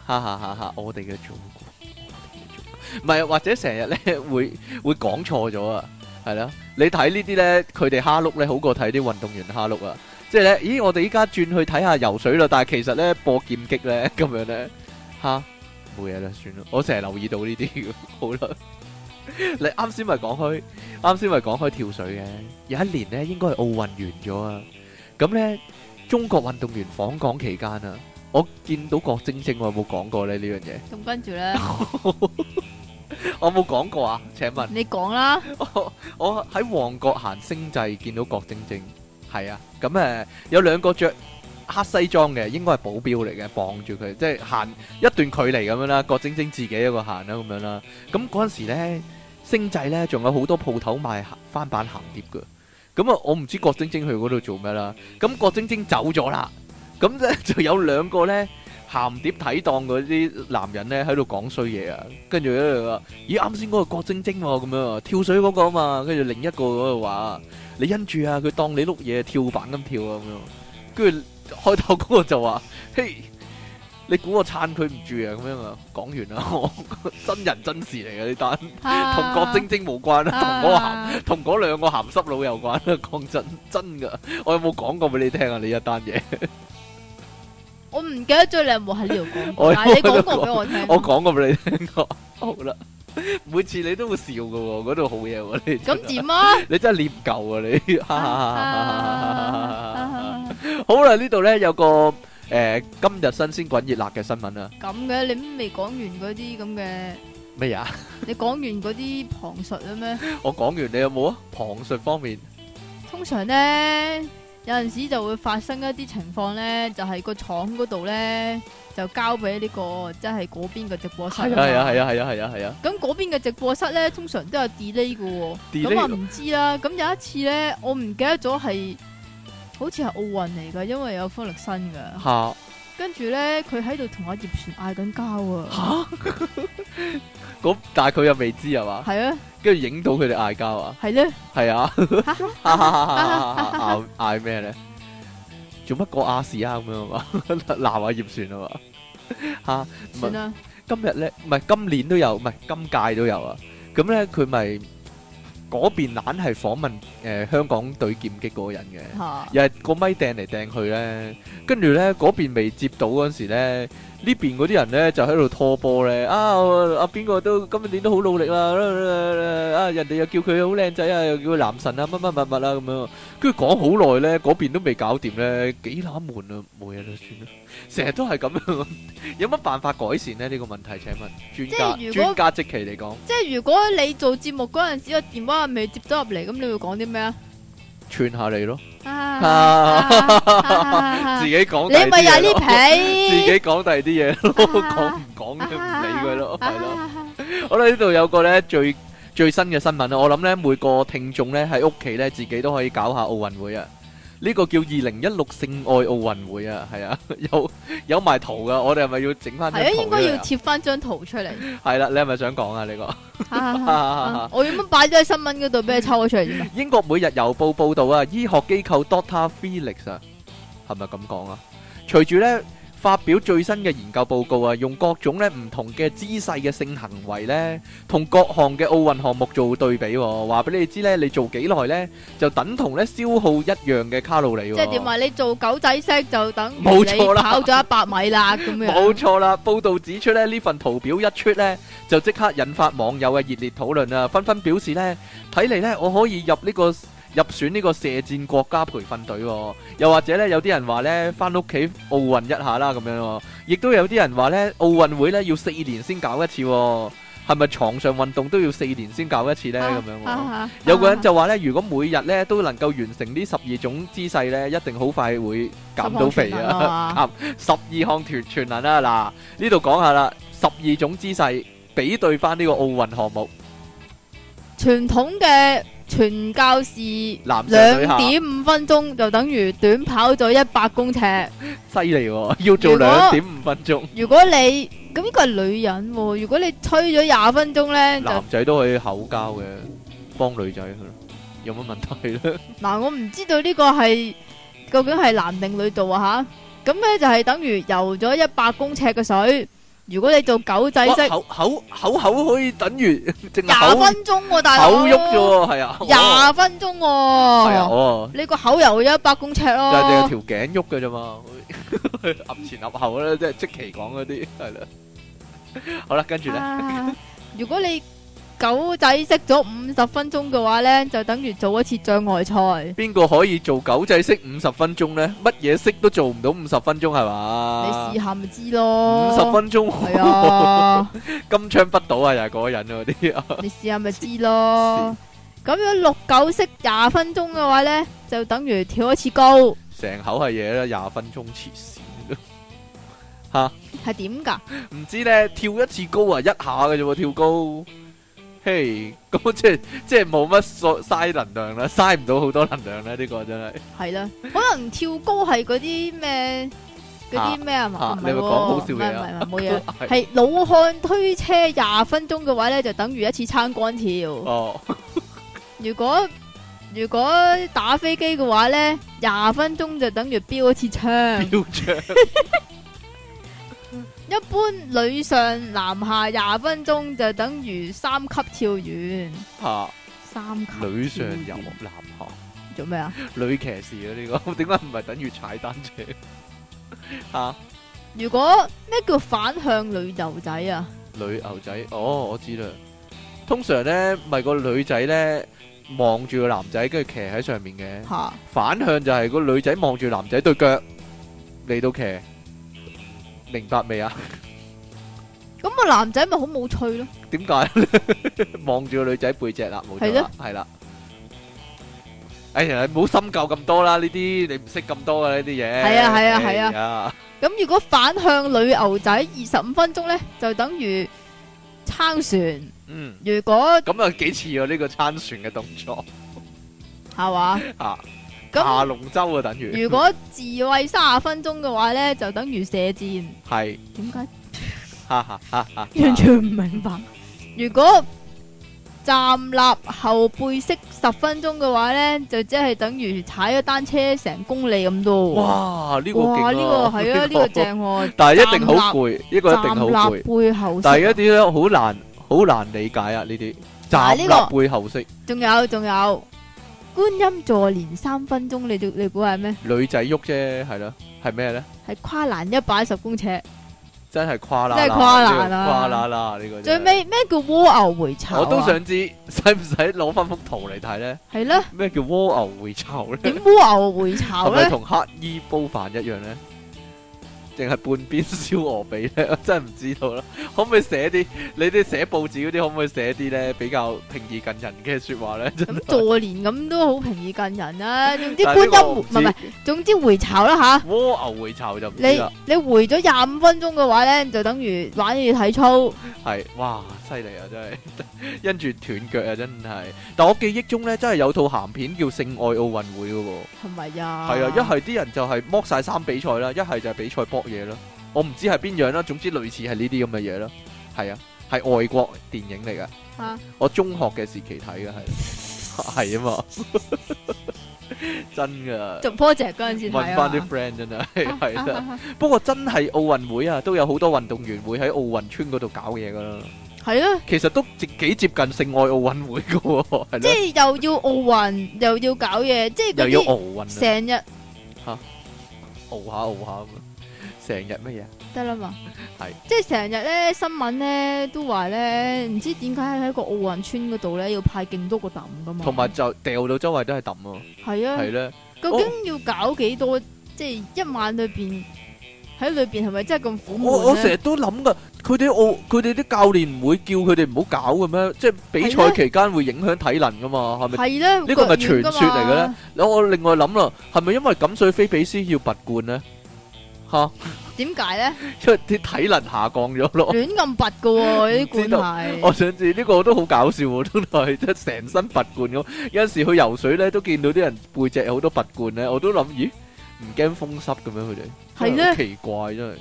[SPEAKER 2] 哈哈哈！哈，我哋嘅祖國，唔係或者成日咧 會會講錯咗啊，係啦。你睇呢啲咧，佢哋蝦碌咧好過睇啲運動員蝦碌啊。即係咧，咦？我哋依家轉去睇下游水啦，但係其實咧播劍擊咧咁樣咧，吓冇嘢啦，算啦。我成日留意到呢啲嘅，好啦。 你啱先咪講開，啱先咪講開跳水嘅。有一年咧，應該係奧運完咗啊。咁咧，中國運動員訪港期間啊。我見到郭晶晶，我有冇講過咧呢樣嘢？
[SPEAKER 1] 咁跟住咧，
[SPEAKER 2] 我冇講過啊？請問
[SPEAKER 1] 你講啦，
[SPEAKER 2] 我 我喺旺角行星際見到郭晶晶，係啊，咁誒、呃有兩個着黑西裝嘅，應該係保鏢嚟嘅，傍住佢，即係行一段距離咁樣啦。郭晶晶自己一個行啦，咁樣啦。咁嗰陣時咧，星際咧仲有好多鋪頭賣鹹翻版鹹碟嘅。咁啊，我唔知郭晶晶去嗰度做咩啦。咁郭晶晶走咗啦，咁咧就有兩個咧鹹碟睇檔嗰啲男人咧喺度講衰嘢啊，跟住喺度話：咦，啱先嗰個郭晶晶喎、咁樣啊，跳水嗰個啊嘛。跟住另一個嗰度話：你因住啊，佢當你碌嘢跳板咁跳啊咁樣。跟住開頭嗰個就話：嘿，你估我撐佢唔住啊？咁樣啊，講完啦， 我真人真事嚟嘅呢單， 同
[SPEAKER 1] 同
[SPEAKER 2] 郭晶晶無關啦，
[SPEAKER 1] 啊 鹹
[SPEAKER 2] 同嗰個鹹。同嗰兩個鹹濕佬有關啦，講真真噶，我有冇講過俾你聽啊？呢一單嘢，
[SPEAKER 1] 我唔記得咗你有冇喺呢度講
[SPEAKER 2] 我
[SPEAKER 1] 過，但係你講過俾我聽。
[SPEAKER 2] 我講過俾你聽過。好啦，每次你都會笑噶喎，嗰度好嘢喎，你真係
[SPEAKER 1] 咁點 啊？
[SPEAKER 2] 你真係念舊 啊你哈哈哈哈！
[SPEAKER 1] 啊
[SPEAKER 2] 好啦，呢度咧有個誒今日新鮮滾熱辣嘅新聞啊，
[SPEAKER 1] 咁嘅你都未講完嗰啲咁嘅，
[SPEAKER 2] 咩呀？
[SPEAKER 1] 你講完嗰啲旁述啦咩？
[SPEAKER 2] 我講完你有冇啊？旁述方面
[SPEAKER 1] 通常咧，有陣時就會發生一啲情況咧，就係、個廠嗰度咧就交俾呢、個即係嗰邊嘅直播室。
[SPEAKER 2] 係啊係啊係啊係啊係啊係啊，
[SPEAKER 1] 咁嗰邊嘅直播室咧，通常都有 delay 嘅喎。
[SPEAKER 2] delay
[SPEAKER 1] 咁我唔知啦。咁有一次咧，我唔記得咗係好似係奧運嚟㗎，因為有方力申㗎。
[SPEAKER 2] 嚇
[SPEAKER 1] 跟住咧，佢喺度同阿葉璇嗌緊交啊。
[SPEAKER 2] 嚇咁，但係佢又未知係嘛？
[SPEAKER 1] 係啊，
[SPEAKER 2] 跟住影到佢哋嗌交啊！
[SPEAKER 1] 係咧，
[SPEAKER 2] 系啊， 嗌嗌咩咧？做乜過亞視啊咁樣啊嘛， 鬧下葉璇啊嘛，吓
[SPEAKER 1] 算
[SPEAKER 2] 唔係
[SPEAKER 1] 啦。
[SPEAKER 2] 今日咧，唔係今年都有，唔係今屆都有啊。咁咧佢咪嗰邊懶係訪問誒香港隊劍擊嗰個人嘅。
[SPEAKER 1] 嚇
[SPEAKER 2] 又係個咪掟嚟掟去咧，跟住咧嗰邊未接到嗰陣時咧，呢邊嗰啲人咧就喺度拖波咧，啊我啊邊個都今年都好努力啦，啊人哋又叫佢好靚仔啊，又叫佢男神啊，乜乜乜乜啦咁樣，跟住講好耐咧，嗰邊都未搞掂咧，幾乸悶啊，冇嘢啦，算啦，成日都係咁樣， 有乜辦法改善咧呢個問題？請問專
[SPEAKER 1] 即係
[SPEAKER 2] 家
[SPEAKER 1] 如
[SPEAKER 2] 專
[SPEAKER 1] 果
[SPEAKER 2] 家即期嚟講，
[SPEAKER 1] 即係如果你做節目嗰陣時個電話未接得入嚟，咁你會講啲咩啊？
[SPEAKER 2] 串下你咯，
[SPEAKER 1] 啊
[SPEAKER 2] 自己講
[SPEAKER 1] 你咪
[SPEAKER 2] 第
[SPEAKER 1] 又
[SPEAKER 2] 二
[SPEAKER 1] 係呢
[SPEAKER 2] 啲 嘢咯自
[SPEAKER 1] 皮，
[SPEAKER 2] 己講第二啲嘢咯，講唔講嘅唔理佢
[SPEAKER 1] 啊
[SPEAKER 2] 咯，係咯。好啦，呢度有個咧最最新嘅新聞啦，我諗咧每個聽眾咧喺屋企咧自己都可以搞下奧運會啊。呢個叫二零一六性愛奧運會啊，係啊， 有有埋圖噶，我哋係咪要整翻
[SPEAKER 1] 系
[SPEAKER 2] 張
[SPEAKER 1] 啊，
[SPEAKER 2] 圖
[SPEAKER 1] 应该要
[SPEAKER 2] 出嚟啊
[SPEAKER 1] 贴翻张图出嚟。
[SPEAKER 2] 係啦，你係咪想講啊？呢個？
[SPEAKER 1] 哈哈 哈我原本摆咗喺新闻嗰度，俾你抽咗出嚟啫嘛。
[SPEAKER 2] 英國每日郵報報導啊，醫學機構 Doctor Felix 啊，係咪咁講啊？隨住咧發表最新嘅研究報告啊，用各種咧唔同嘅姿勢嘅性行為咧，同各項嘅奧運項目做對比、喎。話俾你知咧，你做幾耐咧，就等同咧消耗一樣嘅卡路里、喎。
[SPEAKER 1] 即系点啊？你做狗仔式就等你
[SPEAKER 2] 冇錯啦
[SPEAKER 1] 跑咗一百米啦，咁样。
[SPEAKER 2] 冇錯啦，報道指出咧呢份圖表一出呢，就即刻引發網友嘅熱烈討論啊，紛紛表示呢，睇嚟呢，我可以入呢、個入選呢個射箭國家培訓隊、喎。又或者呢，有啲人話呢，翻屋企奧運一下啦咁樣、喎。亦都有啲人話呢，奧運會呢要四年先搞一次、喎。係咪床上運動都要四年先搞一次呢？咁、樣喎、
[SPEAKER 1] 啊
[SPEAKER 2] 有個人就話呢，如果每日呢都能夠完成呢十二種姿勢呢，一定好快會減到肥啊！
[SPEAKER 1] 啊
[SPEAKER 2] 啊十二項團全能啦，嗱呢度講下啦，十二種姿勢比對翻呢個奧運項目，
[SPEAKER 1] 传统嘅传教士
[SPEAKER 2] 男上女
[SPEAKER 1] 两
[SPEAKER 2] 下，
[SPEAKER 1] 点五分钟就等于短跑咗一百公尺。
[SPEAKER 2] 犀利喎， 要做
[SPEAKER 1] 如果
[SPEAKER 2] 兩點五分鐘，
[SPEAKER 1] 如果你咁呢个系女人喎，如果你吹咗廿分钟咧，就
[SPEAKER 2] 男仔都可以口交嘅，幫女仔去咯，有乜問題咧？
[SPEAKER 1] 嗱，我唔知道呢個係究竟係男定女做啊吓。咁咧就係等於游咗一百公尺嘅水，如果你做狗仔
[SPEAKER 2] 哇
[SPEAKER 1] 式，
[SPEAKER 2] 口口口口可以等於淨 係
[SPEAKER 1] 廿
[SPEAKER 2] 口
[SPEAKER 1] 分鐘喎、大佬，
[SPEAKER 2] 口喐啫喎，係啊，哦
[SPEAKER 1] 廿分鐘
[SPEAKER 2] 係啊，
[SPEAKER 1] 喎、
[SPEAKER 2] 哦。
[SPEAKER 1] 你個口游咗一百公尺
[SPEAKER 2] 就係淨係
[SPEAKER 1] 咯，
[SPEAKER 2] 條頸喐嘅啫 嘛，噏前噏後啦，即係即期講嗰啲係啦。好啦，跟住咧，
[SPEAKER 1] À. 啊 如果你狗仔式咗五十分鐘嘅話咧，就等於做一次障礙賽。
[SPEAKER 2] 邊個可以做狗仔式五十分鐘呢？乜嘢式都做唔到五十分鐘係
[SPEAKER 1] 你
[SPEAKER 2] 嘛？
[SPEAKER 1] 試下咪知
[SPEAKER 2] 啊五
[SPEAKER 1] 咯，
[SPEAKER 2] 十分
[SPEAKER 1] 係
[SPEAKER 2] 鐘，
[SPEAKER 1] 啊。
[SPEAKER 2] 金槍不倒啊！又係嗰個人嗰 啲啊，
[SPEAKER 1] 你試下咪知咯。咁樣六九式廿分鐘嘅話咧，就等於跳一次高，
[SPEAKER 2] 成口係嘢啦，廿分鐘黐線。
[SPEAKER 1] 係點㗎？
[SPEAKER 2] 唔知呢，跳一次高啊，一下嘅啫喎，跳高。 嘿，咁即係即係冇乜所嘥能量啦，嘥唔到好多能量啦，呢個真係。
[SPEAKER 1] 係啦，可能跳高係嗰啲咩嗰啲咩啊嘛？
[SPEAKER 2] 啊
[SPEAKER 1] 唔
[SPEAKER 2] 你咪
[SPEAKER 1] 係喎
[SPEAKER 2] 講好笑
[SPEAKER 1] 唔
[SPEAKER 2] 嘢
[SPEAKER 1] 係唔
[SPEAKER 2] 啊
[SPEAKER 1] 係唔係冇嘢。
[SPEAKER 2] 係
[SPEAKER 1] 係老漢推車廿分鐘嘅話咧，就等於一次撐杆跳。
[SPEAKER 2] 哦，
[SPEAKER 1] 如果如果打飛機嘅話咧，廿分鐘就等於標一次 槍。
[SPEAKER 2] 標槍
[SPEAKER 1] 一般女上男下廿分鐘就等於三級跳遠。
[SPEAKER 2] 嚇，
[SPEAKER 1] 三級
[SPEAKER 2] 女上游
[SPEAKER 1] 跳遠
[SPEAKER 2] 男下。
[SPEAKER 1] 做咩啊？
[SPEAKER 2] 女騎士啊！呢、個 點解唔係等於踩單 車？啊，
[SPEAKER 1] 如果咩叫反向女牛仔啊？
[SPEAKER 2] 女牛仔，哦，我知啦。通常呢，咪個女仔呢望住個男仔，跟住騎喺上面嘅。
[SPEAKER 1] 吓、
[SPEAKER 2] 反向就係個女仔望住男仔對腳嚟到騎，明白未啊？
[SPEAKER 1] 咁個男仔咪好冇趣咯？
[SPEAKER 2] 點解 呢望住個女仔背脊啦？冇錯
[SPEAKER 1] 係
[SPEAKER 2] 啦
[SPEAKER 1] 咯，
[SPEAKER 2] 係啦。哎呀，唔好深究咁多啦，呢啲你唔識咁多嘅呢啲嘢。
[SPEAKER 1] 係啊係啊係啊
[SPEAKER 2] 哎呀
[SPEAKER 1] 咁如果反向女牛仔二十五分鐘咧，就等於撐船。
[SPEAKER 2] 嗯，
[SPEAKER 1] 如果
[SPEAKER 2] 咁啊幾似啊呢個撐船嘅動作。
[SPEAKER 1] 係嘛？
[SPEAKER 2] 啊，下
[SPEAKER 1] 咁
[SPEAKER 2] 龍舟啊，等於
[SPEAKER 1] 如果自慰三十分鐘嘅話咧，就等於射箭。
[SPEAKER 2] 係，
[SPEAKER 1] 點解？
[SPEAKER 2] 哈哈哈哈，
[SPEAKER 1] 完全唔明白。如果站立後背式十分鐘嘅話咧，就即係等於踩咗單車成公里咁多喎。
[SPEAKER 2] 哇，呢個勁
[SPEAKER 1] 哇！
[SPEAKER 2] 啊
[SPEAKER 1] 呢個係啊，呢個，正喎。
[SPEAKER 2] 但係一定好攰，呢個一定
[SPEAKER 1] 站
[SPEAKER 2] 好
[SPEAKER 1] 立
[SPEAKER 2] 攰，
[SPEAKER 1] 背後式，
[SPEAKER 2] 但係一啲咧好難好難理解啊呢啲站
[SPEAKER 1] 嗱呢個
[SPEAKER 2] 立背後式，
[SPEAKER 1] 仲有仲有觀音坐連三分鐘，你你估係咩？
[SPEAKER 2] 女仔喐啫，係咯，係咩咧？
[SPEAKER 1] 係跨欄一百一十公尺。
[SPEAKER 2] 真係跨啦，
[SPEAKER 1] 真係跨欄啊
[SPEAKER 2] 呢個跨啦啦呢個真
[SPEAKER 1] 最
[SPEAKER 2] 係。
[SPEAKER 1] 尾咩叫蝸牛回巢啊？
[SPEAKER 2] 我都想知使唔使攞翻幅圖嚟睇咧？
[SPEAKER 1] 係咧，
[SPEAKER 2] 咩叫蝸牛回巢咧
[SPEAKER 1] 點？蝸牛回巢
[SPEAKER 2] 係咪
[SPEAKER 1] 咧？
[SPEAKER 2] 同乞衣煲飯一樣咧？定係半邊燒鵝髀咧？ 我真係唔知道啦。可唔可以寫啲你啲寫報紙嗰啲，可唔可以寫啲咧比較平易近人嘅説話 咧？真
[SPEAKER 1] 咁
[SPEAKER 2] 係
[SPEAKER 1] 助年咁都好平易近人 啦、總之
[SPEAKER 2] 但
[SPEAKER 1] 觀
[SPEAKER 2] 係呢個
[SPEAKER 1] 音
[SPEAKER 2] 我
[SPEAKER 1] 唔
[SPEAKER 2] 唔知
[SPEAKER 1] 係唔係，總之回巢啦吓。
[SPEAKER 2] 蝸牛回巢就唔知
[SPEAKER 1] 你
[SPEAKER 2] 啦。
[SPEAKER 1] 你回咗廿五分鐘嘅話咧，就等於玩嘢體操。
[SPEAKER 2] 係，哇，犀利啊，真係， 跟住斷腳啊，真係。但我記憶中咧，真係有套鹹片叫《性愛奧運會》嘅喎。
[SPEAKER 1] 係咪呀？
[SPEAKER 2] 係啊，一係啲人就係剝晒衫比賽啦，一係就係比賽搏嘢啦。我唔知係邊樣啦，總之類似係呢啲咁嘅嘢啦。係啊，係外國電影嚟噶。
[SPEAKER 1] 啊
[SPEAKER 2] 我中學嘅時期睇嘅係， 係啊嘛， 真噶。
[SPEAKER 1] 做 project 嗰陣時睇
[SPEAKER 2] 問
[SPEAKER 1] 啊
[SPEAKER 2] 翻啲 friend 真係係啦。
[SPEAKER 1] 嘛。
[SPEAKER 2] 不過真係奧運會啊，都有好多運動員會喺奧運村嗰度搞嘢噶啦。
[SPEAKER 1] 係啊，
[SPEAKER 2] 其實都幾幾接近性愛奧運會噶喎，係
[SPEAKER 1] 即
[SPEAKER 2] 咯，
[SPEAKER 1] 係又要奧運，又要搞嘢，即係
[SPEAKER 2] 又
[SPEAKER 1] 嗰
[SPEAKER 2] 要
[SPEAKER 1] 啲
[SPEAKER 2] 奧運啊，
[SPEAKER 1] 成日
[SPEAKER 2] 奧下奧下咁啊，成日乜嘢啊？
[SPEAKER 1] 得啦嘛。
[SPEAKER 2] 係
[SPEAKER 1] 即係成日咧新聞咧都話咧，唔知點解喺個奧運村嗰度咧要派勁多個氹噶嘛。
[SPEAKER 2] 同埋就掉到周圍都係抌啊，
[SPEAKER 1] 係啊
[SPEAKER 2] 係。咧。
[SPEAKER 1] 究竟要搞幾多？即係一晚裏邊喺裏邊係咪真係咁苦
[SPEAKER 2] 我我
[SPEAKER 1] 悶
[SPEAKER 2] 成
[SPEAKER 1] 咧？
[SPEAKER 2] 日都諗噶，佢哋奧佢哋啲教練唔會叫佢哋唔好搞嘅咩？即係比賽
[SPEAKER 1] 係咧
[SPEAKER 2] 期間會影響體能噶嘛？係咪？
[SPEAKER 1] 係咧，
[SPEAKER 2] 呢個咪傳說嚟嘅咧
[SPEAKER 1] 割腕
[SPEAKER 2] 我另外諗啦，係咪因為錦水菲比斯要拔罐咧？吓，
[SPEAKER 1] 㗎嘛？點解咧？
[SPEAKER 2] 因為啲體能下降咗咯。
[SPEAKER 1] 亂咁拔嘅喎，
[SPEAKER 2] 唔
[SPEAKER 1] 啲
[SPEAKER 2] 知道
[SPEAKER 1] 管係
[SPEAKER 2] 我想知呢個都好搞笑喎，真係即係成身拔罐咁。有陣時去游水咧，都見到啲人背脊有好多拔罐咧，我都諗，咦，唔驚風濕咁樣佢哋。
[SPEAKER 1] 係
[SPEAKER 2] 真係
[SPEAKER 1] 咧，
[SPEAKER 2] 好奇怪真係，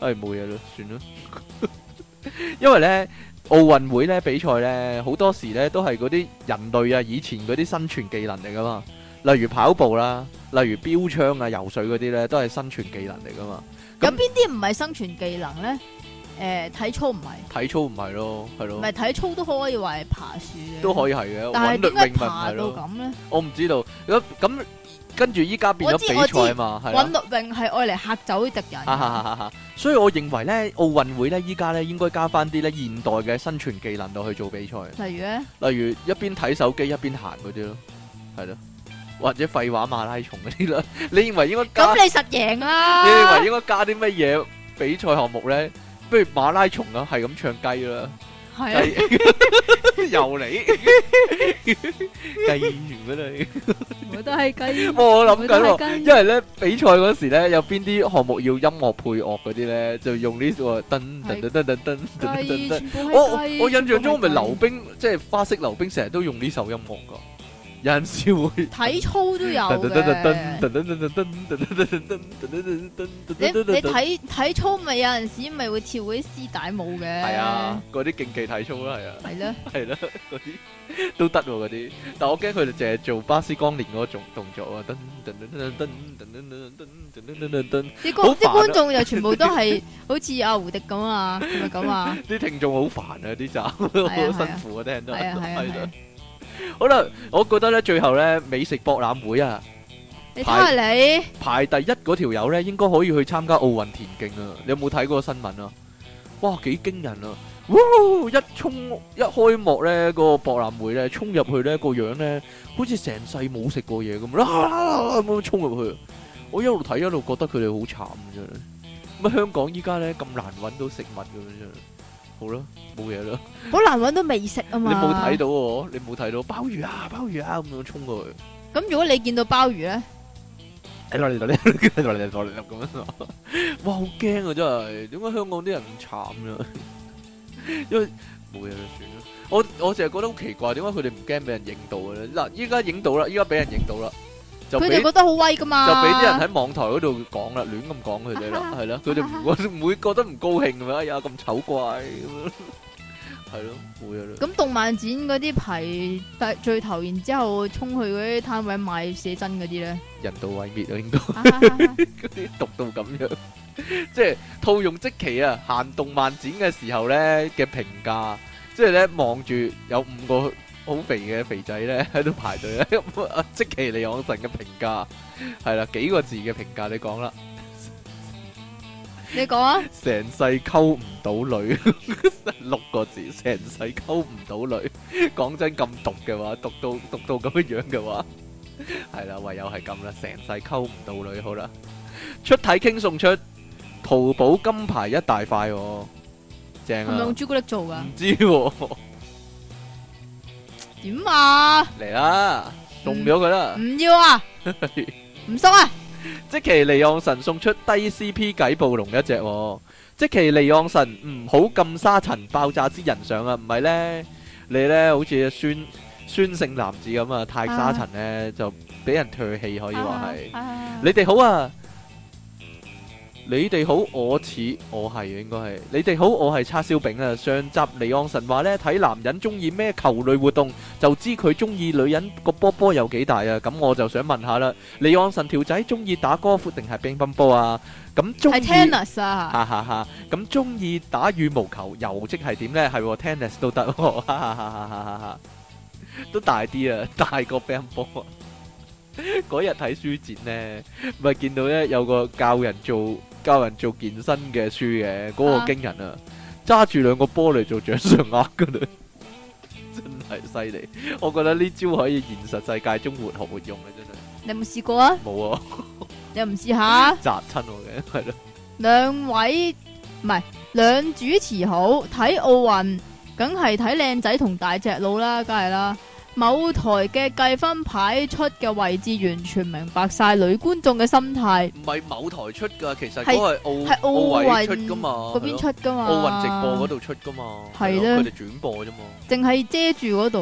[SPEAKER 2] 唉冇嘢啦，算啦。 因為咧奧運會咧比賽咧，好多時咧都係嗰啲人類啊以前嗰啲生存技能嚟噶嘛，例如跑步啦，例如標槍啊、游水嗰啲咧，都係生存技能嚟噶嘛。
[SPEAKER 1] 有邊啲唔係生存技能咧？誒，體操唔係，
[SPEAKER 2] 體操唔係咯，係
[SPEAKER 1] 唔
[SPEAKER 2] 咯，
[SPEAKER 1] 係體操都可以話係爬樹嘅，
[SPEAKER 2] 都可以係嘅。
[SPEAKER 1] 但
[SPEAKER 2] 韻
[SPEAKER 1] 係
[SPEAKER 2] 律
[SPEAKER 1] 點解
[SPEAKER 2] 泳咪唔
[SPEAKER 1] 爬
[SPEAKER 2] 係
[SPEAKER 1] 到
[SPEAKER 2] 咯，
[SPEAKER 1] 咁咧？
[SPEAKER 2] 我唔知道。咁咁跟住依家變咗
[SPEAKER 1] 我知我知
[SPEAKER 2] 比賽啊嘛，係
[SPEAKER 1] 韻
[SPEAKER 2] 啦。
[SPEAKER 1] 律泳係愛嚟嚇走啲敵人
[SPEAKER 2] 哈
[SPEAKER 1] 嘅，
[SPEAKER 2] 哈哈哈！所以我認為咧，奧運會咧，依家咧應該加翻啲咧現代嘅生存技能落去做比賽，
[SPEAKER 1] 例如咧，
[SPEAKER 2] 例如一邊睇手機一邊行嗰啲咯，係咯，或者廢話馬拉松嗰啲啦。 你認為應該加？
[SPEAKER 1] 咁你實啊贏
[SPEAKER 2] 你認
[SPEAKER 1] 啦
[SPEAKER 2] 為，應該加啲乜嘢比賽項目咧？不如馬拉松啊，係咁唱雞啦，
[SPEAKER 1] 係啊，
[SPEAKER 2] 雞由你雞完嗰你。
[SPEAKER 3] 我都 係雞，
[SPEAKER 2] 我諗緊喎
[SPEAKER 3] 我都。係雞
[SPEAKER 2] 因為咧比賽嗰時咧，有邊啲項目要音樂配樂嗰啲咧，就用呢個噔噔噔噔噔噔噔噔
[SPEAKER 1] 雞
[SPEAKER 2] 噔。
[SPEAKER 1] 全部係
[SPEAKER 2] 我
[SPEAKER 1] 雞
[SPEAKER 2] 我印象
[SPEAKER 1] 全
[SPEAKER 2] 中，咪
[SPEAKER 1] 部係
[SPEAKER 2] 溜
[SPEAKER 1] 雞
[SPEAKER 2] 冰，即係花式溜冰，成日都用呢首音樂噶。有陣時會
[SPEAKER 1] 體操都有
[SPEAKER 2] 噔噔噔噔
[SPEAKER 1] 嘅。
[SPEAKER 2] 噔噔噔噔噔噔噔噔噔噔噔
[SPEAKER 1] 你
[SPEAKER 2] 噔噔
[SPEAKER 1] 你
[SPEAKER 2] 噔噔。
[SPEAKER 1] 睇睇操咪有陣時咪會跳嗰啲絲帶舞嘅，
[SPEAKER 2] 係啊，，嗰啲競技體操啦，係啊，
[SPEAKER 1] 係咧，
[SPEAKER 2] 係啦，嗰啲都得喎，嗰啲。但我驚佢哋淨係做巴斯光年嗰個動動作啊，噔噔噔噔噔噔噔噔噔噔噔噔。
[SPEAKER 1] 啲觀
[SPEAKER 2] 好
[SPEAKER 1] 啲
[SPEAKER 2] 煩啊
[SPEAKER 1] 觀眾就全部都係 好似阿胡迪咁啊，係咪咁 啊？
[SPEAKER 2] 啲聽眾好煩啊！啲集好
[SPEAKER 1] 係啊
[SPEAKER 2] 辛苦啊，聽到
[SPEAKER 1] 係啊係啊係啊，
[SPEAKER 2] 好啦，我覺得咧，最後咧，美食博覽會啊，
[SPEAKER 1] 你睇下你
[SPEAKER 2] 排第一嗰條友咧，應該可以去參加奧運田徑啊！你有冇睇過新聞啊？哇，幾驚人啊！哇一衝一開幕咧，個博覽會咧，衝入去咧，個樣咧，好似成世冇食過嘢咁啦啦啦啦咁樣衝入去。我一路睇一路覺得佢哋好慘真係。乜香港依家咧咁難揾到食物咁樣真係。好啦，冇嘢啦。
[SPEAKER 1] 好難揾到美食啊嘛。
[SPEAKER 2] 你冇睇到我，你冇睇到鮑魚啊，鮑魚啊咁樣衝過去，
[SPEAKER 1] 咁如果你見到鮑魚咧，
[SPEAKER 2] 嚟嚟嚟 嚟嚟嚟嚟嚟咁樣，哇好驚啊真係，點解香港啲人咁慘 啊？因為冇嘢啦，算啦。我我成日覺得好奇怪，點解佢哋唔驚俾人影到嘅咧？嗱，依家影到啦，依家俾人影到啦，就
[SPEAKER 1] 佢
[SPEAKER 2] 俾
[SPEAKER 1] 哋
[SPEAKER 2] 就
[SPEAKER 1] 覺得好威噶嘛。
[SPEAKER 2] 俾啲人喺網台嗰度講啦，亂咁講佢哋啦，係啦，佢哋唔會唔會覺得唔高興嘅咩？哎呀咁醜怪 咁樣，係咯，冇嘢啦。
[SPEAKER 1] 咁動漫展嗰啲排第最頭，然之後衝去嗰啲攤位賣寫真嗰啲 咧，
[SPEAKER 2] 人道毀滅啊，應該。
[SPEAKER 1] 哈哈哈哈
[SPEAKER 2] 嗰啲讀到咁樣， 即係套用即期啊，行動漫展嘅時候咧嘅評價，即係咧望住有五個好肥嘅肥仔咧 喺度排隊咧，咁啊即期李昂臣嘅評價係啦，幾個字嘅評價你講啦，
[SPEAKER 1] 你講啊，
[SPEAKER 2] 成世溝唔到女， 六個字，成世溝唔到女，講真咁毒嘅話，毒到毒到咁樣嘅話，係啦，唯有係咁啦，成世溝唔到女好啦，出體傾送出。淘寶金牌一大塊喎，正
[SPEAKER 1] 係咪
[SPEAKER 2] 啊
[SPEAKER 1] 用！朱古力做噶？
[SPEAKER 2] 唔知喎，
[SPEAKER 1] 點啊？
[SPEAKER 2] 嚟啦，送咗佢啦！
[SPEAKER 1] 唔要 啊？唔收啊？
[SPEAKER 2] 即其利昂神送出低 CP 解暴龍一隻喎，即其利昂神唔好咁沙塵爆炸之人上啊，唔係呢，你呢好似孫孫姓男子咁啊，太沙塵呢，就俾人唾棄可以話係。
[SPEAKER 1] 啊
[SPEAKER 2] 你哋好啊！你哋好，我似我係應該係。你哋好，我係叉燒餅啊！上集尼昂神話呢，睇男人中意咩球類活動，就知佢中意女人個波波有幾大啊！咁我就想問下啦，尼昂神條仔中意打高爾夫定係乒乓波啊？咁中
[SPEAKER 1] 係
[SPEAKER 2] 意
[SPEAKER 1] tennis 啊？
[SPEAKER 2] 哈哈哈！咁中意打羽毛球又即係點呢？係喎 tennis 都得喎， 哈哈哈哈哈哈！都大啲啊， 大過乒乓波。嗰日睇書展呢，咪見到呢有個教人做教人做健身嘅書嘅，嗰、
[SPEAKER 1] 啊
[SPEAKER 2] 個驚人啊！揸住兩個波嚟做掌上壓噶啦， 真係犀利！我覺得呢招可以現實世界中活學活用嘅，真係
[SPEAKER 1] 你有冇試過啊？
[SPEAKER 2] 冇啊，
[SPEAKER 1] 你又唔試下？
[SPEAKER 2] 砸親我嘅係咯，
[SPEAKER 1] 兩位唔係兩主持好睇奧運，梗係睇靚仔同大隻佬啦，梗係啦。某台嘅計分牌出嘅位置完全明白晒女觀眾嘅心態，
[SPEAKER 2] 唔係某台出噶，其實
[SPEAKER 1] 係
[SPEAKER 2] 嗰個係奧
[SPEAKER 1] 係奧
[SPEAKER 2] 奧委
[SPEAKER 1] 運
[SPEAKER 2] 出噶嘛，
[SPEAKER 1] 嗰邊
[SPEAKER 2] 哦係咯
[SPEAKER 1] 出噶嘛？
[SPEAKER 2] 奧運直播嗰度出噶嘛，
[SPEAKER 1] 係呢
[SPEAKER 2] 咯佢哋轉播啫嘛。
[SPEAKER 1] 淨係遮住嗰度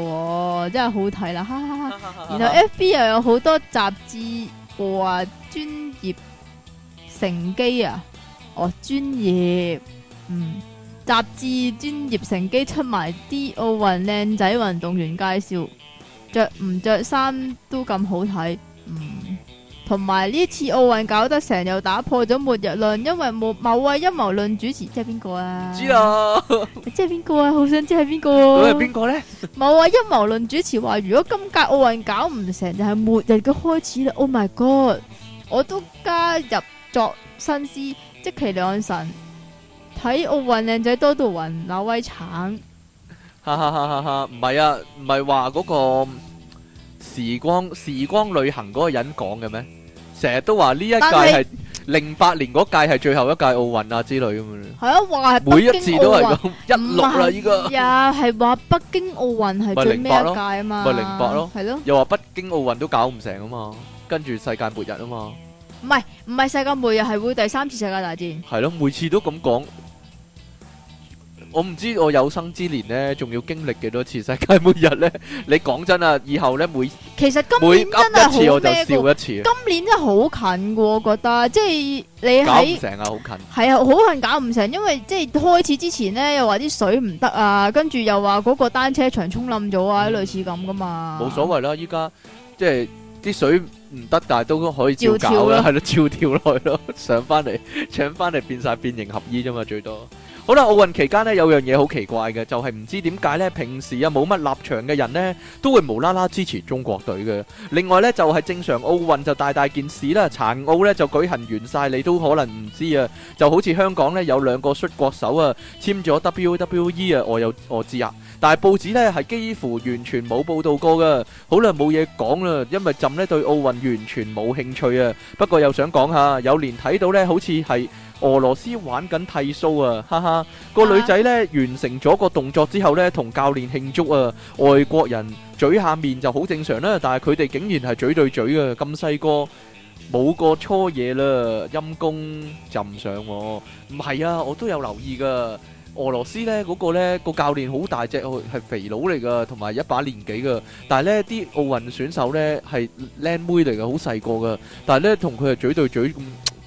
[SPEAKER 1] 喎，真係好睇啦，哈哈哈！
[SPEAKER 2] 啊
[SPEAKER 1] 然後 FB 又有好多雜誌話專業乘機啊，哦專業，嗯，雜誌專業乘機出埋啲奧運靚仔運動員介紹，着唔着衫都咁好睇，嗯。同埋呢次奧運搞得成，又打破咗末日論，因為冇某位陰謀論主持，即係邊個啊？
[SPEAKER 2] 知，啦，
[SPEAKER 1] 即係邊個啊？好想知係邊個啊？
[SPEAKER 2] 咁係邊個咧？
[SPEAKER 1] 冇啊！陰謀論主持話，如果今屆奧運搞唔成，就係末日嘅開始啦。Oh my god！我都加入作新思，即其兩神睇奧運靚仔多到暈，那威橙
[SPEAKER 2] 哈哈哈哈哈！唔係啊，唔係話嗰個時光時光旅行嗰個人講嘅咩？成日都話呢一屆
[SPEAKER 1] 但係
[SPEAKER 2] 係零八年嗰屆係最後一屆奧運啊之類咁樣，
[SPEAKER 1] 係啊，話係
[SPEAKER 2] 每一
[SPEAKER 1] 北
[SPEAKER 2] 次
[SPEAKER 1] 京
[SPEAKER 2] 都
[SPEAKER 1] 奧
[SPEAKER 2] 係
[SPEAKER 1] 運
[SPEAKER 2] 咁一六啦依家。
[SPEAKER 1] 係啊，係話北京奧運係最尾一屆啊嘛，
[SPEAKER 2] 咪零八咯
[SPEAKER 1] 係咯，
[SPEAKER 2] 又話北京奧運都搞唔成啊嘛，跟住世界末日啊嘛，
[SPEAKER 1] 唔係唔係世界末日，係會第三次世界大戰。
[SPEAKER 2] 係咯，每次都咁講。我唔知我有生之年呢，仲要經歷幾多次世界末日呢？ 你講真啊，以後呢，每
[SPEAKER 1] 其實今
[SPEAKER 2] 每
[SPEAKER 1] 年真係
[SPEAKER 2] 噏一次
[SPEAKER 1] 好
[SPEAKER 2] 我就
[SPEAKER 1] 咩
[SPEAKER 2] 笑
[SPEAKER 1] 嘅，
[SPEAKER 2] 一次，啊
[SPEAKER 1] 今年真係好近嘅，我覺得，即係你
[SPEAKER 2] 搞唔
[SPEAKER 1] 喺。
[SPEAKER 2] 成啊，好近。
[SPEAKER 1] 系啊，好恨搞唔成，因為即係開始之前咧，又話啲水唔得啊，跟住又話嗰個單車場沖冧咗啊，
[SPEAKER 2] 嗯
[SPEAKER 1] 類似咁噶嘛。
[SPEAKER 2] 冇所謂啦，依家即係啲水唔得，但係都可以照
[SPEAKER 1] 照
[SPEAKER 2] 搞啦，
[SPEAKER 1] 跳
[SPEAKER 2] 係咯，照跳落去咯， 上翻嚟，搶翻嚟變晒變形合衣啫嘛，最多。好啦，奧運期間呢，有樣嘢好奇怪嘅，就係、唔知點解呢，平時啊冇乜立場嘅人呢，都會無啦啦支持中國隊嘅。另外呢，就係、正常奧運就大大件事啦，殘奧呢就舉行完晒，你都可能唔知啊。就好似香港呢，有兩個摔角手啊，簽咗 WWE 啊，我有我知啊。但係報紙呢，係幾乎完全冇報導過嘅。好啦，冇嘢講啦，因為朕呢對奧運完全冇興趣啊。不過又想講下，有年睇到呢，好似係俄羅斯玩緊剃鬚啊，哈哈！個女仔呢，完成咗個動作之後呢，同教練慶祝啊。外國人嘴下面就好正常啦，但係佢哋竟然係嘴對嘴啊，咁細個。冇個初嘢啦，陰公浸上我。唔係啊，我都有留意噶。俄羅斯呢嗰、個呢個教練好大隻，係肥佬嚟噶，同埋一把年紀噶。但係呢啲奧運選手呢係靚妹嚟噶，好細個噶。但係呢，同佢係嘴對嘴咁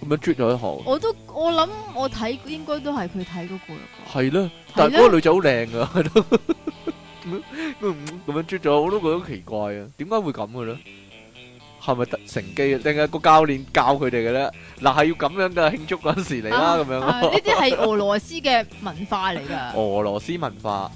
[SPEAKER 2] 咁樣啜咗一行。
[SPEAKER 1] 我都我諗我睇應該都係佢睇嗰個啦啩。
[SPEAKER 2] 係啦，但係
[SPEAKER 1] 係
[SPEAKER 2] 嗰
[SPEAKER 1] 啦
[SPEAKER 2] 個女仔好靚噶，係咯，咁咁樣啜咗，我都覺得奇怪啊，點解會咁嘅咧？係咪特乘機啊？定係個教練教佢哋嘅咧？嗱，係要咁樣噶慶祝嗰陣時嚟啦，咁樣嗯
[SPEAKER 1] 啊
[SPEAKER 2] 咯
[SPEAKER 1] 呢啲係俄羅斯嘅文化嚟 㗎。
[SPEAKER 2] 俄羅斯文化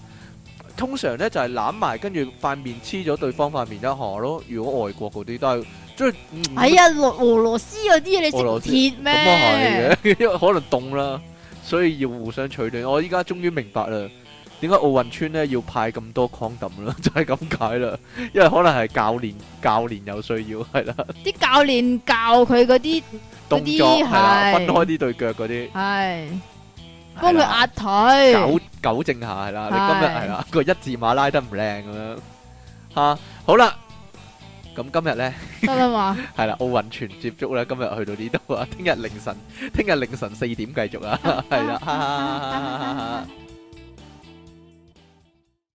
[SPEAKER 2] 通常咧就係攬埋，跟住塊面黐咗對方塊面一下咯。如果外國嗰啲都係即係，嗯
[SPEAKER 1] 哎呀，俄俄羅斯嗰啲嘢你
[SPEAKER 2] 俄羅斯
[SPEAKER 1] 識撇
[SPEAKER 2] 咁啊
[SPEAKER 1] 咩？
[SPEAKER 2] 係嘅，因為可能凍啦，所以要互相取暖。我依家終於明白啦，點解奧運村咧要派咁多 condom 啦？就 係咁解啦，因為可能係教練教練有需要係啦，
[SPEAKER 1] 啲教練教佢嗰啲嗰
[SPEAKER 2] 動
[SPEAKER 1] 啲
[SPEAKER 2] 作係啦，
[SPEAKER 1] 係
[SPEAKER 2] 分開呢對腳嗰
[SPEAKER 1] 係
[SPEAKER 2] 啲，係
[SPEAKER 1] 幫佢
[SPEAKER 2] 啦
[SPEAKER 1] 壓腿，
[SPEAKER 2] 纠纠正下係啦，你今日
[SPEAKER 1] 係
[SPEAKER 2] 係啦個一字馬拉得唔靚咁樣吓，好啦，咁今日咧。
[SPEAKER 1] 得啦嘛，
[SPEAKER 2] 系啦，奧運全接觸啦，今日去到呢度啊，聽日凌晨，聽日凌晨四點繼續啊，係啦哈哈哈哈哈哈。